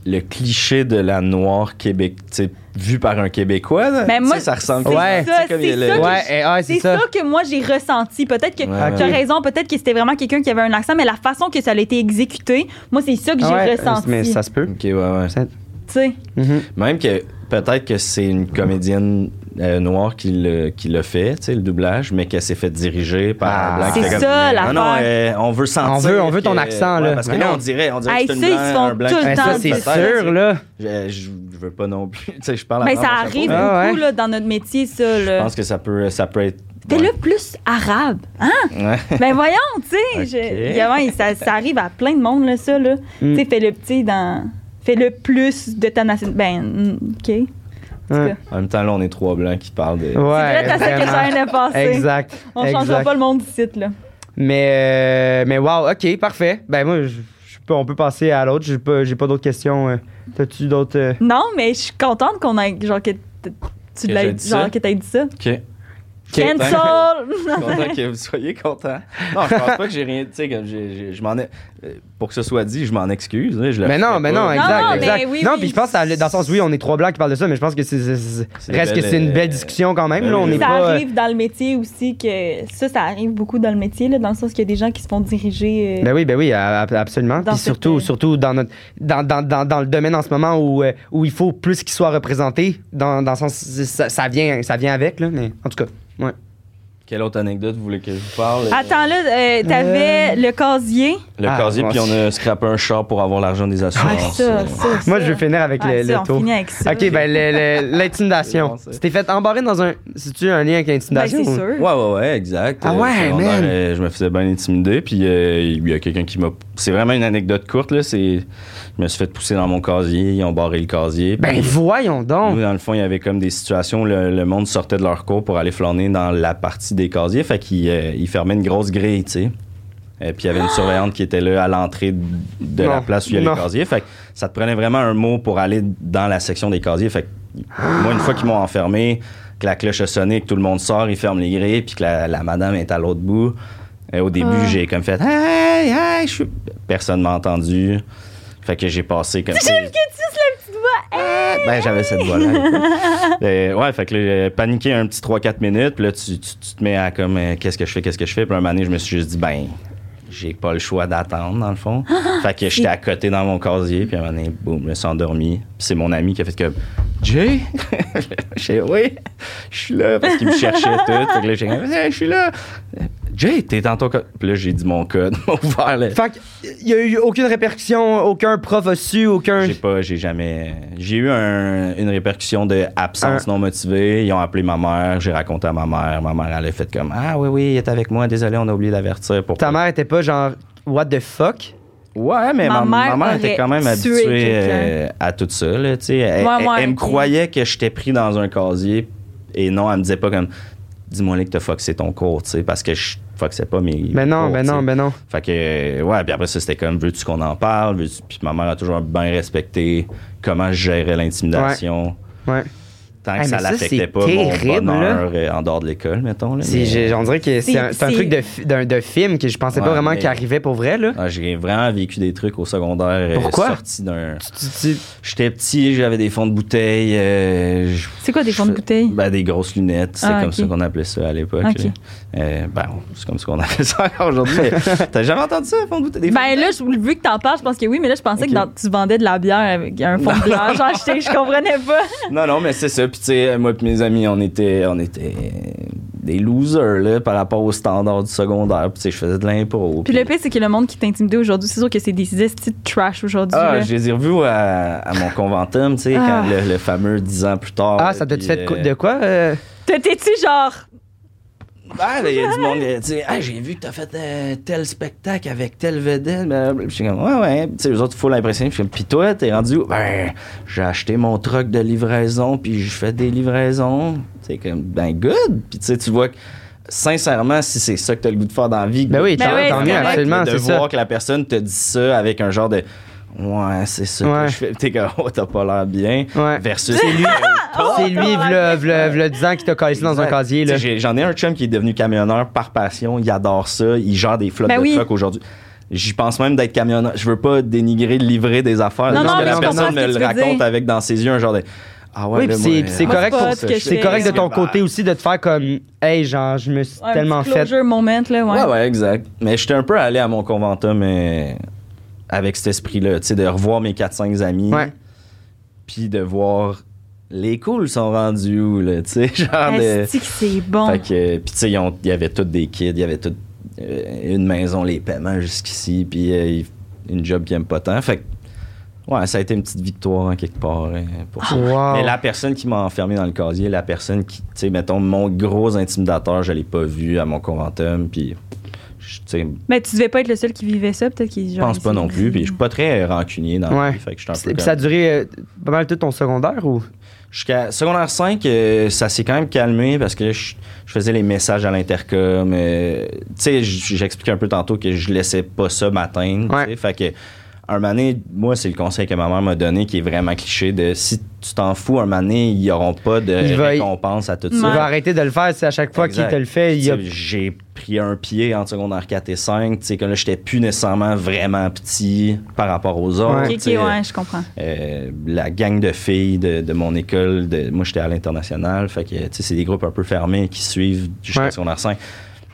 Speaker 3: le cliché de la noire Québec, tu sais, vu par un Québécois? là?
Speaker 2: Mais
Speaker 3: Tu sais,
Speaker 2: Ben, moi,
Speaker 3: ça ressemble
Speaker 2: c'est
Speaker 1: Ouais.
Speaker 2: ça,
Speaker 3: C'est comme
Speaker 2: c'est
Speaker 3: il est
Speaker 2: ça
Speaker 3: là.
Speaker 2: que
Speaker 1: Ouais,
Speaker 2: je-
Speaker 1: eh, ouais,
Speaker 2: C'est
Speaker 1: c'est
Speaker 2: ça.
Speaker 1: ça.
Speaker 2: que moi j'ai ressenti. Peut-être que
Speaker 3: Ouais,
Speaker 2: tu as
Speaker 1: ok.
Speaker 2: raison, peut-être que c'était vraiment quelqu'un qui avait un accent, mais la façon que ça a été exécuté, moi c'est ça que j'ai
Speaker 1: Ouais,
Speaker 2: ressenti.
Speaker 1: Mais ça se peut.
Speaker 3: Ok, ouais, ouais.
Speaker 2: Tu sais,
Speaker 1: Mhm.
Speaker 3: Même que peut-être que c'est une comédienne euh, noire qui le- qui l'a fait, tu sais, le doublage, mais qu'elle s'est fait diriger par
Speaker 1: Ah.
Speaker 3: un blanc.
Speaker 2: C'est
Speaker 3: qui fait comme,
Speaker 2: ça,
Speaker 3: Ah non,
Speaker 2: l'affaire.
Speaker 3: euh, on veut sentir.
Speaker 1: On veut- on veut
Speaker 3: que-
Speaker 1: ton accent,
Speaker 3: ouais,
Speaker 1: là.
Speaker 3: parce que
Speaker 1: Mais
Speaker 3: là,
Speaker 1: non.
Speaker 3: on dirait, on dirait
Speaker 2: Hey,
Speaker 3: que c'est
Speaker 2: ça,
Speaker 3: une
Speaker 2: ils
Speaker 3: blanc-
Speaker 2: se font
Speaker 3: un blanc
Speaker 2: tout le
Speaker 3: qui
Speaker 1: Mais
Speaker 3: fait
Speaker 2: temps
Speaker 1: ça,
Speaker 3: ça,
Speaker 1: c'est
Speaker 3: peut-être.
Speaker 1: sûr, là.
Speaker 3: Je, je- je veux pas non plus. tu sais, je parle
Speaker 2: ben,
Speaker 3: avant
Speaker 2: ça
Speaker 3: mon chapeau,
Speaker 2: arrive
Speaker 3: mais
Speaker 1: Ah,
Speaker 2: beaucoup
Speaker 1: ouais.
Speaker 2: là, dans notre métier,
Speaker 1: Ah.
Speaker 2: ça.
Speaker 3: Je
Speaker 2: Là.
Speaker 3: pense que ça peut, ça peut être.
Speaker 2: T'es le plus arabe, hein?
Speaker 3: Ouais.
Speaker 2: Ben voyons, tu sais, je-
Speaker 3: Ok.
Speaker 2: vraiment, il- ça, ça arrive à plein de monde, là, ça, là. Tu sais, fais le petit dans... Fais le plus de ta nation... Ben, mm, OK. En tout
Speaker 1: Ouais.
Speaker 2: cas,
Speaker 3: En même temps, là, on est trois blancs qui parlent de.
Speaker 2: C'est vrai, ta secrétaire
Speaker 1: vraiment.
Speaker 2: n'est passée.
Speaker 1: Exact.
Speaker 2: On changera
Speaker 1: exact.
Speaker 2: pas le monde d'ici, là.
Speaker 1: Mais, euh, mais wow, ok, parfait. Ben moi, je- je peux- on peut passer à l'autre. J'ai pas, j'ai pas d'autres questions. euh. T'as-tu d'autres. euh?
Speaker 2: Non, mais je suis contente qu'on ait... Genre que t- tu
Speaker 3: Que
Speaker 2: l'aies
Speaker 3: j'ai dit ça?
Speaker 2: genre que t'aies dit ça.
Speaker 3: Ok.
Speaker 2: Cancel!
Speaker 3: content que vous soyez content. Non, je pense pas que j'ai rien. Tu sais, que j'ai- j'ai- je m'en ai- euh, Pour que ce soit dit, je m'en excuse. là, je le
Speaker 1: Mais non,
Speaker 3: ferai
Speaker 1: mais
Speaker 3: pas.
Speaker 1: non,
Speaker 2: Non,
Speaker 1: exact,
Speaker 2: non,
Speaker 1: exact.
Speaker 2: mais oui,
Speaker 1: non,
Speaker 2: oui.
Speaker 1: puis je pense que ça a- dans le sens oui, on est trois blancs qui parlent de ça, mais je pense que c'est, c'est- c'est-
Speaker 3: C'est
Speaker 1: reste
Speaker 3: belle,
Speaker 1: que c'est une
Speaker 3: euh,
Speaker 1: belle discussion quand même.
Speaker 3: belle,
Speaker 1: Là, on
Speaker 3: euh,
Speaker 1: n'est
Speaker 2: Ça
Speaker 1: pas. euh,
Speaker 2: arrive dans le métier aussi que... Ça, ça arrive beaucoup dans le métier, là, dans le sens qu'il y a des gens qui se font diriger... euh,
Speaker 1: Ben oui, ben oui, a- a- absolument.
Speaker 2: Dans
Speaker 1: Puis
Speaker 2: cette-
Speaker 1: surtout, surtout dans, notre, dans, dans, dans, dans le domaine en ce moment où, euh, où il faut plus qu'il soit représenté, dans, dans le sens, ça, ça vient, ça vient avec, là, mais en tout cas, ouais.
Speaker 3: Quelle autre anecdote vous voulez que je vous parle?
Speaker 2: Attends, là, euh, t'avais le casier.
Speaker 3: Le
Speaker 1: Ah,
Speaker 3: casier,
Speaker 1: bon.
Speaker 3: puis on a scrappé un char pour avoir l'argent des
Speaker 2: Ah,
Speaker 3: assurances.
Speaker 2: ça, ça,
Speaker 1: Moi,
Speaker 2: ça.
Speaker 1: je vais finir avec
Speaker 2: Ah,
Speaker 1: le,
Speaker 2: ça,
Speaker 1: le
Speaker 2: on
Speaker 1: taux.
Speaker 2: finit avec ça.
Speaker 1: Ok, ben le- le-
Speaker 3: C'est bon,
Speaker 1: l'intimidation.
Speaker 3: ça.
Speaker 1: C'était fait embarrer dans un. C'est-tu un lien avec
Speaker 2: Ben,
Speaker 1: l'intimidation?
Speaker 2: c'est
Speaker 1: ou-
Speaker 2: sûr.
Speaker 3: Ouais, ouais, ouais, exact.
Speaker 1: Ah
Speaker 3: Euh,
Speaker 1: ouais,
Speaker 3: secondaire,
Speaker 1: man.
Speaker 3: euh, je me faisais bien intimider, puis euh, il y a quelqu'un qui m'a. C'est vraiment une anecdote courte, là. C'est... Je me suis fait pousser dans mon casier, ils ont barré le casier. puis-
Speaker 1: Ben voyons donc.
Speaker 3: Nous, dans le fond, il y avait comme des situations où le, le monde sortait de leur cours pour aller flâner dans la partie des casiers. Fait qu'ils euh, ils fermaient une grosse grille, tu sais. Et puis il y avait une surveillante qui était là à l'entrée de- de
Speaker 1: Ah!
Speaker 3: la
Speaker 1: Non,
Speaker 3: place où il y a
Speaker 1: non.
Speaker 3: les casiers. Fait que ça te prenait vraiment un mot pour aller dans la section des casiers. Fait que moi, une fois qu'ils m'ont enfermé, que la cloche a sonné, que tout le monde sort, ils ferment les grilles, puis que la, la madame est à l'autre bout. Et au début,
Speaker 2: Ah.
Speaker 3: j'ai comme fait Hey, hey, je suis. Personne m'a entendu. Fait que j'ai passé comme
Speaker 2: J'aime que tu se la petite voix. hein?
Speaker 3: ah, Ben, j'avais cette voix-là. à l'époque. Euh, ouais, fait que là, j'ai paniqué un petit 3-4 minutes, puis là, tu, tu- tu te mets à comme, euh, qu'est-ce que je fais, qu'est-ce que je fais. Puis un moment donné, je me suis juste dit, ben, j'ai pas le choix d'attendre, dans le fond. fait que j'étais à côté dans mon casier, puis à un moment donné, boum, je me suis endormi. Puis c'est mon ami qui a fait comme, Jay? j'ai dit, oui, je suis là, parce qu'il me cherchait tout. Fait que là, j'ai comme, Hey, je suis là. Jay, t'es dans ton code. Puis là, j'ai dit mon code, mon ouvert, là.
Speaker 1: Fait qu'il y a eu aucune répercussion, aucun prof a su, aucun.
Speaker 3: J'ai pas, j'ai jamais. J'ai eu un- une répercussion de absence non motivée. Ils ont appelé ma mère, j'ai raconté à ma mère. Ma mère, elle a fait comme Ah oui, oui, il est avec moi, désolé, on a oublié d'avertir. Pour
Speaker 1: Ta mère était pas genre What the fuck?
Speaker 3: Ouais, mais
Speaker 2: Ma
Speaker 3: ma, ma
Speaker 2: mère
Speaker 3: mère, était
Speaker 2: aurait
Speaker 3: quand même
Speaker 2: tué
Speaker 3: habituée
Speaker 2: quelqu'un.
Speaker 3: euh, à tout ça. Là, tu sais. elle,
Speaker 2: Ouais,
Speaker 3: elle-
Speaker 2: ouais,
Speaker 3: elle me
Speaker 2: ok.
Speaker 3: croyait que j'étais pris dans un casier et non, elle me disait pas comme Dis-moi là que t'as foxé ton cours, tu sais, parce que je foxais pas mes.
Speaker 1: Mais non,
Speaker 3: cours,
Speaker 1: ben
Speaker 3: tu sais.
Speaker 1: non, ben non.
Speaker 3: Fait que, euh, ouais, puis après ça, c'était comme, veux-tu qu'on en parle? Veux-tu- Puis ma mère a toujours bien respecté comment je gérais l'intimidation.
Speaker 1: Ouais.
Speaker 3: Tant
Speaker 1: Ah,
Speaker 3: que ça
Speaker 1: mais ça, c'est
Speaker 3: l'affectait pas
Speaker 1: terrible,
Speaker 3: mon bonheur euh, en dehors de l'école, mettons. Là,
Speaker 1: C'est-
Speaker 3: mais- euh,
Speaker 1: j'ai- on dirait que
Speaker 2: C'est-
Speaker 1: c'est un, c'est un
Speaker 2: c'est-
Speaker 1: truc de, fi- d'un- de film que je pensais pas
Speaker 3: Ouais,
Speaker 1: vraiment
Speaker 3: mais-
Speaker 1: qu'il arrivait pour vrai, là.
Speaker 3: Ah, j'ai vraiment vécu des trucs au secondaire. euh,
Speaker 1: Pourquoi?
Speaker 3: Sorti d'un.
Speaker 1: Tu- tu-
Speaker 3: J'étais petit, j'avais des fonds de bouteille. euh, je-
Speaker 2: C'est quoi des fonds de
Speaker 3: je-
Speaker 2: bouteille?
Speaker 3: Ben, des grosses lunettes. C'est
Speaker 2: Ah,
Speaker 3: comme
Speaker 2: ok.
Speaker 3: ça qu'on appelait ça à l'époque.
Speaker 2: Ok.
Speaker 3: là. Euh, ben, c'est comme ça qu'on appelle ça encore aujourd'hui. mais T'as jamais entendu ça, fonds de bouteille? des fonds de
Speaker 2: Ben là, je- vu que t'en parles, je pense que oui, mais là, je pensais
Speaker 3: Ok.
Speaker 2: que dans- tu vendais de la bière avec un fond de bière. Genre, je, sais, je comprenais pas.
Speaker 3: Non, non, mais c'est ça. Puis, tu sais, moi et mes amis, on était, on était des losers là, par rapport aux standards du secondaire. Puis, tu sais, je faisais de l'impro.
Speaker 2: Puis le pire, c'est que le monde qui t'intimidait aujourd'hui, c'est sûr que c'est des estis de trash aujourd'hui.
Speaker 3: Ah,
Speaker 2: là.
Speaker 3: je les ai revus à, à mon conventum, tu sais,
Speaker 2: Ah.
Speaker 3: quand le, le fameux 10 ans plus tard.
Speaker 1: Ah, ça
Speaker 3: t'a
Speaker 1: t'a-tu fait co- de quoi? euh?
Speaker 2: T'as- T'es-tu genre.
Speaker 3: Ah, ben, il y a du monde, euh, tu sais, ah, j'ai vu que t'as fait euh, tel spectacle avec telle vedette. Ben, je suis comme, ouais, ouais. Puis, Tu sais, eux autres, faut l'impression. Puis, je suis comme, Puis toi, t'es rendu où? Ben, j'ai acheté mon truck de livraison, puis je fais des livraisons. Tu sais, comme, ben, good. Puis, tu sais, tu vois que, sincèrement, si c'est ça que t'as le goût de faire dans la vie,
Speaker 1: Ben oui,
Speaker 2: Ben
Speaker 1: tant
Speaker 2: oui,
Speaker 1: tant
Speaker 2: c'est
Speaker 1: mieux,
Speaker 2: correct,
Speaker 1: absolument,
Speaker 3: de
Speaker 1: c'est
Speaker 3: voir
Speaker 1: ça.
Speaker 3: que la personne te dit ça avec un genre de Ouais, c'est ça
Speaker 1: Ouais.
Speaker 3: que je fais. T'es comme, oh, t'as pas l'air bien.
Speaker 1: Ouais.
Speaker 3: Versus. C'est lui. euh,
Speaker 2: Ah, oh,
Speaker 1: C'est lui, v'là, v'là, v'là 10 ans qui t'a collé dans un
Speaker 3: Exact.
Speaker 1: casier. Là.
Speaker 3: T'sais, j'ai- J'en ai un chum qui est devenu camionneur par passion. Il adore ça. Il gère des flottes
Speaker 2: Ben
Speaker 3: de
Speaker 2: oui.
Speaker 3: trucks aujourd'hui. J'y pense même d'être camionneur. Je veux pas dénigrer le livrer des affaires.
Speaker 2: Non,
Speaker 3: juste
Speaker 1: non,
Speaker 3: que
Speaker 1: mais
Speaker 3: la
Speaker 1: je
Speaker 3: personne
Speaker 2: comprends ce
Speaker 3: me
Speaker 2: que
Speaker 3: le
Speaker 2: tu veux
Speaker 3: raconte
Speaker 2: dire.
Speaker 3: avec dans ses yeux un genre de. Ah ouais,
Speaker 1: Oui,
Speaker 3: ben
Speaker 1: puis
Speaker 3: moi,
Speaker 1: c'est- puis c'est
Speaker 3: euh,
Speaker 1: correct
Speaker 2: Moi,
Speaker 1: pour
Speaker 2: c'est pas ce que je
Speaker 1: C'est
Speaker 2: fais.
Speaker 1: correct de ton
Speaker 3: Bah.
Speaker 1: côté aussi de te faire comme Hey, genre, je me suis
Speaker 2: Un
Speaker 1: tellement
Speaker 2: petit
Speaker 1: fait.
Speaker 2: closure moment, là, ouais.
Speaker 3: Ouais. ouais, exact. Mais j'étais un peu allé à mon conventum mais avec cet esprit-là, tu sais, de revoir mes 4-5 amis,
Speaker 1: Ouais.
Speaker 3: puis de voir les cools sont rendus où, là, tu sais,
Speaker 1: Ah,
Speaker 3: genre de...
Speaker 2: Esti que c'est bon.
Speaker 3: Fait que, euh, puis tu sais, ils ont- il y avait tous des kids, il y avait tout euh, une maison, les paiements jusqu'ici, puis euh, ils- une job qu'ils aiment pas tant. Fait que, ouais, ça a été une petite victoire, en quelque part, hein, pour ça.
Speaker 1: Wow.
Speaker 3: Mais la personne qui m'a enfermé dans le casier, la personne qui, tu sais, mettons, mon gros intimidateur, je l'ai pas vu à mon conventum, puis, je- tu sais,
Speaker 2: Mais tu devais pas être le seul qui vivait ça, peut-être qu'il
Speaker 3: je pense pas non plus, puis je suis pas très rancunier dans la
Speaker 1: Ouais.
Speaker 3: vie, fait que je suis un peu
Speaker 1: Puis
Speaker 3: comme-
Speaker 1: ça a duré euh, pas mal tout ton secondaire ou?
Speaker 3: Jusqu'à secondaire 5, euh, ça s'est quand même calmé parce que là, je, je faisais les messages à l'intercom. euh, tu sais, j- j'expliquais un peu tantôt que je laissais pas ça m'atteindre. tu
Speaker 1: Ouais.
Speaker 3: sais, Fait que, un moment donné, moi, c'est le conseil que ma mère m'a donné qui est vraiment cliché de si tu t'en fous, un moment donné, ils n'auront pas de
Speaker 1: Il va-
Speaker 3: récompense à tout
Speaker 1: Tu
Speaker 3: ça.
Speaker 1: vas arrêter de le faire, c'est à chaque fois qu'il
Speaker 3: Exact.
Speaker 1: te le fait, il y a
Speaker 3: Tu sais, J'ai pris un pied en secondaire 4 et 5. Tu sais, que là, j'étais plus nécessairement vraiment petit par rapport aux autres.
Speaker 2: Ok,
Speaker 1: Ouais.
Speaker 3: tu
Speaker 2: ok,
Speaker 3: sais.
Speaker 2: ouais, je comprends.
Speaker 3: Euh, la gang de filles de, de mon école, de, moi j'étais à l'international, fait que tu sais, c'est des groupes un peu fermés qui suivent jusqu'à
Speaker 1: Ouais.
Speaker 3: secondaire 5.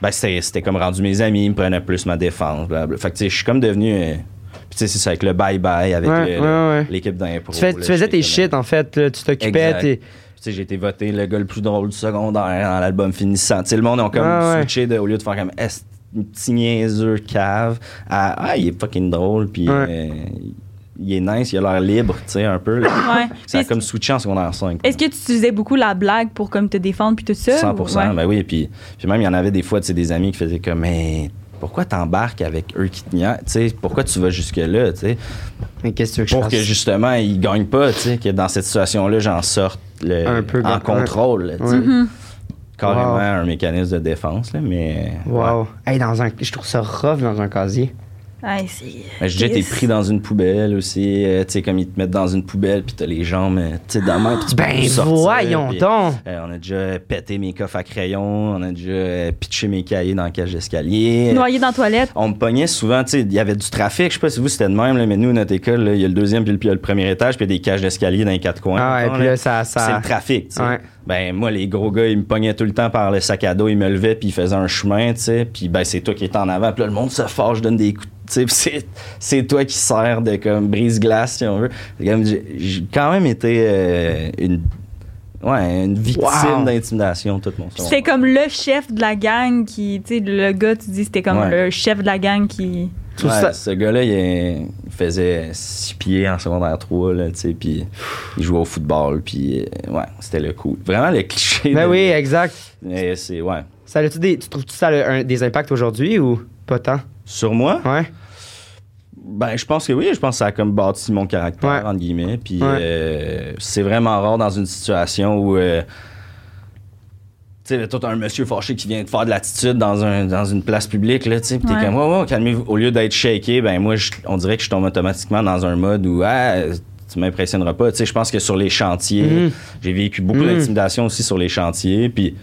Speaker 3: Ben, c'était c'était comme rendu mes amis, ils me prenaient plus ma défense. blablabla. Fait que tu sais, je suis comme devenu. euh, puis tu sais, c'est ça avec le bye-bye, avec
Speaker 1: Ouais,
Speaker 3: le-
Speaker 1: ouais, ouais.
Speaker 3: l'équipe d'impro.
Speaker 1: Tu, fais-
Speaker 3: là,
Speaker 1: tu faisais
Speaker 3: j'étais
Speaker 1: tes
Speaker 3: comme-
Speaker 1: shit, en fait. là, tu t'occupais.
Speaker 3: Exact.
Speaker 1: t'es-
Speaker 3: Tu sais, j'ai été voté le gars le plus drôle du secondaire dans l'album finissant. Tu sais, le monde ont comme
Speaker 1: Ah ouais.
Speaker 3: switché de- au lieu de faire comme est petit niaiseux cave à ah il est fucking drôle puis
Speaker 1: Ouais.
Speaker 3: euh, il est nice, il a l'air libre, tu sais un peu. là.
Speaker 2: Ouais.
Speaker 3: Ça a
Speaker 2: Puis
Speaker 3: comme switché en secondaire 5.
Speaker 2: Est-ce que tu utilisais beaucoup la blague pour comme te défendre puis tout ça?
Speaker 3: 100%,
Speaker 2: ou- ouais.
Speaker 3: ben oui. Puis, puis même, il y en avait des fois, tu sais, des amis qui faisaient comme, mais pourquoi t'embarques avec eux qui te niaisent? Tu sais, pourquoi tu vas jusque-là, tu sais?
Speaker 1: Mais qu'est-ce que tu veux que je
Speaker 3: Pour
Speaker 1: fasse?
Speaker 3: que justement, ils gagnent pas, tu sais, que dans cette situation-là, j'en sorte le-
Speaker 1: Un peu
Speaker 3: en
Speaker 1: gagnant.
Speaker 3: contrôle, là, tu sais.
Speaker 1: Ouais.
Speaker 2: Mm-hmm.
Speaker 3: Carrément
Speaker 1: Wow.
Speaker 3: un mécanisme de défense, là, mais.
Speaker 1: Wow.
Speaker 3: ouais.
Speaker 1: Hey, dans un... Je trouve ça rough dans un casier.
Speaker 2: Ouais, c'est.
Speaker 3: Mais j'ai déjà été
Speaker 2: Yes.
Speaker 3: pris dans une poubelle aussi, euh, tu sais, comme ils te mettent dans une poubelle, puis t'as les jambes, euh, tu sais, dans la main, puis tu peux
Speaker 1: Ben
Speaker 3: plus sortir,
Speaker 1: voyons
Speaker 3: puis-
Speaker 1: donc!
Speaker 3: Euh, on a déjà pété mes coffres à crayon, on a déjà euh, pitché mes cahiers dans la cage d'escalier.
Speaker 2: Noyé dans la toilette.
Speaker 3: On me pognait souvent, tu sais, il y avait du trafic, je sais pas si vous c'était de même, là, mais nous, notre école, là, il y a le deuxième puis le, puis il y a le premier étage, puis il y a des cages d'escalier dans les quatre coins.
Speaker 1: Ah ouais,
Speaker 3: mettons,
Speaker 1: puis là, ça- ça-
Speaker 3: C'est le trafic, tu sais.
Speaker 1: Ouais.
Speaker 3: Ben moi, les gros gars, ils me pognaient tout le temps par le sac à dos, ils me levaient, puis ils faisaient un chemin, tu sais, puis ben c'est toi qui es en avant, puis là, le monde se forge, donne des coups, tu sais, puis c'est- c'est toi qui sers de comme brise-glace, si on veut. C'est comme, J'ai j'ai quand même été euh, une... Ouais, une victime
Speaker 1: Wow.
Speaker 3: d'intimidation, tout mon
Speaker 2: C'était comme le chef de la gang qui. Tu sais, le gars, tu dis, c'était comme
Speaker 3: Ouais.
Speaker 2: le chef de la gang qui.
Speaker 1: Je trouve
Speaker 3: Ouais,
Speaker 1: ça-
Speaker 3: Ce gars-là, il, est- il faisait six pieds en secondaire 3, là, tu sais, puis il jouait au football, puis euh, ouais, c'était le coup. Vraiment le cliché.
Speaker 1: Ben
Speaker 3: de-
Speaker 1: oui, exact.
Speaker 3: Mais c'est, ouais.
Speaker 1: Ça a-tu des... Tu trouves-tu ça a un- des impacts aujourd'hui ou pas tant?
Speaker 3: Sur moi,
Speaker 1: Ouais.
Speaker 3: ben je pense que oui, je pense que ça a comme bâti mon caractère,
Speaker 1: Ouais.
Speaker 3: entre guillemets, puis
Speaker 1: Ouais.
Speaker 3: euh, c'est vraiment rare dans une situation où... euh, tu sais, toi, t'as un monsieur fâché qui vient de faire de l'attitude dans, un, dans une place publique, là, tu sais, pis t'es
Speaker 2: Ouais.
Speaker 3: comme, ouais, ouais, calmez-vous. Au lieu d'être shaké, ben, moi, je- on dirait que je tombe automatiquement dans un mode où, ah, tu m'impressionneras pas. Tu sais, je pense que sur les chantiers,
Speaker 1: Mhm.
Speaker 3: j'ai vécu beaucoup
Speaker 1: Mhm.
Speaker 3: d'intimidation aussi sur les chantiers, puis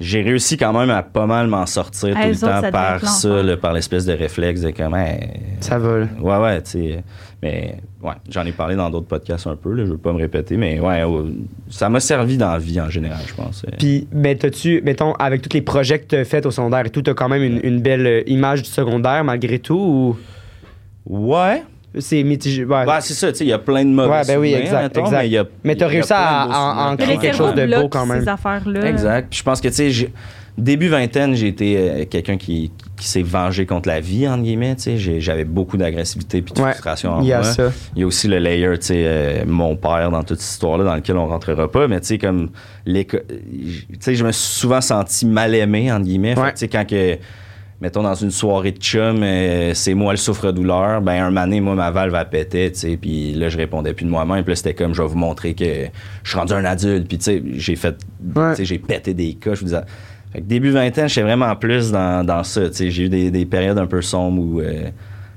Speaker 3: j'ai réussi quand même à pas mal m'en sortir
Speaker 2: Ah,
Speaker 3: tout
Speaker 2: eux
Speaker 3: le
Speaker 2: autres,
Speaker 3: temps
Speaker 2: ça devait
Speaker 3: par
Speaker 2: être
Speaker 3: ça,
Speaker 2: l'enfer.
Speaker 3: là, par l'espèce de réflexe de comment. Hey,
Speaker 1: Ça va, là.
Speaker 3: Ouais, ouais, tu sais. Mais ouais, j'en ai parlé dans d'autres podcasts un peu, là, je veux pas me répéter, mais ouais, euh, ça m'a servi dans la vie en général, je pense. euh.
Speaker 1: Puis, mais t'as-tu, mettons, avec tous les projets que t'as faits au secondaire et tout, t'as quand même une, une belle euh, image du secondaire malgré tout
Speaker 3: Ouais.
Speaker 1: ou c'est mitigé? Ouais.
Speaker 3: Ouais, c'est ça, tu sais, il y a plein de mauvais
Speaker 1: Ouais, ben oui,
Speaker 3: souvenirs,
Speaker 1: exact,
Speaker 3: mettons,
Speaker 1: exact.
Speaker 3: Mais, il y a-
Speaker 1: Mais t'as
Speaker 3: il y a
Speaker 1: réussi
Speaker 3: plein de
Speaker 1: à-
Speaker 3: beaux
Speaker 1: à- à en
Speaker 3: souvenirs
Speaker 1: créer
Speaker 3: quand
Speaker 2: Le
Speaker 1: quelque
Speaker 3: même.
Speaker 1: chose de
Speaker 2: cerveau
Speaker 1: beau quand
Speaker 2: bloque
Speaker 1: même.
Speaker 2: Ces affaires-là.
Speaker 3: Exact. Puis je pense que, tu sais, j'ai- début vingtaine, j'ai été euh, quelqu'un qui, qui s'est vengé contre la vie, entre guillemets, tu sais. J'ai- J'avais beaucoup d'agressivité puis de
Speaker 1: Ouais,
Speaker 3: frustration hein. en
Speaker 1: il y a
Speaker 3: moi.
Speaker 1: ça.
Speaker 3: Il y a aussi le layer, tu sais, euh, mon père dans toute cette histoire-là, dans lequel on rentrera pas, mais tu sais, comme, l'éco- j- tu sais, je me suis souvent senti mal aimé, entre guillemets. Fait que,
Speaker 1: Ouais.
Speaker 3: tu sais, quand que, mettons, dans une soirée de chum, euh, c'est moi le souffre-douleur, ben, un mané, moi, ma valve, elle pétait, tu sais, puis là, je répondais plus de moi-même, puis là, c'était comme, je vais vous montrer que je suis rendu un adulte, puis tu sais, j'ai fait,
Speaker 1: Ouais.
Speaker 3: tu sais, j'ai pété des coches, je vous disais. Fait que début 20 ans, j'étais vraiment plus dans, dans ça, tu sais, j'ai eu des, des périodes un peu sombres où... euh,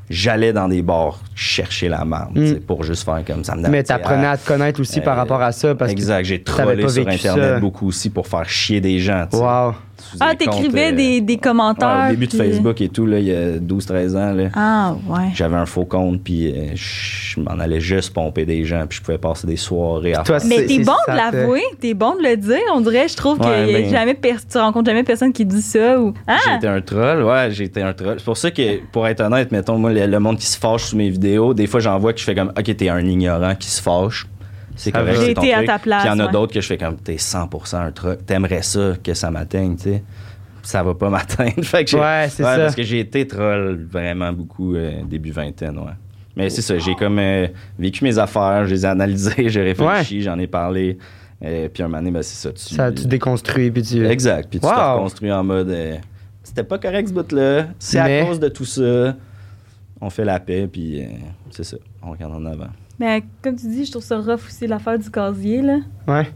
Speaker 3: j'allais dans des bars chercher la merde tu sais, pour juste faire comme ça. me
Speaker 1: Mm. Mais
Speaker 3: tu sais,
Speaker 1: t'apprenais
Speaker 3: ah,
Speaker 1: à te connaître aussi par
Speaker 3: euh,
Speaker 1: rapport à ça. Parce
Speaker 3: exact, j'ai
Speaker 1: t'avais
Speaker 3: trollé
Speaker 1: pas
Speaker 3: sur
Speaker 1: vécu
Speaker 3: Internet
Speaker 1: ça.
Speaker 3: beaucoup aussi pour faire chier des gens.
Speaker 1: que.
Speaker 3: tu sais.
Speaker 1: Wow.
Speaker 3: Sous
Speaker 2: Ah,
Speaker 3: des comptes,
Speaker 2: t'écrivais
Speaker 3: euh,
Speaker 2: des, des commentaires.
Speaker 3: ouais, au début de
Speaker 2: puis- euh,
Speaker 3: Facebook et tout, là, il y a 12-13 ans, là,
Speaker 2: Ah, ouais.
Speaker 3: j'avais un faux compte, puis euh, je m'en allais juste pomper des gens, puis je pouvais passer des soirées à
Speaker 1: Toi,
Speaker 3: faire
Speaker 1: c'est-
Speaker 2: Mais t'es
Speaker 1: c'est
Speaker 2: bon
Speaker 1: ça,
Speaker 2: de l'avouer, t'es bon de le dire. On dirait, je trouve
Speaker 3: Ouais,
Speaker 2: que y a
Speaker 3: ben-
Speaker 2: jamais pers- tu rencontres jamais personne qui dit ça. Ou...
Speaker 3: J'ai
Speaker 2: Ah!
Speaker 3: été un troll, ouais, j'ai été un troll. C'est pour ça que, pour être honnête, mettons, moi, le, le monde qui se fâche sous mes vidéos, des fois, j'en vois que je fais comme, OK, t'es un ignorant qui se fâche. C'est
Speaker 1: Ça
Speaker 3: correct,
Speaker 1: va.
Speaker 3: c'est
Speaker 2: J'ai
Speaker 3: ton
Speaker 2: été à
Speaker 3: truc.
Speaker 2: ta place,
Speaker 3: Puis il y en a
Speaker 2: ouais.
Speaker 3: d'autres que je fais comme, t'es 100% un truc, t'aimerais ça que ça m'atteigne, tu sais. Ça va pas m'atteindre. fait que j'ai-
Speaker 1: Ouais, c'est ça.
Speaker 3: Parce que j'ai été troll vraiment beaucoup euh, début vingtaine, ouais. Mais c'est ça, j'ai comme euh, vécu mes affaires, je les ai analysées, j'ai réfléchi, j'en ai parlé. Euh, puis un moment donné, ben, c'est ça. Tu,
Speaker 1: Ça, tu déconstruis. Puis tu...
Speaker 3: Exact. Puis tu te
Speaker 1: Wow.
Speaker 3: reconstruis en mode euh, c'était pas correct ce bout-là, c'est
Speaker 1: Mais-
Speaker 3: à cause de tout ça. On fait la paix, puis euh, c'est ça. On regarde en avant.
Speaker 2: Mais Ben, comme tu dis, je trouve ça rough aussi l'affaire du casier, là.
Speaker 1: Ouais.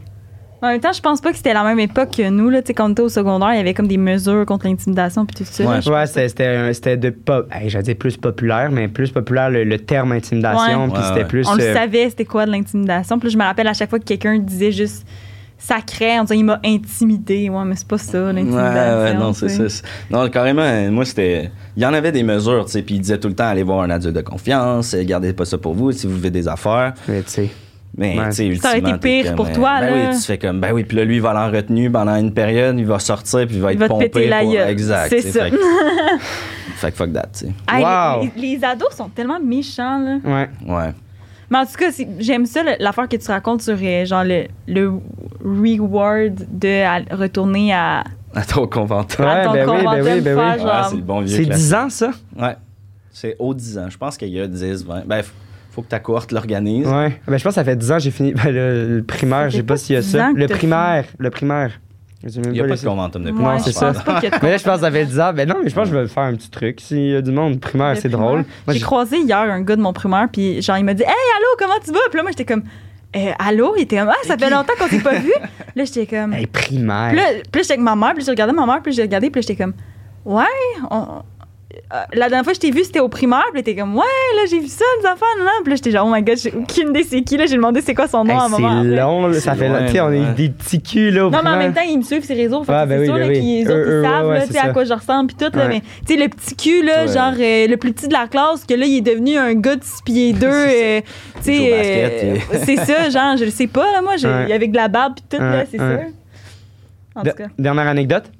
Speaker 2: En même temps, je pense pas que c'était la même époque que nous. Là. Tu sais, Quand on était au secondaire, il y avait comme des mesures contre l'intimidation puis tout ça.
Speaker 3: Ouais.
Speaker 2: là.
Speaker 1: Ouais, c'était- c'était un- c'était de pop. Hey, J'allais dire plus populaire, mais plus populaire le, le terme intimidation.
Speaker 2: Ouais.
Speaker 1: Puis
Speaker 3: Ouais,
Speaker 1: c'était
Speaker 3: ouais.
Speaker 1: plus.
Speaker 2: On le
Speaker 1: euh,
Speaker 2: savait, c'était quoi de l'intimidation. Puis là, je me rappelle à chaque fois que quelqu'un disait juste sacré, on disait il m'a intimidé. Ouais, mais c'est pas ça, l'intimidation.
Speaker 3: Ouais, ouais, non, c'est
Speaker 2: tu sais.
Speaker 3: ça. c'est- Non, carrément, euh, moi, c'était. Il y en avait des mesures, tu sais, puis il disait tout le temps allez voir un adulte de confiance, euh, gardez pas ça pour vous si vous vivez des affaires.
Speaker 1: mais tu sais.
Speaker 3: Mais,
Speaker 1: Ouais.
Speaker 3: tu sais,
Speaker 2: Ça aurait été
Speaker 3: ultimement, t'es
Speaker 2: pire
Speaker 3: comme,
Speaker 2: pour
Speaker 3: euh,
Speaker 2: toi,
Speaker 3: ben
Speaker 2: là.
Speaker 3: oui, tu fais comme, ben oui, puis là, lui, il va aller en retenue pendant une période, il va sortir, puis il va être
Speaker 2: Il va te
Speaker 3: pompé.
Speaker 2: péter la
Speaker 3: pour-
Speaker 2: gueule.
Speaker 3: Exact.
Speaker 2: C'est
Speaker 3: tu sais,
Speaker 2: ça.
Speaker 3: Fait, que- fait que fuck that, tu sais.
Speaker 2: Hey,
Speaker 1: Wow.
Speaker 2: les- les, les ados sont tellement méchants, là.
Speaker 1: Ouais.
Speaker 3: Ouais.
Speaker 2: Mais en tout cas, c'est- j'aime ça, le- l'affaire que tu racontes sur euh, genre le, le reward de à- retourner à,
Speaker 3: À ton conventeur.
Speaker 2: à
Speaker 1: Ouais,
Speaker 2: ton
Speaker 1: ben oui, ben
Speaker 2: conventum
Speaker 1: oui, ben oui.
Speaker 2: faire, genre,
Speaker 3: Ah, c'est le bon vieux
Speaker 1: C'est
Speaker 3: classique.
Speaker 1: 10 ans, ça?
Speaker 3: Ouais. C'est au 10 ans. Je pense qu'il y a 10, 20. Ben, f- faut que ta cohorte l'organise.
Speaker 1: Ouais. Ben, je pense que ça fait 10 ans que j'ai fini. Ben, le, le
Speaker 2: Ça
Speaker 1: primaire,
Speaker 2: fait
Speaker 1: je sais pas
Speaker 2: pas
Speaker 1: s'il y a
Speaker 2: 10
Speaker 1: ça.
Speaker 2: ans que
Speaker 1: Le
Speaker 2: t'as
Speaker 1: primaire. Le primaire. J'ai même
Speaker 3: Il n'y a pas
Speaker 1: laissé-
Speaker 3: de conventum de
Speaker 2: Ouais,
Speaker 3: plus.
Speaker 1: Non, c'est
Speaker 2: je
Speaker 1: ça.
Speaker 2: pense pas qu'il y a de
Speaker 1: Mais là, je pense que ça fait
Speaker 2: conventum.
Speaker 1: 10 ans. Ben non, mais je pense que je vais faire un petit truc. S'il y a du monde primaire,
Speaker 2: Le
Speaker 1: c'est
Speaker 2: primaire.
Speaker 1: drôle. Moi,
Speaker 2: J'ai
Speaker 1: je-
Speaker 2: croisé hier un gars de mon primaire, puis genre, il m'a dit Hey, allô, comment tu vas? Puis là, moi, j'étais comme Euh, Allô? Il était comme Ah, ça fait longtemps qu'on s'est pas vu. là, j'étais comme.
Speaker 1: Hey,
Speaker 2: Puis
Speaker 1: primaire.
Speaker 2: là, puis là, j'étais avec ma mère, puis j'ai regardé ma mère, puis j'ai regardé, puis là, j'étais comme Ouais, on- euh, la dernière fois que je t'ai vu, c'était au primaire, puis là, t'es comme Ouais, là, j'ai vu ça, les enfants, là. Puis là, j'étais genre Oh my god, j'ai aucune idée c'est qui, là. J'ai demandé c'est quoi son nom
Speaker 1: Hey,
Speaker 2: à un moment.
Speaker 1: c'est
Speaker 2: après.
Speaker 1: long, là. ça
Speaker 3: C'est
Speaker 1: fait
Speaker 3: loin,
Speaker 1: tu sais, on a eu
Speaker 3: ouais.
Speaker 1: des petits culs là
Speaker 2: Non,
Speaker 1: au
Speaker 2: mais en
Speaker 1: primaire.
Speaker 2: même temps, ils me suivent sur les réseaux. Fait que
Speaker 1: Ouais, ben
Speaker 2: c'est
Speaker 1: oui,
Speaker 2: sûr
Speaker 1: ben
Speaker 2: là,
Speaker 1: oui.
Speaker 2: qu'ils- les
Speaker 1: Eux,
Speaker 2: autres,
Speaker 1: eux,
Speaker 2: ils savent
Speaker 1: ouais,
Speaker 2: là,
Speaker 1: ouais,
Speaker 2: tu sais,
Speaker 1: c'est ça.
Speaker 2: à quoi je ressemble. Puis tout, là,
Speaker 1: Ouais.
Speaker 2: mais tu sais, le petit cul, là,
Speaker 3: Ouais.
Speaker 2: genre euh, le plus petit de la classe, que là, il est devenu un gars de 6 pieds 2. euh, tu
Speaker 3: Il joue au
Speaker 2: sais, euh,
Speaker 3: basket,
Speaker 2: c'est ça, genre, je le sais pas, là, moi, je-
Speaker 1: Ouais.
Speaker 2: avec de la barbe, puis tout, là,
Speaker 1: Ouais,
Speaker 2: c'est
Speaker 1: ouais. Ben,
Speaker 2: ça. En
Speaker 1: De-
Speaker 2: tout cas.
Speaker 1: Dernière anecdote.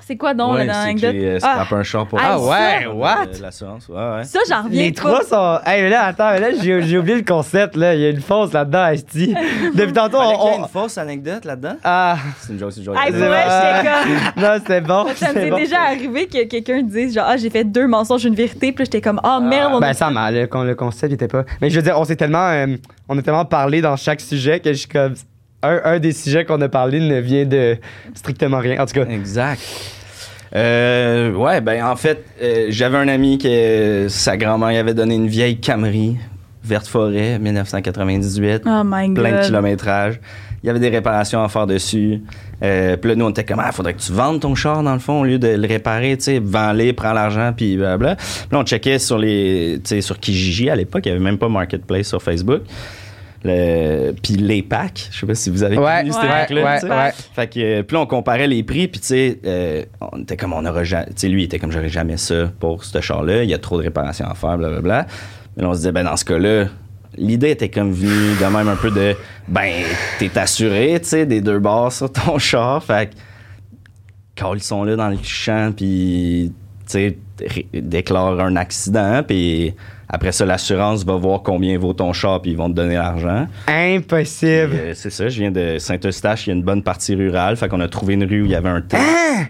Speaker 2: C'est quoi donc,
Speaker 3: ouais,
Speaker 2: là, dans
Speaker 3: c'est que
Speaker 2: l'anecdote?
Speaker 3: j'ai euh,
Speaker 2: Ah,
Speaker 3: scrapé un char pour
Speaker 2: Ah, Ah ouais,
Speaker 3: Euh,
Speaker 1: what?
Speaker 3: L'assurance, ouais, ouais.
Speaker 2: ça, j'en reviens
Speaker 1: Les
Speaker 2: pas.
Speaker 1: trois sont. Hey, mais là, attends, mais là, j'ai j'ai oublié le concept, là. Il y a une fausse là-dedans, Asti. Depuis tantôt,
Speaker 3: Fallait qu'il y ait
Speaker 1: on.
Speaker 3: une
Speaker 1: on-
Speaker 3: fausse anecdote là-dedans?
Speaker 1: Ah,
Speaker 3: C'est une joke, c'est une joke. Euh,
Speaker 2: Hey, pour
Speaker 1: C'est
Speaker 2: vrai,
Speaker 1: vrai.
Speaker 2: j'étais comme.
Speaker 1: non, c'était bon.
Speaker 2: Ça
Speaker 1: c'était
Speaker 2: m'est
Speaker 1: bon.
Speaker 2: déjà arrivé que quelqu'un dise, genre, ah, j'ai fait deux mensonges, une vérité, puis là, j'étais comme, ah, merde, on a
Speaker 1: Ben, ça m'a, le, con- le concept il était pas. Mais je veux dire, on s'est tellement, euh, on a tellement parlé dans chaque sujet que je suis comme. Un, un des sujets qu'on a parlé ne vient de strictement rien. En tout cas,
Speaker 3: Exact. Euh, ouais, ben en fait, euh, j'avais un ami que euh, sa grand-mère lui avait donné une vieille Camry, verte forêt, 1998.
Speaker 2: Oh my god.
Speaker 3: plein de kilométrages. Il y avait des réparations à faire dessus. Euh, puis là, nous, on était comme, ah, faudrait que tu vendes ton char, dans le fond, au lieu de le réparer, tu sais, vends-les, prends l'argent, puis blablabla. Puis là, on checkait sur les, tu sais, sur Kijiji à l'époque, il n'y avait même pas Marketplace sur Facebook. Le, puis les packs, je sais pas si vous avez
Speaker 1: Ouais,
Speaker 3: connu ces
Speaker 2: ouais,
Speaker 3: packs-là,
Speaker 1: ouais,
Speaker 3: tu sais.
Speaker 1: ouais.
Speaker 3: Fait que, euh, puis là, on comparait les prix, puis tu sais, euh, on était comme, on aura jamais, tu sais, lui, il était comme, j'aurais jamais ça pour ce char-là, il y a trop de réparations à faire, blablabla. Mais là, on se disait, ben, dans ce cas-là, l'idée était comme venue de même un peu de, ben, t'es assuré, tu sais, des deux barres sur ton char, fait que, ils sont là dans le champ, puis, tu sais, ré- déclare un accident, puis après ça, l'assurance va voir combien vaut ton char, puis ils vont te donner l'argent.
Speaker 1: impossible.
Speaker 3: Euh, c'est ça, je viens de Saint-Eustache, il y a une bonne partie rurale, fait qu'on a trouvé une rue où il y avait
Speaker 1: Ah!
Speaker 3: un temps.
Speaker 1: Hein?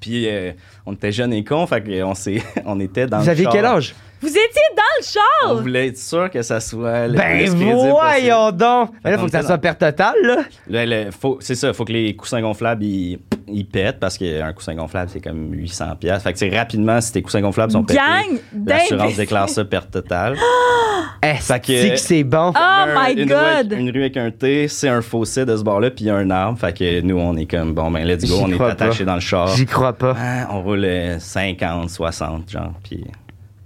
Speaker 3: Puis euh, on était jeunes et cons, fait qu'on s'est- on était dans
Speaker 1: Vous
Speaker 3: le
Speaker 1: aviez
Speaker 3: char.
Speaker 1: quel âge?
Speaker 2: Vous étiez dans le
Speaker 3: On
Speaker 2: char!
Speaker 3: voulait être sûr que ça soit le
Speaker 1: Ben,
Speaker 3: plus crédible possible.
Speaker 1: voyons donc! Mais là,
Speaker 3: Fait
Speaker 1: faut
Speaker 3: qu'on
Speaker 1: que ça
Speaker 3: était
Speaker 1: soit perte totale, là.
Speaker 3: Là, le- faut- c'est ça, faut que les coussins gonflables ils, ils pètent parce qu'un coussin gonflable c'est comme 800 pièces. Fait que tu sais, rapidement si tes coussins gonflables sont pétés,
Speaker 2: Gang
Speaker 3: l'assurance
Speaker 2: d'imbéciles.
Speaker 3: déclare ça perte totale.
Speaker 1: Est-ce
Speaker 3: que-
Speaker 1: que c'est bon?
Speaker 2: Oh
Speaker 3: Un-
Speaker 2: my
Speaker 3: une
Speaker 2: god!
Speaker 3: Rue, une rue avec un T, c'est un fossé de ce bord-là, puis il y a un arbre. Fait que nous, on est comme, bon, ben, let's go,
Speaker 1: J'y
Speaker 3: on est
Speaker 1: crois pas.
Speaker 3: attaché dans le char.
Speaker 1: J'y crois pas.
Speaker 3: Ah, on roule euh, 50, 60, genre, puis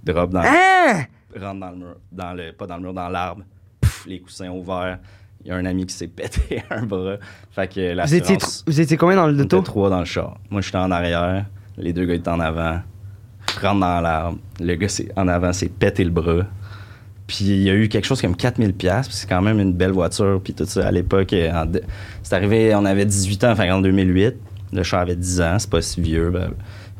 Speaker 3: drop dans,
Speaker 1: Hein?
Speaker 3: rentre dans le mur, dans le, pas dans le mur, dans l'arbre. Pouf, les coussins ouverts. Il y a un ami qui s'est pété un bras. Fait que
Speaker 1: Vous étiez,
Speaker 3: l'assurance,
Speaker 1: tr- vous étiez combien dans le
Speaker 3: on était
Speaker 1: loto?
Speaker 3: trois dans le char. Moi, j'étais en arrière. Les deux gars étaient en avant. Rentre dans l'arbre. Le gars c'est en avant s'est pété le bras. Puis il y a eu quelque chose comme 4000 pièces, c'est quand même une belle voiture puis tout ça à l'époque euh, en de- c'est arrivé on avait 18 ans enfin en 2008, le char avait 10 ans, c'est pas si vieux. ben,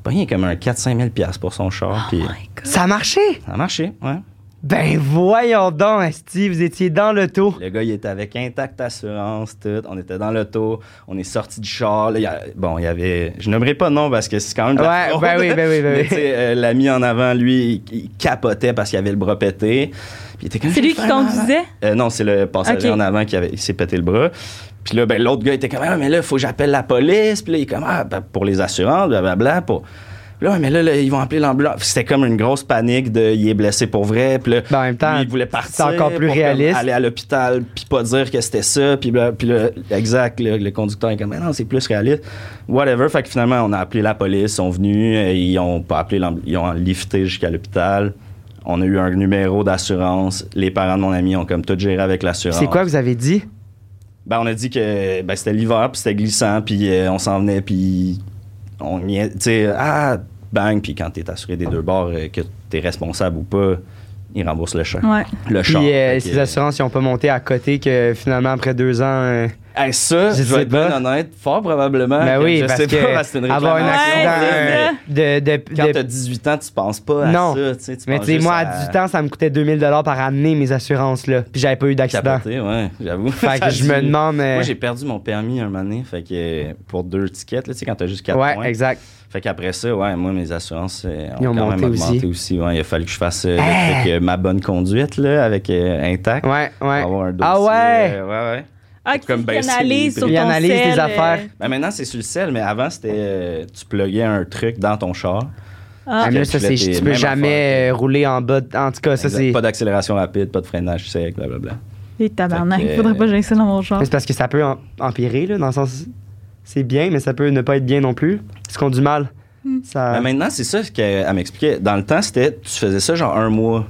Speaker 3: pas rien comme un 4 5000 pièces pour son char puis
Speaker 2: Oh my God.
Speaker 1: Ça a marché?
Speaker 3: ça a marché, ouais.
Speaker 1: Ben voyons donc, Esti, vous étiez dans l'auto.
Speaker 3: Le gars, il était avec Intact Assurance, tout. On était dans l'auto. On est sorti du char. Là, il y a- bon, il y avait. Je nommerai pas de nom parce que c'est quand même. de la
Speaker 1: Ouais,
Speaker 3: fraude.
Speaker 1: ben oui, ben oui, ben
Speaker 3: Mais
Speaker 1: oui.
Speaker 3: tu sais, euh, L'ami en avant, lui, il, il capotait parce qu'il avait le bras pété. Puis il était comme,
Speaker 2: C'est lui
Speaker 3: J'ai
Speaker 2: qui
Speaker 3: vraiment-
Speaker 2: conduisait?
Speaker 3: Euh, non, c'est le passager
Speaker 2: Ok.
Speaker 3: en avant qui, avait, qui s'est pété le bras. Puis là, ben, l'autre gars était comme, ah, mais là, il faut que j'appelle la police. Puis là, il est comme, ah, ben, pour les assurances, blablabla. Pour... Puis Là, ouais, mais là, là, ils vont appeler l'ambulance. Puis C'était comme une grosse panique de il est blessé pour vrai. Puis là,
Speaker 1: Ben, en même temps,
Speaker 3: lui, il voulait
Speaker 1: c'est
Speaker 3: partir.
Speaker 1: encore plus
Speaker 3: pour, comme,
Speaker 1: réaliste.
Speaker 3: aller à l'hôpital, puis pas dire que c'était ça. Puis là, puis là, exact, le, le conducteur est comme, mais non, c'est plus réaliste. Whatever. Fait que finalement, on a appelé la police, ils sont venus, euh, ils ont pas appelé, l'amb- ils ont lifté jusqu'à l'hôpital. On a eu un numéro d'assurance. Les parents de mon ami ont comme tout géré avec l'assurance.
Speaker 1: C'est quoi que vous avez dit?
Speaker 3: Ben, on a dit que ben, c'était l'hiver, puis c'était glissant, puis euh, on s'en venait, puis on y est, tu sais, ah, bang, puis quand t'es assuré des deux bords, euh, que t'es responsable ou pas, ils remboursent le char.
Speaker 2: Ouais.
Speaker 3: Le
Speaker 1: Puis
Speaker 3: char.
Speaker 1: euh,
Speaker 3: Fait que,
Speaker 1: ces assurances, ils ont pas monté à côté que finalement, après deux ans. euh,
Speaker 3: Hey, ça,
Speaker 1: Je
Speaker 3: je,
Speaker 1: sais
Speaker 3: vais être
Speaker 1: pas.
Speaker 3: bien honnête, fort probablement.
Speaker 1: Ben
Speaker 3: que
Speaker 1: oui,
Speaker 3: Ah, je
Speaker 1: parce
Speaker 3: sais
Speaker 1: que
Speaker 3: pas, parce que c'est une
Speaker 1: avoir un
Speaker 3: réclamation.
Speaker 1: accident
Speaker 2: Ouais,
Speaker 1: euh, de, de-
Speaker 3: Quand
Speaker 1: de-
Speaker 3: t'as 18 ans, tu penses pas à
Speaker 1: Non.
Speaker 3: ça. Tu sais, tu
Speaker 1: Mais
Speaker 3: penses
Speaker 1: tu sais,
Speaker 3: juste
Speaker 1: moi,
Speaker 3: à,
Speaker 1: à 18 ans, ça me coûtait 2000 par année mes assurances, là. Puis j'avais pas eu d'accident.
Speaker 3: Capoter, ouais, j'avoue.
Speaker 1: Fait que je me demande. euh,
Speaker 3: Moi, j'ai perdu mon permis un moment donné, fait que euh, pour deux tickets, là, tu sais, quand t'as juste quatre
Speaker 1: ouais,
Speaker 3: points.
Speaker 1: exact.
Speaker 3: Fait qu'après ça, ouais, moi, mes assurances euh,
Speaker 1: Ils
Speaker 3: ont,
Speaker 1: ont
Speaker 3: quand
Speaker 1: monté
Speaker 3: même augmenté
Speaker 1: aussi.
Speaker 3: aussi. ouais. Il a fallu que je fasse euh, le
Speaker 1: Hey!
Speaker 3: truc, euh, ma bonne conduite, là, avec euh, Intact.
Speaker 1: Ouais, ouais.
Speaker 3: Pour avoir un
Speaker 1: ah
Speaker 3: dossier,
Speaker 1: ouais!
Speaker 3: euh, ouais, ouais.
Speaker 2: Ah,
Speaker 3: Faut comme
Speaker 2: qui
Speaker 3: baisser
Speaker 2: analyse
Speaker 3: les
Speaker 2: sur
Speaker 1: prix. Il
Speaker 2: ton
Speaker 1: analyse
Speaker 2: cell,
Speaker 1: des
Speaker 2: euh,
Speaker 1: affaires.
Speaker 3: Ben, maintenant, c'est sur le sel, mais avant, c'était. euh, tu pluguais un truc dans ton char.
Speaker 2: Ah.
Speaker 1: Mais là, ça,
Speaker 3: Puis là,
Speaker 1: c'est,
Speaker 3: t'es
Speaker 1: tu peux
Speaker 3: même
Speaker 1: jamais euh, rouler en bas. de- En tout cas, ça,
Speaker 3: Exact.
Speaker 1: c'est.
Speaker 3: Pas d'accélération rapide, pas de freinage sec, blablabla.
Speaker 2: Les tabarnak,
Speaker 3: Fait que- euh,
Speaker 2: il faudrait pas que j'aille ça dans mon genre.
Speaker 1: Mais C'est parce que ça peut em- empirer, là, dans le sens. C'est bien, mais ça peut ne pas être bien non plus. Parce qu'on du mal. Ça...
Speaker 3: Mais maintenant, c'est ça qu'elle m'expliquait. Dans le temps, c'était. Tu faisais ça genre un mois.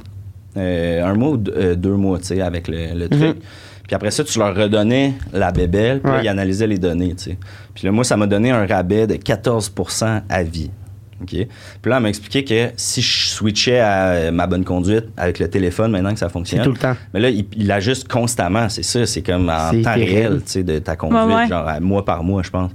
Speaker 3: Euh, un mois ou deux, euh, deux mois, tu sais, avec le, le
Speaker 1: Mhm.
Speaker 3: truc. Puis après ça, tu leur redonnais la bébelle, puis là,
Speaker 1: Ouais.
Speaker 3: ils analysaient les données, tu sais. Puis là, moi, ça m'a donné un rabais de 14 à vie. OK? Puis là, elle m'a expliqué que si je switchais à euh, ma bonne conduite avec le téléphone, maintenant que ça fonctionne.
Speaker 1: C'est tout le temps.
Speaker 3: Mais là, il, il ajuste constamment, c'est ça. C'est comme en
Speaker 1: C'est
Speaker 3: temps
Speaker 1: terrible.
Speaker 3: réel, tu sais, de ta conduite,
Speaker 2: Ouais, ouais.
Speaker 3: genre à mois par mois, je pense.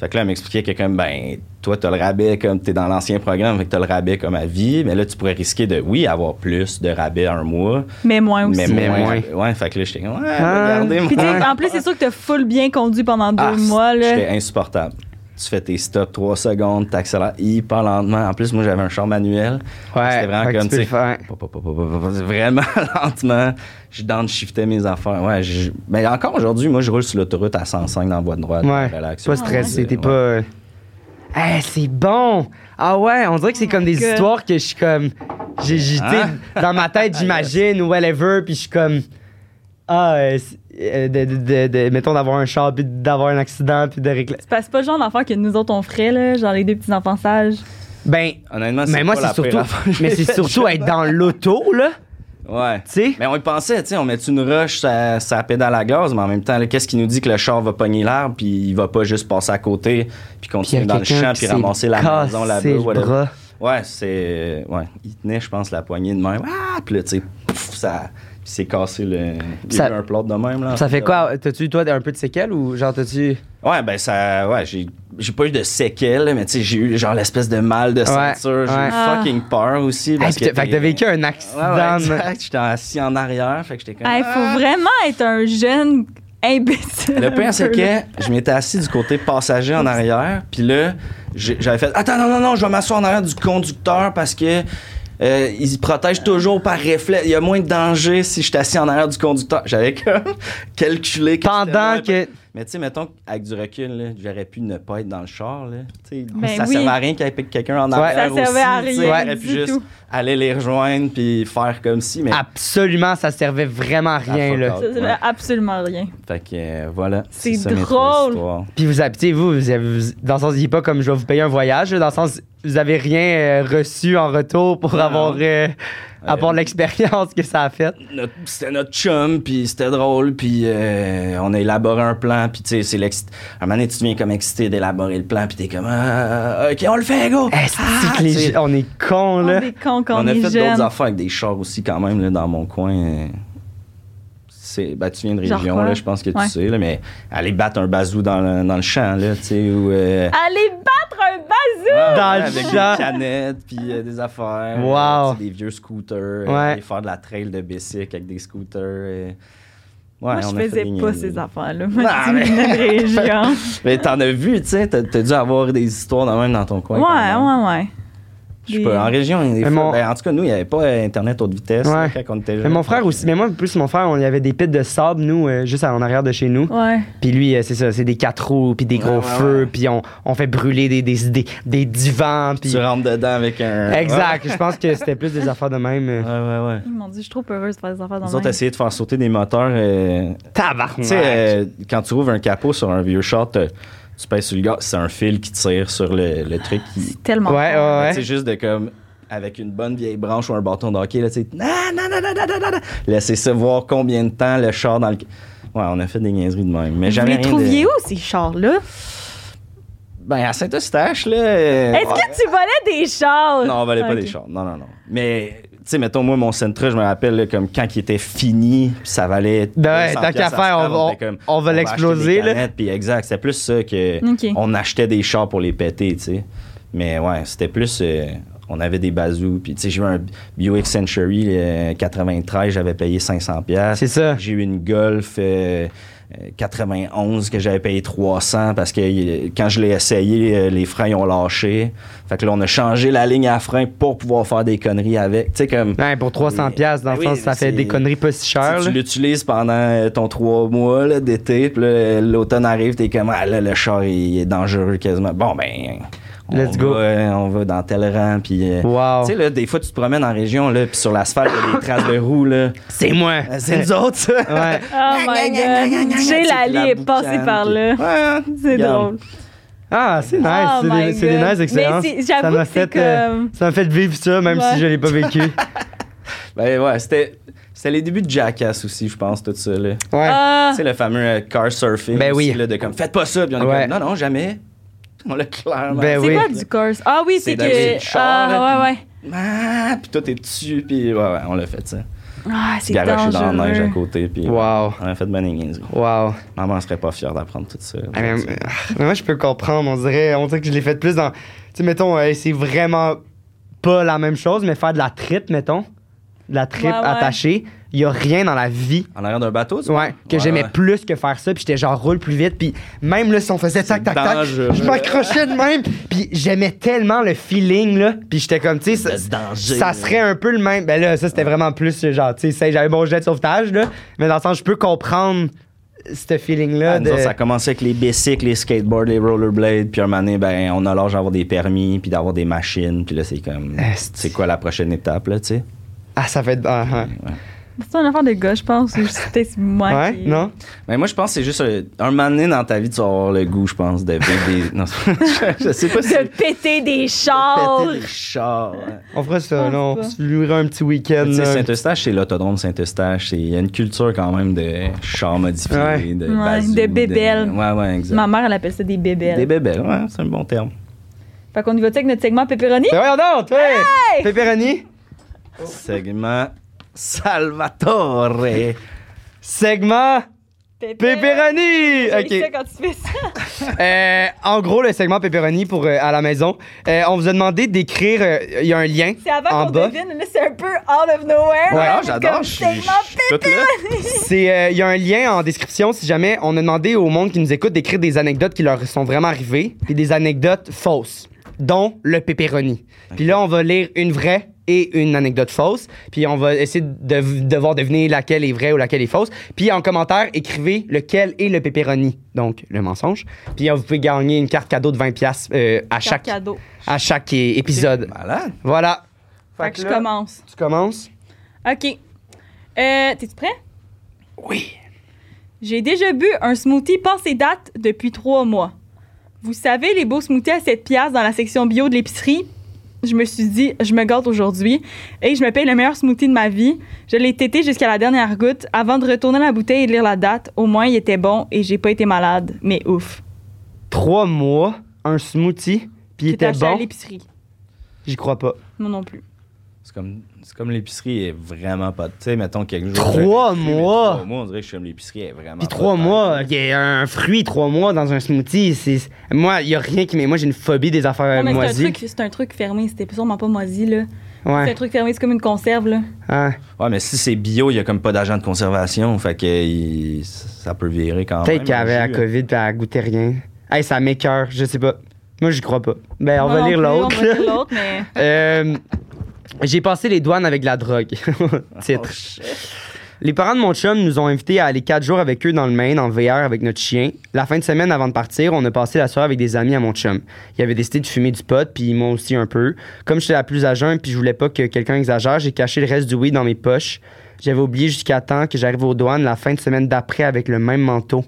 Speaker 3: Fait que là, elle m'expliquait que comme, ben, toi, t'as le rabais, comme t'es dans l'ancien programme, fait que t'as le rabais comme à vie, mais là, tu pourrais risquer de, oui, avoir plus de rabais un mois,
Speaker 2: Mais moins aussi.
Speaker 1: Mais
Speaker 3: mais, moins. Ouais, fait que là, j'étais comme, ouais,
Speaker 1: Ah.
Speaker 3: regardez, moi.
Speaker 2: Puis tu sais, en plus, c'est sûr que t'as full bien conduit pendant deux
Speaker 3: Ah,
Speaker 2: mois. Là.
Speaker 3: J'étais insupportable. Tu fais tes stops 3 secondes, t'accélères hyper lentement. En plus, moi, j'avais un char manuel.
Speaker 1: Ouais,
Speaker 3: C'était
Speaker 1: fait
Speaker 3: vraiment
Speaker 1: que
Speaker 3: comme,
Speaker 1: tu peux
Speaker 3: tu
Speaker 1: le
Speaker 3: sais,
Speaker 1: faire.
Speaker 3: pa- pa- pa- pa- pa- pa- vraiment lentement. Je downshiftais mes affaires. Ouais, je- mais encore aujourd'hui, moi, je roule sur l'autoroute à 105 dans la voie de droite.
Speaker 1: Ouais.
Speaker 3: Relax.
Speaker 1: Pas stressé, t'es
Speaker 3: Ouais.
Speaker 1: pas. euh, Hey, c'est bon! Ah ouais, on dirait que c'est comme des
Speaker 2: God.
Speaker 1: histoires que je suis comme. J'ai, j'ai- tu sais,
Speaker 3: Hein?
Speaker 1: Dans ma tête, j'imagine, ou whatever, puis je suis comme. Ah, euh, c'est- euh, de, de- de- de- mettons d'avoir un char, puis d'avoir un accident, puis de réclamer.
Speaker 2: C'est pas- c'est pas le genre d'affaire que nous autres on ferait, là, genre les deux petits enfants sages.
Speaker 1: Ben,
Speaker 3: Honnêtement, Ah, c'est
Speaker 1: mais moi,
Speaker 3: pas la
Speaker 1: c'est surtout.
Speaker 3: pire affaire que
Speaker 1: Mais
Speaker 3: j'ai
Speaker 1: c'est
Speaker 3: faite.
Speaker 1: surtout être dans l'auto, là,
Speaker 3: Ouais.
Speaker 1: tu sais?
Speaker 3: Mais on y pensait, tu sais, on met une roche, ça, ça pédale à gaz, mais en même temps, là, qu'est-ce qui nous dit que le char va pogner l'arbre, puis il va pas juste passer à côté, puis
Speaker 1: Puis il y
Speaker 3: continuer
Speaker 1: a
Speaker 3: dans le
Speaker 1: quelqu'un
Speaker 3: champ,
Speaker 1: qui
Speaker 3: puis
Speaker 1: s'est
Speaker 3: ramasser la
Speaker 1: cassé
Speaker 3: maison
Speaker 1: le
Speaker 3: là-bas, whatever.
Speaker 1: bras.
Speaker 3: Ouais, c'est. Ouais, il tenait, je pense, la poignée de même. Ah, puis là, tu sais, pouf, ça. Puis c'est cassé le. Il y
Speaker 1: Ça-
Speaker 3: a eu un plâtre de même, là.
Speaker 1: Ça fait quoi? T'as-tu, toi, un peu de séquelles, ou genre, t'as-tu.
Speaker 3: Ouais, ben ça. Ouais, j'ai. J'ai pas eu de séquelles, mais tu sais, j'ai eu genre l'espèce de mal de ceinture. J'ai
Speaker 1: ouais. Ah.
Speaker 3: eu fucking peur aussi.
Speaker 1: Hey,
Speaker 3: Parce
Speaker 1: puis t'as-
Speaker 3: que
Speaker 1: fait que t'as vécu un
Speaker 3: Ouais, ouais,
Speaker 1: accident.
Speaker 3: exact. J'étais assis en arrière, fait que j'étais comme.
Speaker 2: Hey,
Speaker 3: Ah!
Speaker 2: faut vraiment être un jeune imbécile.
Speaker 3: Le pire,
Speaker 2: un
Speaker 3: c'est
Speaker 2: peu, là.
Speaker 3: que je m'étais assis du côté passager en arrière, puis là, j'ai- j'avais fait Attends, non, non, non, je vais m'asseoir en arrière du conducteur parce que. euh, il se protège toujours par réflexe. Il y a moins de danger si je suis assis en arrière du conducteur. J'avais comme calculé que c'était
Speaker 1: pendant
Speaker 3: moi.
Speaker 1: que.
Speaker 3: Mais tu sais, mettons avec du recul, là, j'aurais pu ne pas être dans le char. Là. Tu sais,
Speaker 2: Ben
Speaker 3: ça
Speaker 2: oui.
Speaker 3: servait à rien qu'il y ait quelqu'un en
Speaker 1: Ouais.
Speaker 3: arrière
Speaker 2: Ça servait à
Speaker 3: aussi, tu sais.
Speaker 2: rien
Speaker 3: J'aurais pu
Speaker 2: du
Speaker 3: juste
Speaker 2: tout.
Speaker 3: aller les rejoindre puis faire comme si. Mais
Speaker 1: Ah. Absolument, ça servait vraiment à rien,
Speaker 3: Ah, fuck
Speaker 1: là.
Speaker 3: all.
Speaker 2: Ça, ça
Speaker 3: Ouais.
Speaker 2: fait absolument rien.
Speaker 3: fait que euh, voilà.
Speaker 2: C'est
Speaker 3: ça, mes trois
Speaker 2: drôle.
Speaker 3: histoires.
Speaker 1: Puis vous habitez, vous, vous avez- vous- dans le sens, il n'est pas comme je vais vous payer un voyage, là, dans le sens, vous avez rien euh, reçu en retour pour avoir, euh, à part l'expérience que ça a faite.
Speaker 3: Notre- c'était notre chum, puis c'était drôle, puis euh, on a élaboré un plan, puis tu sais, c'est l'ex... À un moment donné, tu deviens comme excité d'élaborer le plan, puis t'es comme, Ah, OK, on le fait, go!
Speaker 2: Eh,
Speaker 1: Est-ce
Speaker 3: Ah,
Speaker 1: que les
Speaker 3: tu sais,
Speaker 1: gens- on est cons,
Speaker 2: On
Speaker 1: là.
Speaker 2: est con quand
Speaker 3: on
Speaker 2: on
Speaker 3: a
Speaker 2: est
Speaker 3: fait
Speaker 2: jeune.
Speaker 3: d'autres affaires avec des chars aussi, quand même, là, dans mon coin. euh, C'est, ben, tu viens de
Speaker 2: Genre
Speaker 3: région,
Speaker 2: quoi?
Speaker 3: là, je pense que tu
Speaker 2: Ouais.
Speaker 3: sais, là, mais aller battre un bazou dans le, dans le champ, là, tu sais, ou... euh,
Speaker 2: Allez battre un bazou!
Speaker 1: Dans le
Speaker 3: avec
Speaker 1: champ.
Speaker 3: des canettes, puis euh, des affaires.
Speaker 1: Wow.
Speaker 3: euh, tu sais, des vieux scooters. euh,
Speaker 1: Ouais.
Speaker 3: aller faire de la trail de bicycle avec des scooters. euh. Ouais,
Speaker 2: Moi, je
Speaker 3: on a fait
Speaker 2: faisais
Speaker 3: des
Speaker 2: pas
Speaker 3: niaiseries.
Speaker 2: ces affaires-là.
Speaker 3: Non,
Speaker 2: Moi,
Speaker 3: mais-
Speaker 2: mais... région.
Speaker 3: Mais t'en as vu, tu sais. T'as t'as dû avoir des histoires de même dans ton coin.
Speaker 2: Ouais,
Speaker 3: quand même.
Speaker 2: ouais, ouais.
Speaker 3: Je sais pas, en région, il y a des
Speaker 1: Mais
Speaker 3: fois-
Speaker 1: mon-
Speaker 3: ben, en tout cas, nous, il n'y avait pas euh, Internet haute vitesse
Speaker 1: Ouais.
Speaker 3: là, quand on était
Speaker 1: Mais mon frère aussi, mais moi, plus mon frère, on y avait des pits de sable, nous, euh, juste en arrière de chez nous.
Speaker 2: Ouais.
Speaker 1: Puis lui, euh, c'est ça, c'est des quatre roues, puis des gros
Speaker 3: Ouais, ouais,
Speaker 1: feux,
Speaker 3: ouais.
Speaker 1: puis on, on fait brûler des, des, des, des divans, puis...
Speaker 3: Tu rentres dedans avec un.
Speaker 1: Exact, je pense que c'était plus des affaires de même. euh.
Speaker 3: Ouais, ouais, ouais.
Speaker 2: Ils m'ont dit, Oh je suis trop heureuse de faire des affaires dans
Speaker 3: Nous
Speaker 2: le
Speaker 3: autres,
Speaker 2: même.
Speaker 3: essayer de faire sauter des moteurs. euh, Tu
Speaker 1: Tabarnak!
Speaker 3: sais, euh, quand tu ouvres un capot sur un vieux char, t'as- tu pèses sur le gars, c'est un fil qui tire sur le, le truc qui.
Speaker 2: C'est tellement.
Speaker 1: ouais,
Speaker 2: fort.
Speaker 1: ouais,
Speaker 3: C'est
Speaker 1: ouais.
Speaker 3: juste de comme. Avec une bonne vieille branche ou un bâton de hockey, là, tu sais. na, na, na, na, na, na, na, na. Laissez ça voir combien de temps le char dans le. Ouais, on a fait des niaiseries de même. Mais
Speaker 2: Vous
Speaker 3: jamais
Speaker 2: les
Speaker 3: rien
Speaker 2: trouviez
Speaker 3: de...
Speaker 2: où, ces chars-là?
Speaker 3: Ben, à Saint-Eustache, là. euh,
Speaker 2: Est-ce que tu volais des chars?
Speaker 3: Non, on valait pas
Speaker 2: Ah Ok.
Speaker 3: les chars. Non, non, non. Mais, tu sais, mettons, moi, mon Sentra, je me rappelle, là, comme quand il était fini, puis ça valait.
Speaker 1: Ben ouais,
Speaker 3: 200
Speaker 1: tant qu'à
Speaker 3: piastres
Speaker 1: faire, on
Speaker 3: à Scrabble,
Speaker 1: va-
Speaker 3: était comme,
Speaker 1: on va
Speaker 3: acheter
Speaker 1: l'exploser,
Speaker 3: des
Speaker 1: là.
Speaker 3: canettes, Puis exact, c'était plus ça que.
Speaker 2: Ok.
Speaker 3: On achetait des chars pour les péter, tu sais. Mais ouais, c'était plus. euh, on avait des bazous. Puis, tu sais, j'ai eu un Buick Century euh, 93, j'avais payé 500$. piastres.
Speaker 1: C'est ça.
Speaker 3: J'ai eu une Golf euh, euh, 91 que j'avais payé 300 parce que euh, quand je l'ai essayé, euh, les freins ils ont lâché. Fait que là, on a changé la ligne à frein pour pouvoir faire des conneries avec. Tu sais, comme.
Speaker 1: Ouais, pour 300 piastres, dans le
Speaker 3: Oui,
Speaker 1: sens, ça
Speaker 3: c'est-
Speaker 1: fait des conneries pas si chères.
Speaker 3: Si tu
Speaker 1: là.
Speaker 3: l'utilises pendant euh, ton trois mois là, d'été, puis là, l'automne arrive, t'es comme, ah là, le char, il est dangereux quasiment. Bon, ben, on
Speaker 1: Let's go.
Speaker 3: va, euh, on va dans tel rang, puis... euh,
Speaker 1: Wow.
Speaker 3: Tu sais, là, des fois, tu te promènes en région, là, puis sur l'asphalte, il y a des traces de roues, là.
Speaker 1: C'est moi!
Speaker 3: Euh, C'est nous autres, ça.
Speaker 1: Ouais.
Speaker 2: Oh my god. J'ai l'allée est passée par là. C'est
Speaker 3: hein, Regarde.
Speaker 2: drôle.
Speaker 1: Ah, c'est nice.
Speaker 2: Oh
Speaker 1: c'est
Speaker 2: my
Speaker 1: des, c'est des
Speaker 2: God.
Speaker 1: nice expériences.
Speaker 2: Mais c'est-
Speaker 1: ça
Speaker 2: j'avoue
Speaker 1: m'a
Speaker 2: que c'est
Speaker 1: fait, euh,
Speaker 2: comme-
Speaker 1: ça m'a fait vivre ça, même
Speaker 2: Ouais.
Speaker 1: si je l'ai pas vécu. ouais.
Speaker 3: Ben ouais, c'était. C'était les débuts de Jackass aussi, je pense, tout ça. Là.
Speaker 2: Ah,
Speaker 3: Tu sais, le fameux euh, car surfing.
Speaker 1: Ben
Speaker 3: aussi,
Speaker 1: oui.
Speaker 3: Là, de comme, faites pas ça. Puis on est
Speaker 1: Ouais.
Speaker 3: comme, non, non, jamais. On l'a clairement.
Speaker 1: Ben
Speaker 2: c'est
Speaker 1: oui.
Speaker 2: quoi du course? Ah oui, c'est
Speaker 3: Eh C'est d'un
Speaker 2: que.
Speaker 3: char,
Speaker 2: Ah
Speaker 3: là,
Speaker 2: ouais, ouais.
Speaker 3: Ah, puis toi, t'es dessus. Puis ouais, ouais, on l'a fait, ça.
Speaker 2: Ah, c'est
Speaker 3: Garoché dans la neige à
Speaker 2: dangereux.
Speaker 3: côté. Puis
Speaker 1: Wow.
Speaker 3: on a fait bonne niaiserie.
Speaker 1: Wow.
Speaker 3: Maman serait pas fière d'apprendre tout ça.
Speaker 1: Ah, mais, euh, mais moi, je peux comprendre. On dirait, on dirait que je l'ai fait plus dans. Tu sais, mettons, euh, c'est vraiment pas la même chose, mais faire de la tripe, mettons. De la tripe
Speaker 2: Ouais, ouais.
Speaker 1: attachée. Il y a rien dans la vie.
Speaker 3: En arrière d'un bateau, tu
Speaker 1: Ouais, que
Speaker 3: Ouais,
Speaker 1: j'aimais
Speaker 3: ouais.
Speaker 1: plus que faire ça, puis j'étais genre roule plus vite, puis même là si on faisait tac tac tac,
Speaker 3: dangereux.
Speaker 1: je m'accrochais de même, puis j'aimais tellement le feeling là, puis j'étais comme tu sais ça,
Speaker 3: Le danger,
Speaker 1: ça
Speaker 3: là.
Speaker 1: serait un peu le même, ben là ça c'était vraiment plus euh, genre tu sais j'avais mon jet de sauvetage là, mais dans le sens je peux comprendre ce feeling là
Speaker 3: Ah, nous
Speaker 1: de
Speaker 3: autres, ça a commencé avec les bicycles, les skateboards, les rollerblades, puis un moment donné, ben, on a l'âge d'avoir des permis, puis d'avoir des machines, puis là, c'est comme,
Speaker 2: Ah,
Speaker 1: Esti.
Speaker 3: c'est quoi la prochaine étape, là, tu sais?
Speaker 1: ah ça fait ah, ah.
Speaker 2: C'est une affaire de gars, je pense. ou c'est Peut-être moi.
Speaker 1: ouais
Speaker 2: qui-
Speaker 1: non
Speaker 3: Mais moi, je pense que c'est juste euh, un, moment donné dans ta vie, tu vas avoir le goût, je pense, de vivre des... non, je- je sais pas si...
Speaker 2: De péter des chars.
Speaker 3: Péter des chars. hein.
Speaker 1: on fera ça
Speaker 2: pense
Speaker 1: là, on
Speaker 2: pas.
Speaker 1: se louera un petit week-end
Speaker 3: Tu sais,
Speaker 1: là.
Speaker 3: Saint-Eustache, c'est l'autodrome Saint-Eustache. c'est- Il y a une culture quand même de chars modifiés,
Speaker 1: Ouais.
Speaker 3: de
Speaker 2: Ouais,
Speaker 3: bazous,
Speaker 2: de bébelles.
Speaker 3: Ouais, ouais, exact.
Speaker 2: Ma mère, elle appelle ça des bébelles.
Speaker 3: Des bébelles, ouais, c'est un bon terme.
Speaker 2: Fait qu'on y va-tu avec notre segment pepperoni?
Speaker 1: Ben voyons donc toi
Speaker 2: Hey!
Speaker 1: Pepperoni
Speaker 3: Segment Salvatore.
Speaker 1: segment Pepperoni
Speaker 2: J'ai
Speaker 1: ok
Speaker 2: ça quand tu fais ça.
Speaker 1: Euh, en gros, le segment pepperoni pour euh, à la maison, euh, on vous a demandé d'écrire. euh, Il y a un lien
Speaker 2: C'est avant
Speaker 1: en
Speaker 2: qu'on
Speaker 1: bas.
Speaker 2: devine, là, c'est un peu out of nowhere.
Speaker 3: Ouais,
Speaker 2: là,
Speaker 3: non, j'adore.
Speaker 2: comme
Speaker 3: Je suis
Speaker 2: segment
Speaker 3: je suis toute là.
Speaker 1: C'est euh, il y a un lien en description si jamais on a demandé au monde qui nous écoute d'écrire des anecdotes qui leur sont vraiment arrivées et des anecdotes fausses. dont le pepperoni. Puis là, on va lire une vraie et une anecdote fausse. Puis on va essayer de, de voir deviner laquelle est vraie ou laquelle est fausse. Puis en commentaire, écrivez lequel est le pepperoni, donc le mensonge. Puis euh, vous pouvez gagner une carte cadeau de 20$ piastres, euh, à,
Speaker 2: Carte
Speaker 1: chaque,
Speaker 2: cadeau.
Speaker 1: à chaque é- épisode.
Speaker 3: Malade.
Speaker 1: Voilà.
Speaker 2: Fait que je commence.
Speaker 1: Tu commences?
Speaker 2: OK. Euh, T'es-tu prêt?
Speaker 1: Oui.
Speaker 2: J'ai déjà bu un smoothie passé date depuis trois mois. Vous savez, les beaux smoothies à 7 piastres dans la section bio de l'épicerie? Je me suis dit, je me gâte aujourd'hui et je me paye le meilleur smoothie de ma vie. Je l'ai tété jusqu'à la dernière goutte avant de retourner la bouteille et de lire la date. Au moins, il était bon et j'ai pas été malade, mais ouf.
Speaker 1: Trois mois, un smoothie, puis il
Speaker 2: J'ai
Speaker 1: était
Speaker 2: acheté à
Speaker 1: bon.
Speaker 2: l'épicerie.
Speaker 1: J'y crois pas.
Speaker 2: Moi non plus.
Speaker 3: C'est comme, c'est comme l'épicerie est vraiment pas. Tu sais, mettons quelques jours.
Speaker 1: Trois
Speaker 3: j'ai-
Speaker 1: mois!
Speaker 3: Trois mois, on dirait que je suis comme l'épicerie est vraiment.
Speaker 1: Puis
Speaker 3: pas
Speaker 1: trois
Speaker 3: de-
Speaker 1: mois, il y a un fruit trois mois dans un smoothie. c'est- Moi, il y a rien qui. Mais moi, j'ai une phobie des affaires
Speaker 2: Non, mais c'est un
Speaker 1: moisies.
Speaker 2: truc- c'est un, truc fermé, c'était sûrement pas moisi, là. C'est un
Speaker 1: Ouais.
Speaker 2: truc fermé, c'est comme une conserve, là.
Speaker 1: Ah.
Speaker 3: Ouais, mais si c'est bio, il y a comme pas d'agent de conservation. Fait que il- ça peut virer quand même.
Speaker 1: Peut-être qu'elle avait la
Speaker 3: le jus.
Speaker 1: COVID puis elle goûtait rien. Hey, ça m'écœure, je sais pas. Moi, j'y crois pas. Ben, on
Speaker 2: Moi
Speaker 1: va
Speaker 2: non
Speaker 1: lire
Speaker 2: plus,
Speaker 1: l'autre.
Speaker 2: On va lire l'autre, mais.
Speaker 1: Euh, j'ai passé les douanes avec de la drogue. Titre. Les parents de mon chum nous ont invités à aller quatre jours avec eux dans le Maine en VR avec notre chien. La fin de semaine avant de partir, on a passé la soirée avec des amis à mon chum. Ils avaient décidé de fumer du pot, puis moi aussi un peu. Comme j'étais la plus à jeun, puis je voulais pas que quelqu'un exagère, j'ai caché le reste du weed dans mes poches. J'avais oublié jusqu'à temps que j'arrive aux douanes la fin de semaine d'après avec le même manteau.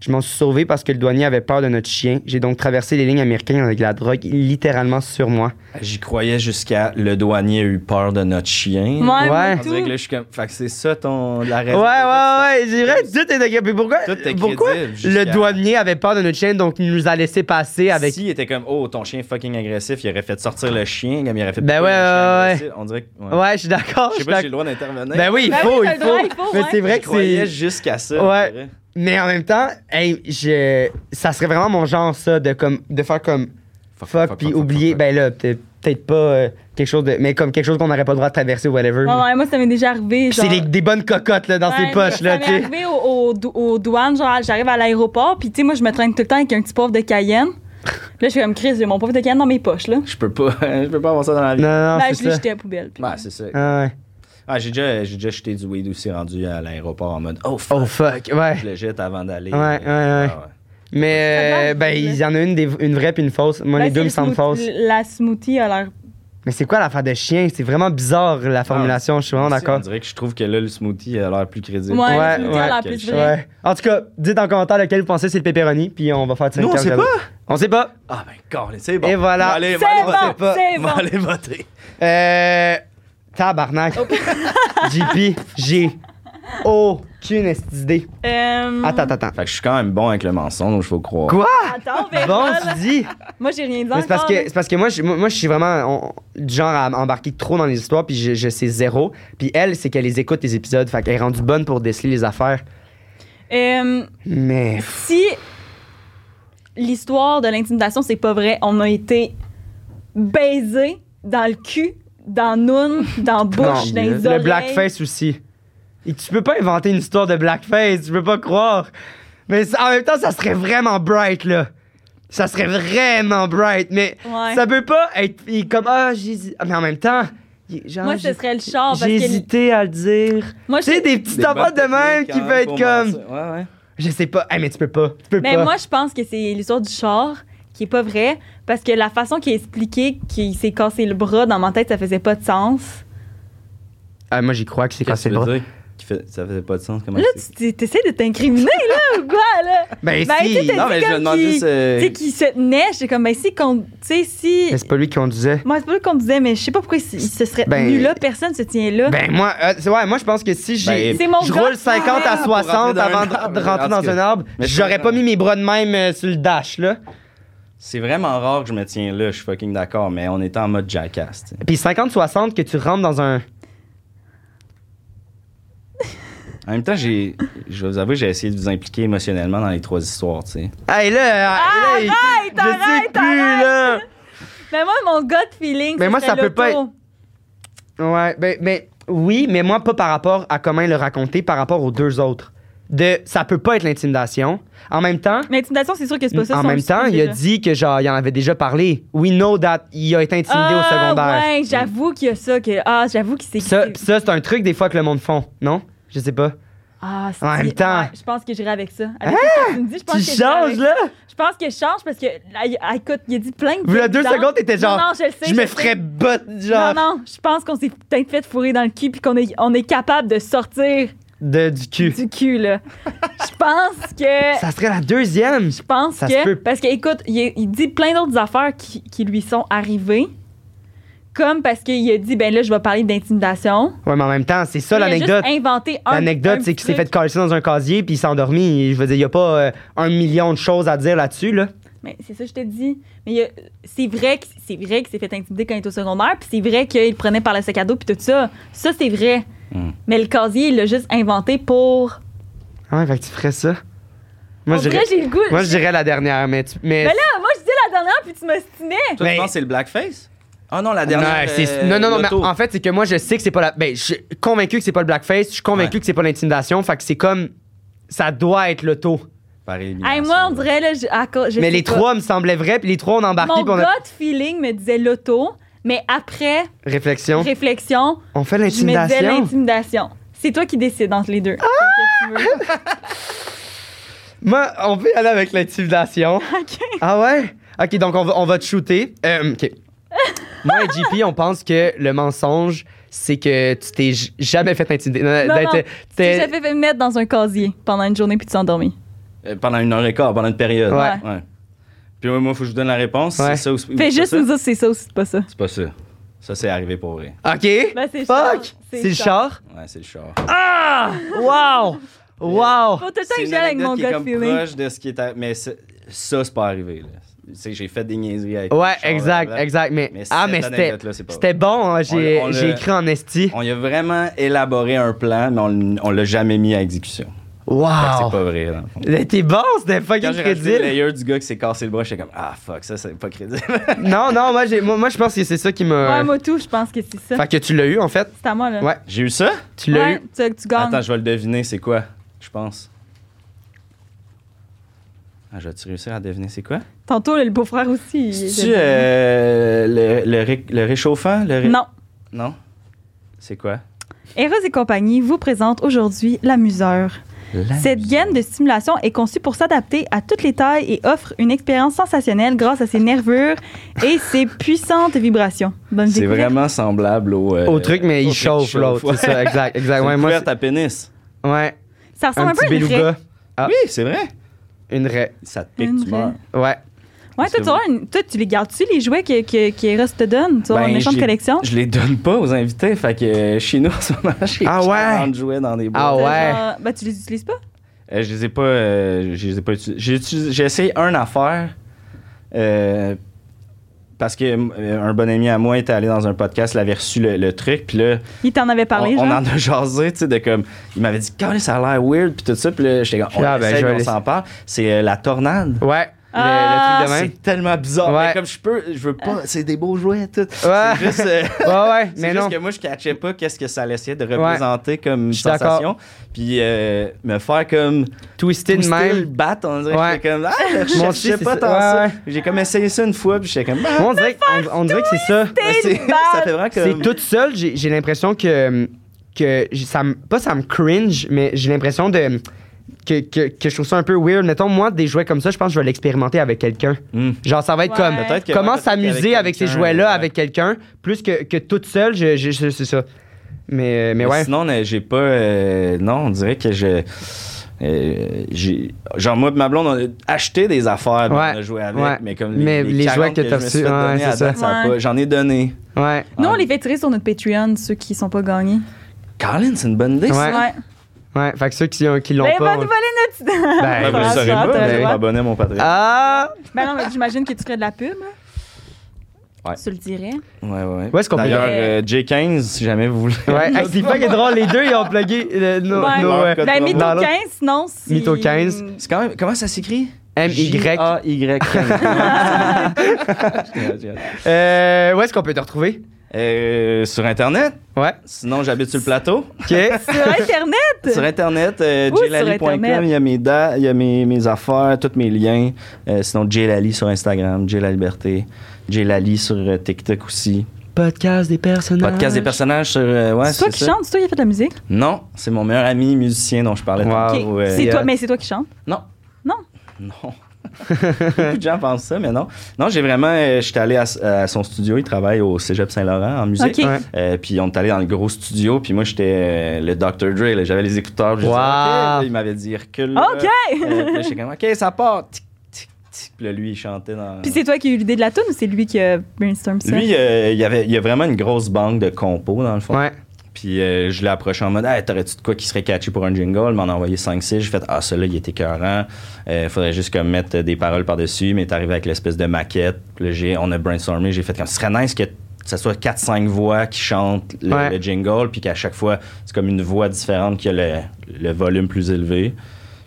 Speaker 1: Je m'en suis sauvé parce que le douanier avait peur de notre chien. J'ai donc traversé les lignes américaines avec la drogue littéralement sur moi.
Speaker 3: J'y croyais jusqu'à le douanier a eu peur de notre chien.
Speaker 2: Moi,
Speaker 1: Ouais.
Speaker 2: moi
Speaker 1: On
Speaker 3: On dirait
Speaker 2: tout.
Speaker 3: que là, je suis comme. Fait que c'est ça ton.
Speaker 1: Ouais,
Speaker 3: La raison.
Speaker 1: ouais, ouais, j'ai vrai, tout est agréable. Pourquoi,
Speaker 3: Tout est
Speaker 1: pourquoi
Speaker 3: crédible jusqu'à-
Speaker 1: le douanier avait peur de notre chien, donc il nous a laissé passer avec.
Speaker 3: S'il était comme, oh, ton chien est fucking agressif, il aurait fait sortir le chien, comme il aurait fait.
Speaker 1: Ben
Speaker 3: Pourquoi
Speaker 1: ouais,
Speaker 3: le chien
Speaker 1: ouais,
Speaker 3: agressif? On dirait que. ouais.
Speaker 1: Ouais, je suis d'accord.
Speaker 3: Je
Speaker 1: je
Speaker 3: sais
Speaker 1: suis
Speaker 3: pas si j'ai le
Speaker 1: d'accord.
Speaker 3: droit d'intervenir.
Speaker 1: Ben oui, il
Speaker 2: Ben
Speaker 1: faut,
Speaker 2: oui, t'as
Speaker 1: il
Speaker 2: le droit,
Speaker 1: faut.
Speaker 2: il faut,
Speaker 1: Mais
Speaker 2: ouais.
Speaker 1: c'est vrai
Speaker 3: Je
Speaker 1: que c'est.
Speaker 3: croyais jusqu'à ça. on
Speaker 1: Ouais.
Speaker 3: dirait.
Speaker 1: Mais en même temps, hey, je... ça serait vraiment mon genre, ça, de, comme, de faire comme fuck, puis oublier.
Speaker 3: fuck.
Speaker 1: Ben là, peut-être peut-être pas euh, quelque chose de. Mais comme quelque chose qu'on n'aurait pas le droit de traverser ou whatever.
Speaker 2: Ouais, ouais, moi, ça m'est déjà arrivé.
Speaker 1: Puis c'est
Speaker 2: genre-
Speaker 1: des, des bonnes cocottes là, dans
Speaker 2: Ouais,
Speaker 1: ses poches,
Speaker 2: ça
Speaker 1: là, tu
Speaker 2: m'est
Speaker 1: sais.
Speaker 2: arrivé au- au dou- aux douanes, genre, j'arrive à l'aéroport, puis tu sais, moi, je me traîne tout le temps avec un petit poivre de Cayenne. Là, je suis comme Chris, j'ai mon poivre de Cayenne dans mes poches, là.
Speaker 3: Je peux pas, je peux pas avoir ça dans la vie.
Speaker 1: Non, non,
Speaker 2: Là,
Speaker 1: Ah, c'est
Speaker 2: Ben, je l'ai
Speaker 1: ça.
Speaker 2: jeté à la poubelle. puis-
Speaker 3: Ouais, c'est ça.
Speaker 1: Ah, ouais.
Speaker 3: Ah, j'ai déjà, j'ai déjà jeté du weed aussi rendu à l'aéroport en mode, oh, fuck,
Speaker 1: Oh fuck, ouais.
Speaker 3: je le jette avant d'aller.
Speaker 1: Ouais, ouais, ouais.
Speaker 3: Ah,
Speaker 1: Mais euh,
Speaker 2: Ça te manque,
Speaker 1: ben,
Speaker 2: tu
Speaker 1: il
Speaker 2: sais.
Speaker 1: y en a une, des, une vraie puis une fausse. Moi,
Speaker 2: Là,
Speaker 1: les deux
Speaker 2: c'est
Speaker 1: me
Speaker 2: le
Speaker 1: semblent fausses.
Speaker 2: smoothie- La smoothie a l'air.
Speaker 1: Mais c'est quoi l'affaire de chien? C'est vraiment bizarre
Speaker 3: Ah,
Speaker 1: la formulation, je suis vraiment
Speaker 3: Aussi, On
Speaker 1: d'accord.
Speaker 3: dirait que je trouve que là, le smoothie a l'air plus crédible.
Speaker 2: Ouais,
Speaker 1: Ouais,
Speaker 2: la smoothie a l'air
Speaker 3: ouais.
Speaker 2: plus vraie.
Speaker 1: Ouais. En tout cas, dites en commentaire lequel vous pensez c'est le pepperoni, puis on va faire tirer
Speaker 3: Nous,
Speaker 1: une
Speaker 3: on
Speaker 1: carte
Speaker 3: sait
Speaker 1: cadeau.
Speaker 3: pas.
Speaker 1: On sait pas.
Speaker 3: Ah, ben, God, c'est bon.
Speaker 1: Et voilà.
Speaker 3: Va aller-
Speaker 2: C'est
Speaker 3: va aller
Speaker 2: bon,
Speaker 3: voter.
Speaker 2: c'est
Speaker 3: Va
Speaker 2: bon.
Speaker 3: aller voter.
Speaker 1: Euh. Tabarnak. JP, j'ai aucune esti idée.
Speaker 2: Euh,
Speaker 1: Attends, attends, attends.
Speaker 3: Fait que je suis quand même bon avec le mensonge, faut croire.
Speaker 1: Quoi?
Speaker 2: Attends, on verra,
Speaker 1: Bon,
Speaker 2: là.
Speaker 1: tu dis?
Speaker 2: Moi, j'ai rien dit
Speaker 1: Mais
Speaker 2: encore.
Speaker 1: c'est parce que c'est parce que moi je, moi moi, je suis vraiment on- du genre à embarquer trop dans les histoires puis je, je sais zéro puis elle c'est qu'elle les écoute les épisodes fait qu'elle est rendue bonne pour déceler les affaires
Speaker 2: Euh,
Speaker 1: mais pff,
Speaker 2: si l'histoire de l'intimidation, c'est pas vrai, on a été baisé dans le cul, dans noun, dans bouche,
Speaker 1: non.
Speaker 2: dans les
Speaker 1: le
Speaker 2: oreilles.
Speaker 1: blackface aussi Et tu peux pas inventer une histoire de blackface tu peux pas croire mais ça- en même temps ça serait vraiment bright là ça serait vraiment bright mais
Speaker 2: Ouais.
Speaker 1: ça peut pas être il est comme ah j'ai hési- mais en même temps il- genre,
Speaker 2: Moi, ce
Speaker 1: hein, j'ai-
Speaker 2: serait le char parce
Speaker 1: j'ai
Speaker 2: que
Speaker 1: hésité à le dire
Speaker 2: moi,
Speaker 1: tu sais des petites affaires de même qui peut être comme
Speaker 3: Ouais, ouais.
Speaker 1: Je sais pas. Hey, mais tu peux pas. Tu peux
Speaker 2: Mais
Speaker 1: pas.
Speaker 2: moi, je pense que c'est l'histoire du char qui est pas vrai parce que la façon qu'il a expliqué qu'il s'est cassé le bras dans ma tête, ça faisait pas de sens.
Speaker 1: Ah, moi, j'y crois que c'est
Speaker 3: Qu'est-ce
Speaker 1: cassé
Speaker 3: que
Speaker 1: le
Speaker 3: tu
Speaker 1: bras.
Speaker 3: veux dire? Qui fait- Ça faisait pas de sens. Comment
Speaker 2: Là,
Speaker 3: c'est-
Speaker 2: tu t- t'essaies de t'incriminer, là, ou quoi, là?
Speaker 1: Ben,
Speaker 2: Ben, tu sais,
Speaker 1: si.
Speaker 2: t'as-
Speaker 1: Non,
Speaker 3: Non, mais je
Speaker 2: comme
Speaker 3: me demande
Speaker 2: qui-
Speaker 3: juste. euh,
Speaker 2: Tu sais, qu'il se tenait, j'étais comme, ben, si, qu'on- tu sais, si.
Speaker 1: mais c'est pas lui qui conduisait.
Speaker 2: Moi, c'est pas ça qu'on disait, mais je sais pas pourquoi il s- il se serait
Speaker 1: Ben-
Speaker 2: tenu là, personne se tient là.
Speaker 1: Ben, moi, euh, c'est- ouais, moi, je pense que si j'ai.
Speaker 3: Ben,
Speaker 2: c'est mon
Speaker 1: je
Speaker 2: gars,
Speaker 1: roule 50 à
Speaker 2: ouais.
Speaker 3: Pour rentrer
Speaker 1: 60
Speaker 3: dans
Speaker 1: avant
Speaker 3: un
Speaker 1: de
Speaker 3: arbre,
Speaker 1: de rentrer
Speaker 3: en tout
Speaker 1: dans
Speaker 3: cas.
Speaker 1: un arbre,
Speaker 3: Mais je
Speaker 1: j'aurais pas
Speaker 3: comprends.
Speaker 1: mis mes bras de même euh, sur le dash, là.
Speaker 3: C'est vraiment rare que je me tiens là, je suis fucking d'accord, mais on était en mode jackass. tu sais.
Speaker 1: Puis 50-60 que tu rentres dans un.
Speaker 3: En même temps, j'ai, je vais vous avouer, j'ai essayé de vous impliquer émotionnellement dans les trois histoires, tu sais.
Speaker 1: Hey, là. euh, hey, là,
Speaker 2: Ah, arrête,
Speaker 1: je sais
Speaker 2: arrête,
Speaker 1: plus,
Speaker 2: arrête.
Speaker 1: là.
Speaker 2: Mais moi, mon gut feeling,
Speaker 1: Mais
Speaker 2: ce
Speaker 1: moi,
Speaker 2: serait
Speaker 1: ça peut pas
Speaker 2: l'auto.
Speaker 1: Ouais, ben, ben, oui, mais moi, pas par rapport à comment il le raconter, par rapport aux deux autres. de ça peut pas être l'intimidation. En même temps,
Speaker 2: L'intimidation, c'est sûr que c'est pas ça.
Speaker 1: en
Speaker 2: son
Speaker 1: même temps,
Speaker 2: sujet,
Speaker 1: il a
Speaker 2: là.
Speaker 1: dit que genre il en avait déjà parlé. We know that il a été intimidé au
Speaker 2: Ah,
Speaker 1: secondaire.
Speaker 2: Ouais, j'avoue qu'il y a ça. Que, ah, j'avoue qu'il s'est.
Speaker 1: Ça, pis ça c'est un truc des fois que le monde font, non Je sais pas.
Speaker 2: Ah, c'est-
Speaker 1: En même temps. Hein?
Speaker 2: ouais, je pense que j'irai avec ça. Avec ce que tu me dis, je pense
Speaker 1: Tu
Speaker 2: que j'irai avec-
Speaker 1: changes là
Speaker 2: Je pense que je change parce que, là, il- ah, écoute, il a dit plein de
Speaker 1: Vous la deux
Speaker 2: évidentes.
Speaker 1: secondes t'étais genre
Speaker 2: Non, non, je le sais.
Speaker 1: je me
Speaker 2: le
Speaker 1: ferais
Speaker 2: sais.
Speaker 1: botte genre
Speaker 2: Non, non, je pense qu'on s'est peut-être fait fourrer dans le cul puis qu'on est, on est capable de sortir
Speaker 1: de du cul.
Speaker 2: du cul, là. Je pense que.
Speaker 1: Ça serait la deuxième.
Speaker 2: Je pense
Speaker 1: Ça se
Speaker 2: que.
Speaker 1: peut.
Speaker 2: Parce que, écoute, il, est- il dit plein d'autres affaires qui, qui lui sont arrivées. Comme parce qu'il a dit, ben là, je vais parler d'intimidation.
Speaker 1: Ouais, mais en même temps, c'est ça
Speaker 2: Il a juste
Speaker 1: l'anecdote.
Speaker 2: inventé un-
Speaker 1: L'anecdote,
Speaker 2: un
Speaker 1: c'est qu'il s'est
Speaker 2: truc.
Speaker 1: fait coller dans un casier puis il s'est endormi. Je veux dire, il n'y a pas euh, un million de choses à dire là-dessus. Là.
Speaker 2: Mais c'est ça, je te dis. Mais il y a- c'est vrai que c'est vrai qu'il s'est fait intimider quand il était au secondaire, puis c'est vrai qu'il le prenait par le sac à dos, puis tout ça. Ça, c'est vrai.
Speaker 3: Mm.
Speaker 2: Mais le casier, il l'a juste inventé pour.
Speaker 1: Ah ouais, fait que tu ferais ça. Moi,
Speaker 2: en
Speaker 1: je dirais,
Speaker 2: vrai, j'ai le goût.
Speaker 1: moi, je dirais la dernière, mais. tu-
Speaker 2: Mais
Speaker 1: mais,
Speaker 2: là, moi, je dis la dernière, puis tu m'ostinais.
Speaker 3: Toi,
Speaker 1: Mais-
Speaker 3: tu penses que c'est le blackface? Ah non, la
Speaker 1: Non,
Speaker 3: dernière.
Speaker 1: Ben- c'est-
Speaker 3: euh,
Speaker 1: non, non, non, mais
Speaker 3: l'auto.
Speaker 1: en fait, c'est que moi, je sais que c'est pas la. Ben, je suis convaincu que c'est pas le blackface, je suis convaincu
Speaker 3: Ouais.
Speaker 1: que c'est pas l'intimidation, fait que c'est comme. Ça doit être le taux.
Speaker 3: Par élimination,
Speaker 2: Hey, moi, on
Speaker 3: là.
Speaker 2: dirait, là, je, à cause- je
Speaker 1: Mais
Speaker 2: sais
Speaker 1: les
Speaker 2: pas.
Speaker 1: trois me semblaient vrais, puis les trois, on embarquait,
Speaker 2: Mon
Speaker 1: puis on
Speaker 2: gut
Speaker 1: a.
Speaker 2: feeling me disait l'auto, mais après
Speaker 1: Réflexion.
Speaker 2: réflexion,
Speaker 1: On fait
Speaker 2: je me disais
Speaker 1: l'intimidation.
Speaker 2: l'intimidation. C'est toi qui décides entre les deux.
Speaker 1: Ah!
Speaker 2: Qu'est-ce que tu veux?
Speaker 1: Moi, on peut y aller avec l'intimidation.
Speaker 2: Ok.
Speaker 1: Ah ouais? Ok, donc on va, on va te shooter. Euh, ok. Moi et JP, on pense que le mensonge, c'est que tu t'es j- jamais fait intimider. Non,
Speaker 2: Non,
Speaker 1: t'es-
Speaker 2: non,
Speaker 1: t'es-
Speaker 2: Tu t'es jamais fait mettre dans un casier pendant une journée puis tu t'es endormi.
Speaker 3: Euh, Pendant une heure et quart, pendant une période.
Speaker 1: Ouais.
Speaker 3: Ouais. Puis ouais, moi, il faut que je vous donne la réponse.
Speaker 1: Ouais.
Speaker 3: C'est ça ou c'est ou
Speaker 2: Fais
Speaker 3: c'est pas
Speaker 2: juste
Speaker 3: ça? Oh,
Speaker 2: nous dire si c'est ça ou si c'est pas ça.
Speaker 3: C'est pas ça. Ça, c'est arrivé pour vrai.
Speaker 1: Ok.
Speaker 2: Ben, c'est le char.
Speaker 1: Fuck! C'est le char.
Speaker 3: Ouais, c'est le char.
Speaker 1: Ah! Wow! Wow!
Speaker 2: Faut tout le temps que
Speaker 3: C'est une
Speaker 2: j'aille avec
Speaker 3: anecdote
Speaker 2: mon
Speaker 3: qui est
Speaker 2: gut
Speaker 3: comme
Speaker 2: feeling.
Speaker 3: proche de ce qui est à- Mais c'est- ça, c'est pas arrivé. là. Tu sais, j'ai fait des niaiseries avec
Speaker 1: Ouais,
Speaker 3: le char,
Speaker 1: exact,
Speaker 3: blablabla.
Speaker 1: exact. Mais,
Speaker 3: Mais
Speaker 1: ah,
Speaker 3: cette
Speaker 1: mais c'était,
Speaker 3: anecdote-là, c'est pas
Speaker 1: c'était bon. hein, J'ai,
Speaker 3: On l'a- on
Speaker 1: j'ai
Speaker 3: l'a-
Speaker 1: écrit en esti.
Speaker 3: On y a vraiment élaboré un plan, mais on, l- on l'a jamais mis à exécution. Fait que C'est
Speaker 1: Wow!
Speaker 3: pas vrai, dans le fond.
Speaker 1: T'es bon, c'était
Speaker 3: Quand
Speaker 1: fucking
Speaker 3: Ah. j'ai rajouté le
Speaker 1: crédible.
Speaker 3: layer du gars qui s'est cassé le bras, j'étais comme Ah fuck, ça c'est pas crédible.
Speaker 1: Non, non, moi, j'ai, moi, moi, je pense que c'est ça qui
Speaker 2: Ouais,
Speaker 1: m'a.
Speaker 2: moi tout, je pense que c'est ça.
Speaker 1: fait que tu l'as eu, en fait.
Speaker 2: C'est à moi, là.
Speaker 1: Ouais,
Speaker 3: j'ai eu ça?
Speaker 1: Tu l'as
Speaker 2: Ouais,
Speaker 1: eu.
Speaker 2: tu, tu gagnes.
Speaker 3: Attends, je vais le deviner, c'est quoi, je pense. Ah, je vais-tu réussir à deviner c'est quoi?
Speaker 2: Tantôt, le beau-frère aussi. il-
Speaker 3: C'est-tu euh, le, le ré- le réchauffant? Le ré-
Speaker 2: Non.
Speaker 3: Non? C'est quoi?
Speaker 2: Eros et compagnie vous présente aujourd'hui l'amuseur. Cette gaine de stimulation est conçue pour s'adapter à toutes les tailles et offre une expérience sensationnelle grâce à ses nervures et ses puissantes vibrations. Bonne
Speaker 3: C'est
Speaker 2: découverte.
Speaker 3: vraiment semblable au... euh,
Speaker 1: Au truc, mais
Speaker 3: au
Speaker 1: il
Speaker 3: qui
Speaker 1: chauffe l'autre.
Speaker 3: ouais.
Speaker 1: C'est ça, exact,
Speaker 3: C'est
Speaker 1: exact. Ouais,
Speaker 3: une
Speaker 1: moi,
Speaker 3: couverte à pénis.
Speaker 1: c'est- ouais,
Speaker 2: Ça
Speaker 1: un
Speaker 2: ressemble un, peu
Speaker 1: petit
Speaker 2: à une raie.
Speaker 1: beluga. Ah.
Speaker 3: Oui, c'est vrai.
Speaker 1: Une raie.
Speaker 3: Ça te pique,
Speaker 2: Une
Speaker 3: tu meurs.
Speaker 2: vraie.
Speaker 1: Ouais.
Speaker 2: Ouais, toi, tu, vois, une- toi, tu les gardes-tu, les jouets que, que, qu'Eros te donne? Tu vois,
Speaker 3: Ben,
Speaker 2: en échange
Speaker 3: je
Speaker 2: de
Speaker 3: les-
Speaker 2: collection?
Speaker 3: Je les donne pas aux invités, fait que euh, chez nous, en ce moment, j'ai
Speaker 1: Ah ouais?
Speaker 3: 40 jouets dans des boîtes.
Speaker 1: Ah
Speaker 2: T'as
Speaker 1: ouais.
Speaker 2: genre- ben, tu les utilises pas?
Speaker 3: Euh, je les ai pas. euh, je les ai pas utilisés. J'ai utilisé- J'ai essayé un affaire. euh, parce que euh, un bon ami à moi était allé dans un podcast, il avait reçu le, le truc, puis là,
Speaker 2: Il t'en avait parlé,
Speaker 3: on, on
Speaker 2: genre?
Speaker 3: en a jasé, tu sais, de comme, il m'avait dit, Calais, ça a l'air weird, puis tout ça, puis là, j'étais comme, on
Speaker 1: Ah, ben,
Speaker 3: l'essaye,
Speaker 1: je vais
Speaker 3: on
Speaker 1: laisser-
Speaker 3: s'en parle. C'est euh, la tornade.
Speaker 1: Ouais. Le-
Speaker 2: Ah,
Speaker 1: le, truc de même.
Speaker 3: C'est tellement bizarre.
Speaker 1: Ouais.
Speaker 3: Mais comme je peux, je veux pas, c'est des beaux jouets, tout.
Speaker 1: Ouais.
Speaker 3: C'est juste, euh,
Speaker 1: Ouais, ouais,
Speaker 3: C'est
Speaker 1: mais
Speaker 3: juste
Speaker 1: non.
Speaker 3: que moi, je catchais pas qu'est-ce que ça laissait de représenter comme
Speaker 1: Je suis d'accord.
Speaker 3: sensation. Puis euh, me faire comme
Speaker 1: Twisté de
Speaker 3: twister le
Speaker 1: même.
Speaker 3: bat, on dirait
Speaker 1: Ouais.
Speaker 3: que j'étais comme ah, je
Speaker 1: Moi aussi,
Speaker 3: cherchais
Speaker 1: c'est
Speaker 3: pas
Speaker 1: ça.
Speaker 3: tant
Speaker 1: Ouais,
Speaker 3: ça.
Speaker 1: ouais.
Speaker 3: J'ai comme essayé ça une fois, puis j'étais comme bah,
Speaker 1: On dirait, on, on dirait que c'est ça.
Speaker 3: c'est-
Speaker 2: le bat.
Speaker 3: ça fait vraiment
Speaker 1: C'est
Speaker 3: comme
Speaker 1: toute seule, j'ai j'ai l'impression que. que j- ça me- pas ça me cringe, mais j'ai l'impression de. Que, que, que je trouve ça un peu weird. Mettons, moi, des jouets comme ça, je pense que je vais l'expérimenter avec quelqu'un.
Speaker 3: Hmm.
Speaker 1: Genre, ça va être
Speaker 2: Ouais.
Speaker 1: comme.
Speaker 3: Peut-être que-
Speaker 1: Comment
Speaker 3: peut-être
Speaker 1: s'amuser avec ces
Speaker 3: quelqu'un, euh,
Speaker 1: jouets-là
Speaker 3: ouais.
Speaker 1: avec quelqu'un, plus que, que toute seule, je, je- je- c'est ça. Mais, mais ouais.
Speaker 3: Sinon, euh, j'ai pas. euh, non, on dirait que je. euh, j'ai- genre, moi et ma blonde, on a acheté des affaires,
Speaker 1: Ouais.
Speaker 3: on a joué avec,
Speaker 1: Ouais.
Speaker 3: mais comme
Speaker 1: Mais les jouets
Speaker 3: 40
Speaker 1: que t'as
Speaker 3: je me
Speaker 1: reçus,
Speaker 3: suis fait donner
Speaker 1: ouais,
Speaker 3: à
Speaker 1: c'est ça.
Speaker 3: date, a
Speaker 2: Ouais.
Speaker 3: pas- J'en ai donné.
Speaker 1: Ouais.
Speaker 2: Nous, on
Speaker 3: Ouais.
Speaker 2: les fait tirer sur notre Patreon, ceux qui sont pas gagnés.
Speaker 3: Colin, c'est une bonne idée, ça.
Speaker 1: Ouais. Ouais. Fait que ceux qui, qui l'ont
Speaker 2: Ben,
Speaker 1: pas.
Speaker 2: va
Speaker 1: on-
Speaker 2: nous voler notre...
Speaker 1: Ben,
Speaker 3: Ouais, vous le
Speaker 1: Ah,
Speaker 3: saurez
Speaker 2: Attends,
Speaker 3: pas,
Speaker 2: attends,
Speaker 1: ben
Speaker 3: mais
Speaker 1: oui.
Speaker 3: je
Speaker 2: attends.
Speaker 3: m'abonnais à mon Patreon.
Speaker 1: Ah!
Speaker 2: Ben non, mais j'imagine que tu ferais de la pub. hein.
Speaker 3: Ouais.
Speaker 2: Tu le dirais.
Speaker 3: Ouais, ouais.
Speaker 1: Où est-ce qu'on peut-
Speaker 3: D'ailleurs, euh, J15, si jamais vous voulez.
Speaker 1: Ouais, hey, c'est fucking drôle, les deux ils ont plugué euh, nos,
Speaker 2: Ouais.
Speaker 1: nos, euh,
Speaker 3: Code
Speaker 2: Ben,
Speaker 3: promo.
Speaker 2: Mytho
Speaker 1: Dans l'autre-
Speaker 2: 15, sinon, si...
Speaker 1: Mytho 15.
Speaker 3: C'est quand même. Comment ça s'écrit
Speaker 1: MY.
Speaker 3: A Y.
Speaker 1: Euh, où est-ce qu'on peut te retrouver?
Speaker 3: Euh, sur Internet.
Speaker 1: Ouais.
Speaker 3: Sinon, j'habite sur le plateau.
Speaker 1: OK.
Speaker 2: Sur Internet?
Speaker 3: Sur Internet, euh,
Speaker 2: Où sur
Speaker 3: jlally.com,
Speaker 2: Internet?
Speaker 3: il y a, mes, da- il y a mes, mes affaires, tous mes liens. Euh, sinon, jlally sur Instagram, J la liberté, jlally sur euh, TikTok aussi.
Speaker 1: Podcast des personnages.
Speaker 3: Podcast des personnages sur. euh, ouais,
Speaker 2: c'est toi qui
Speaker 3: ça.
Speaker 2: chante, c'est toi qui a fait de la musique.
Speaker 3: Non, c'est mon meilleur ami musicien dont je parlais
Speaker 1: Wow. Ah,
Speaker 3: tantôt,
Speaker 2: Ok.
Speaker 3: ouais.
Speaker 2: c'est
Speaker 1: euh,
Speaker 2: toi, mais c'est toi qui chante.
Speaker 3: Non.
Speaker 2: Non.
Speaker 3: Non. Beaucoup de gens pensent ça, mais non. Non, j'ai vraiment. euh, J'étais allé à, s- à son studio. Il travaille au Cégep Saint-Laurent en musique.
Speaker 2: Ok.
Speaker 1: Ouais.
Speaker 3: Euh, puis on est allé dans le gros studio. Puis moi, j'étais euh, le Dr. Dre. là, J'avais les écouteurs. puis j'ai dit,
Speaker 1: Wow.
Speaker 3: OK. Puis Il m'avait dit recule. là.
Speaker 2: Ok.
Speaker 3: Euh, puis là, j'étais comme OK, ça part. Tic, tic, tic. Puis là, lui, il chantait dans.
Speaker 2: Puis c'est toi qui as eu l'idée de la tune ou c'est lui qui a brainstorm ça?
Speaker 3: lui, euh, il, y avait, il y a vraiment une grosse banque de compos, dans le fond.
Speaker 1: Ouais.
Speaker 3: Puis euh, je l'ai approché en mode Hey, t'aurais-tu de quoi qui serait catchy pour un jingle Il m'en a envoyé 5-6. J'ai fait Ah, celui-là, il était écœurant. Euh, faudrait juste comme mettre des paroles par-dessus. Mais t'es arrivé avec l'espèce de maquette. Puis là, j'ai- on a brainstormé. J'ai fait comme Ce serait nice que ça soit 4-5 voix qui chantent le,
Speaker 1: Ouais.
Speaker 3: le jingle. Puis qu'à chaque fois, c'est comme une voix différente qui a le, le volume plus élevé.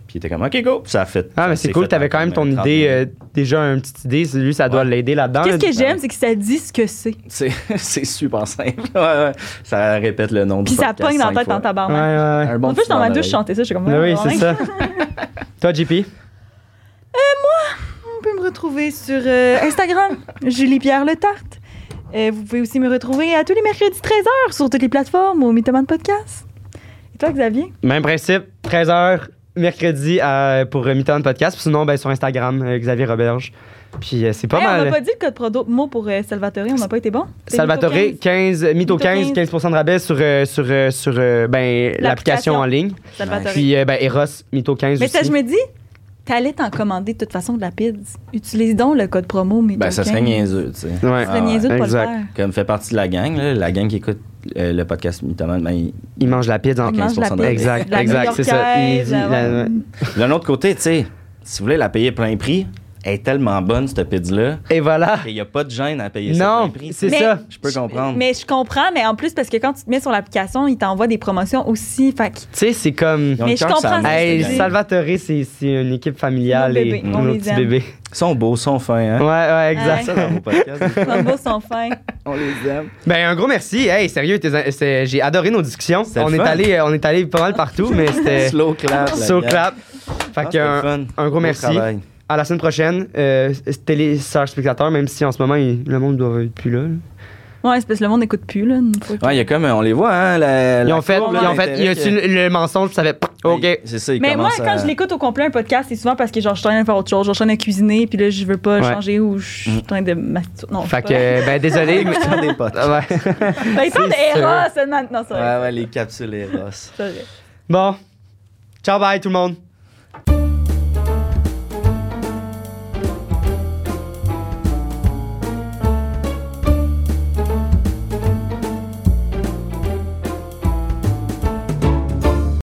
Speaker 3: Puis il était comme Ok, go. Puis ça a fait.
Speaker 1: Ah, mais
Speaker 3: ça
Speaker 1: c'est
Speaker 3: s'est
Speaker 1: cool,
Speaker 3: fait
Speaker 1: t'avais
Speaker 3: en
Speaker 1: quand même ton
Speaker 3: 30
Speaker 1: idée,
Speaker 3: minutes.
Speaker 1: euh, déjà une petite idée. Lui, ça doit
Speaker 3: Ouais.
Speaker 1: l'aider là-dedans.
Speaker 2: Qu'est-ce que
Speaker 1: là.
Speaker 2: j'aime, c'est que ça dit ce que c'est.
Speaker 3: C'est c'est super simple. Ouais, ouais. Ça répète le nom
Speaker 2: Puis
Speaker 3: du
Speaker 2: ça
Speaker 3: podcast
Speaker 2: pogne dans la
Speaker 3: cinq
Speaker 2: tête
Speaker 3: fois.
Speaker 2: en
Speaker 1: Ouais,
Speaker 2: tabarnak.
Speaker 1: ouais, ouais.
Speaker 3: Un bon
Speaker 2: En plus,
Speaker 3: petit
Speaker 2: dans ma
Speaker 3: vent
Speaker 2: douche, je
Speaker 3: d'oreille.
Speaker 2: chantais ça. J'étais comme.
Speaker 1: Ben oui, c'est
Speaker 2: Ouais.
Speaker 1: ça. Toi, JP?
Speaker 2: Vous pouvez me retrouver sur euh, Instagram, Julie-Pierre Le Tarte. Euh, vous pouvez aussi me retrouver à tous les mercredis 13h sur toutes les plateformes au Mythoman Podcast. Et toi, Xavier?
Speaker 1: Même principe, 13h mercredi euh, pour euh, Mi-temps de Podcast. Puis sinon, ben, sur Instagram, euh, Xavier Roberge. Puis euh, c'est pas
Speaker 2: Hey, On
Speaker 1: mal.
Speaker 2: n'a pas dit le code prodo mot pour euh, Salvatore, on n'a pas été bon. C'est
Speaker 1: Salvatore,
Speaker 2: 15.
Speaker 1: 15, Mito
Speaker 2: Mytho
Speaker 1: 15, 15 de rabais sur, euh, sur, euh, sur euh, ben, l'application
Speaker 2: L'application.
Speaker 1: en ligne.
Speaker 2: Salvatore.
Speaker 1: Puis euh, ben, Eros, Mito 15
Speaker 2: Mais ça,
Speaker 1: aussi.
Speaker 2: je me dis, t'allais t'en commander de toute façon de la pizza. Utilise donc le code promo, mais
Speaker 3: Ben, ça serait
Speaker 2: niaiseux.
Speaker 3: niaiseux, tu sais.
Speaker 1: Ouais.
Speaker 2: Ça serait niaiseux de pas le
Speaker 1: Exact.
Speaker 2: faire.
Speaker 3: Comme fait partie de la gang, là, la gang qui écoute euh, le podcast Mythoman, ben, il-
Speaker 1: Il mange la pizza en
Speaker 2: Il mange
Speaker 3: 15%
Speaker 2: la pizza,
Speaker 3: de rabais.
Speaker 1: Exact,
Speaker 2: la
Speaker 1: exact, c'est ça.
Speaker 2: new-yorkaise,
Speaker 1: Il- il- la-
Speaker 2: ouais.
Speaker 3: d'un autre côté, tu sais, si vous voulez la payer plein prix, elle est tellement bonne, cette pizza-là,
Speaker 1: Et voilà.
Speaker 3: qu'il n'y a pas de gêne à payer ça plein
Speaker 1: Non,
Speaker 3: prix.
Speaker 1: c'est
Speaker 2: Mais-
Speaker 1: ça.
Speaker 3: Je peux comprendre.
Speaker 2: Mais je comprends, mais en plus, parce que quand tu te mets sur l'application, il t'envoie des promotions aussi. Fait que
Speaker 1: Tu sais, c'est comme.
Speaker 3: Ils ont
Speaker 2: mais
Speaker 3: le
Speaker 2: je
Speaker 3: cœur sur la
Speaker 2: comprends
Speaker 3: main,
Speaker 2: ce que
Speaker 1: Hey,
Speaker 3: cette gang.
Speaker 2: dis.
Speaker 1: Salvatore, c'est c'est une équipe familiale
Speaker 2: Nos
Speaker 1: et
Speaker 2: bébés, on
Speaker 1: nos
Speaker 2: les
Speaker 1: petits
Speaker 2: aime.
Speaker 1: bébés.
Speaker 3: Ils sont beaux, ils sont fins, hein?
Speaker 1: Ouais, ouais, exact.
Speaker 2: Ouais.
Speaker 3: Ça, dans vos podcasts,
Speaker 2: les combos sont fins.
Speaker 3: on les aime.
Speaker 1: Ben, un gros merci. Hey, sérieux, t'es- c'est- j'ai adoré nos discussions.
Speaker 3: C'était
Speaker 1: On
Speaker 3: le
Speaker 1: est,
Speaker 3: fun.
Speaker 1: allé, on est allé pas mal partout, mais c'était.
Speaker 3: Slow clap. la
Speaker 1: So
Speaker 3: gang.
Speaker 1: clap. Fait
Speaker 3: Ah,
Speaker 1: que
Speaker 3: c'était
Speaker 1: un,
Speaker 3: fun.
Speaker 1: un gros
Speaker 3: Beau
Speaker 1: merci.
Speaker 3: travail.
Speaker 1: À la semaine prochaine. Euh, télé sœurs spectateurs, même si en ce moment, il- le monde doit être plus là. là.
Speaker 2: Ouais, c'est parce que le monde n'écoute plus, là. une fois que-
Speaker 3: Ouais, il y a comme, euh, on les voit, hein? La,
Speaker 1: Ils
Speaker 3: la
Speaker 1: ont fait,
Speaker 3: courbe,
Speaker 1: ils
Speaker 3: là,
Speaker 1: ont fait, il y a
Speaker 3: l'intérêt
Speaker 1: eu le mensonge, puis ça fait.
Speaker 3: que-
Speaker 1: OK.
Speaker 3: C'est ça, ils
Speaker 2: Mais moi,
Speaker 3: commencent
Speaker 2: quand
Speaker 3: à-
Speaker 2: je l'écoute au complet, un podcast, c'est souvent parce que genre, je suis en train de faire autre chose, genre, je suis en train de cuisiner, puis là, je veux pas
Speaker 1: Ouais. Mm.
Speaker 2: changer ou je suis en train de masturber. Non,
Speaker 1: Fait
Speaker 2: c'est
Speaker 1: que,
Speaker 2: pas vrai.
Speaker 1: ben, désolé. mais-
Speaker 3: Écoutant des potes.
Speaker 1: Ouais.
Speaker 2: Ben, il parle de
Speaker 1: c'est
Speaker 2: Hera seulement. Non, c'est
Speaker 3: Ouais,
Speaker 2: vrai.
Speaker 3: ouais, les capsules Eros.
Speaker 2: C'est vrai.
Speaker 1: Bon. Ciao, bye, tout le monde.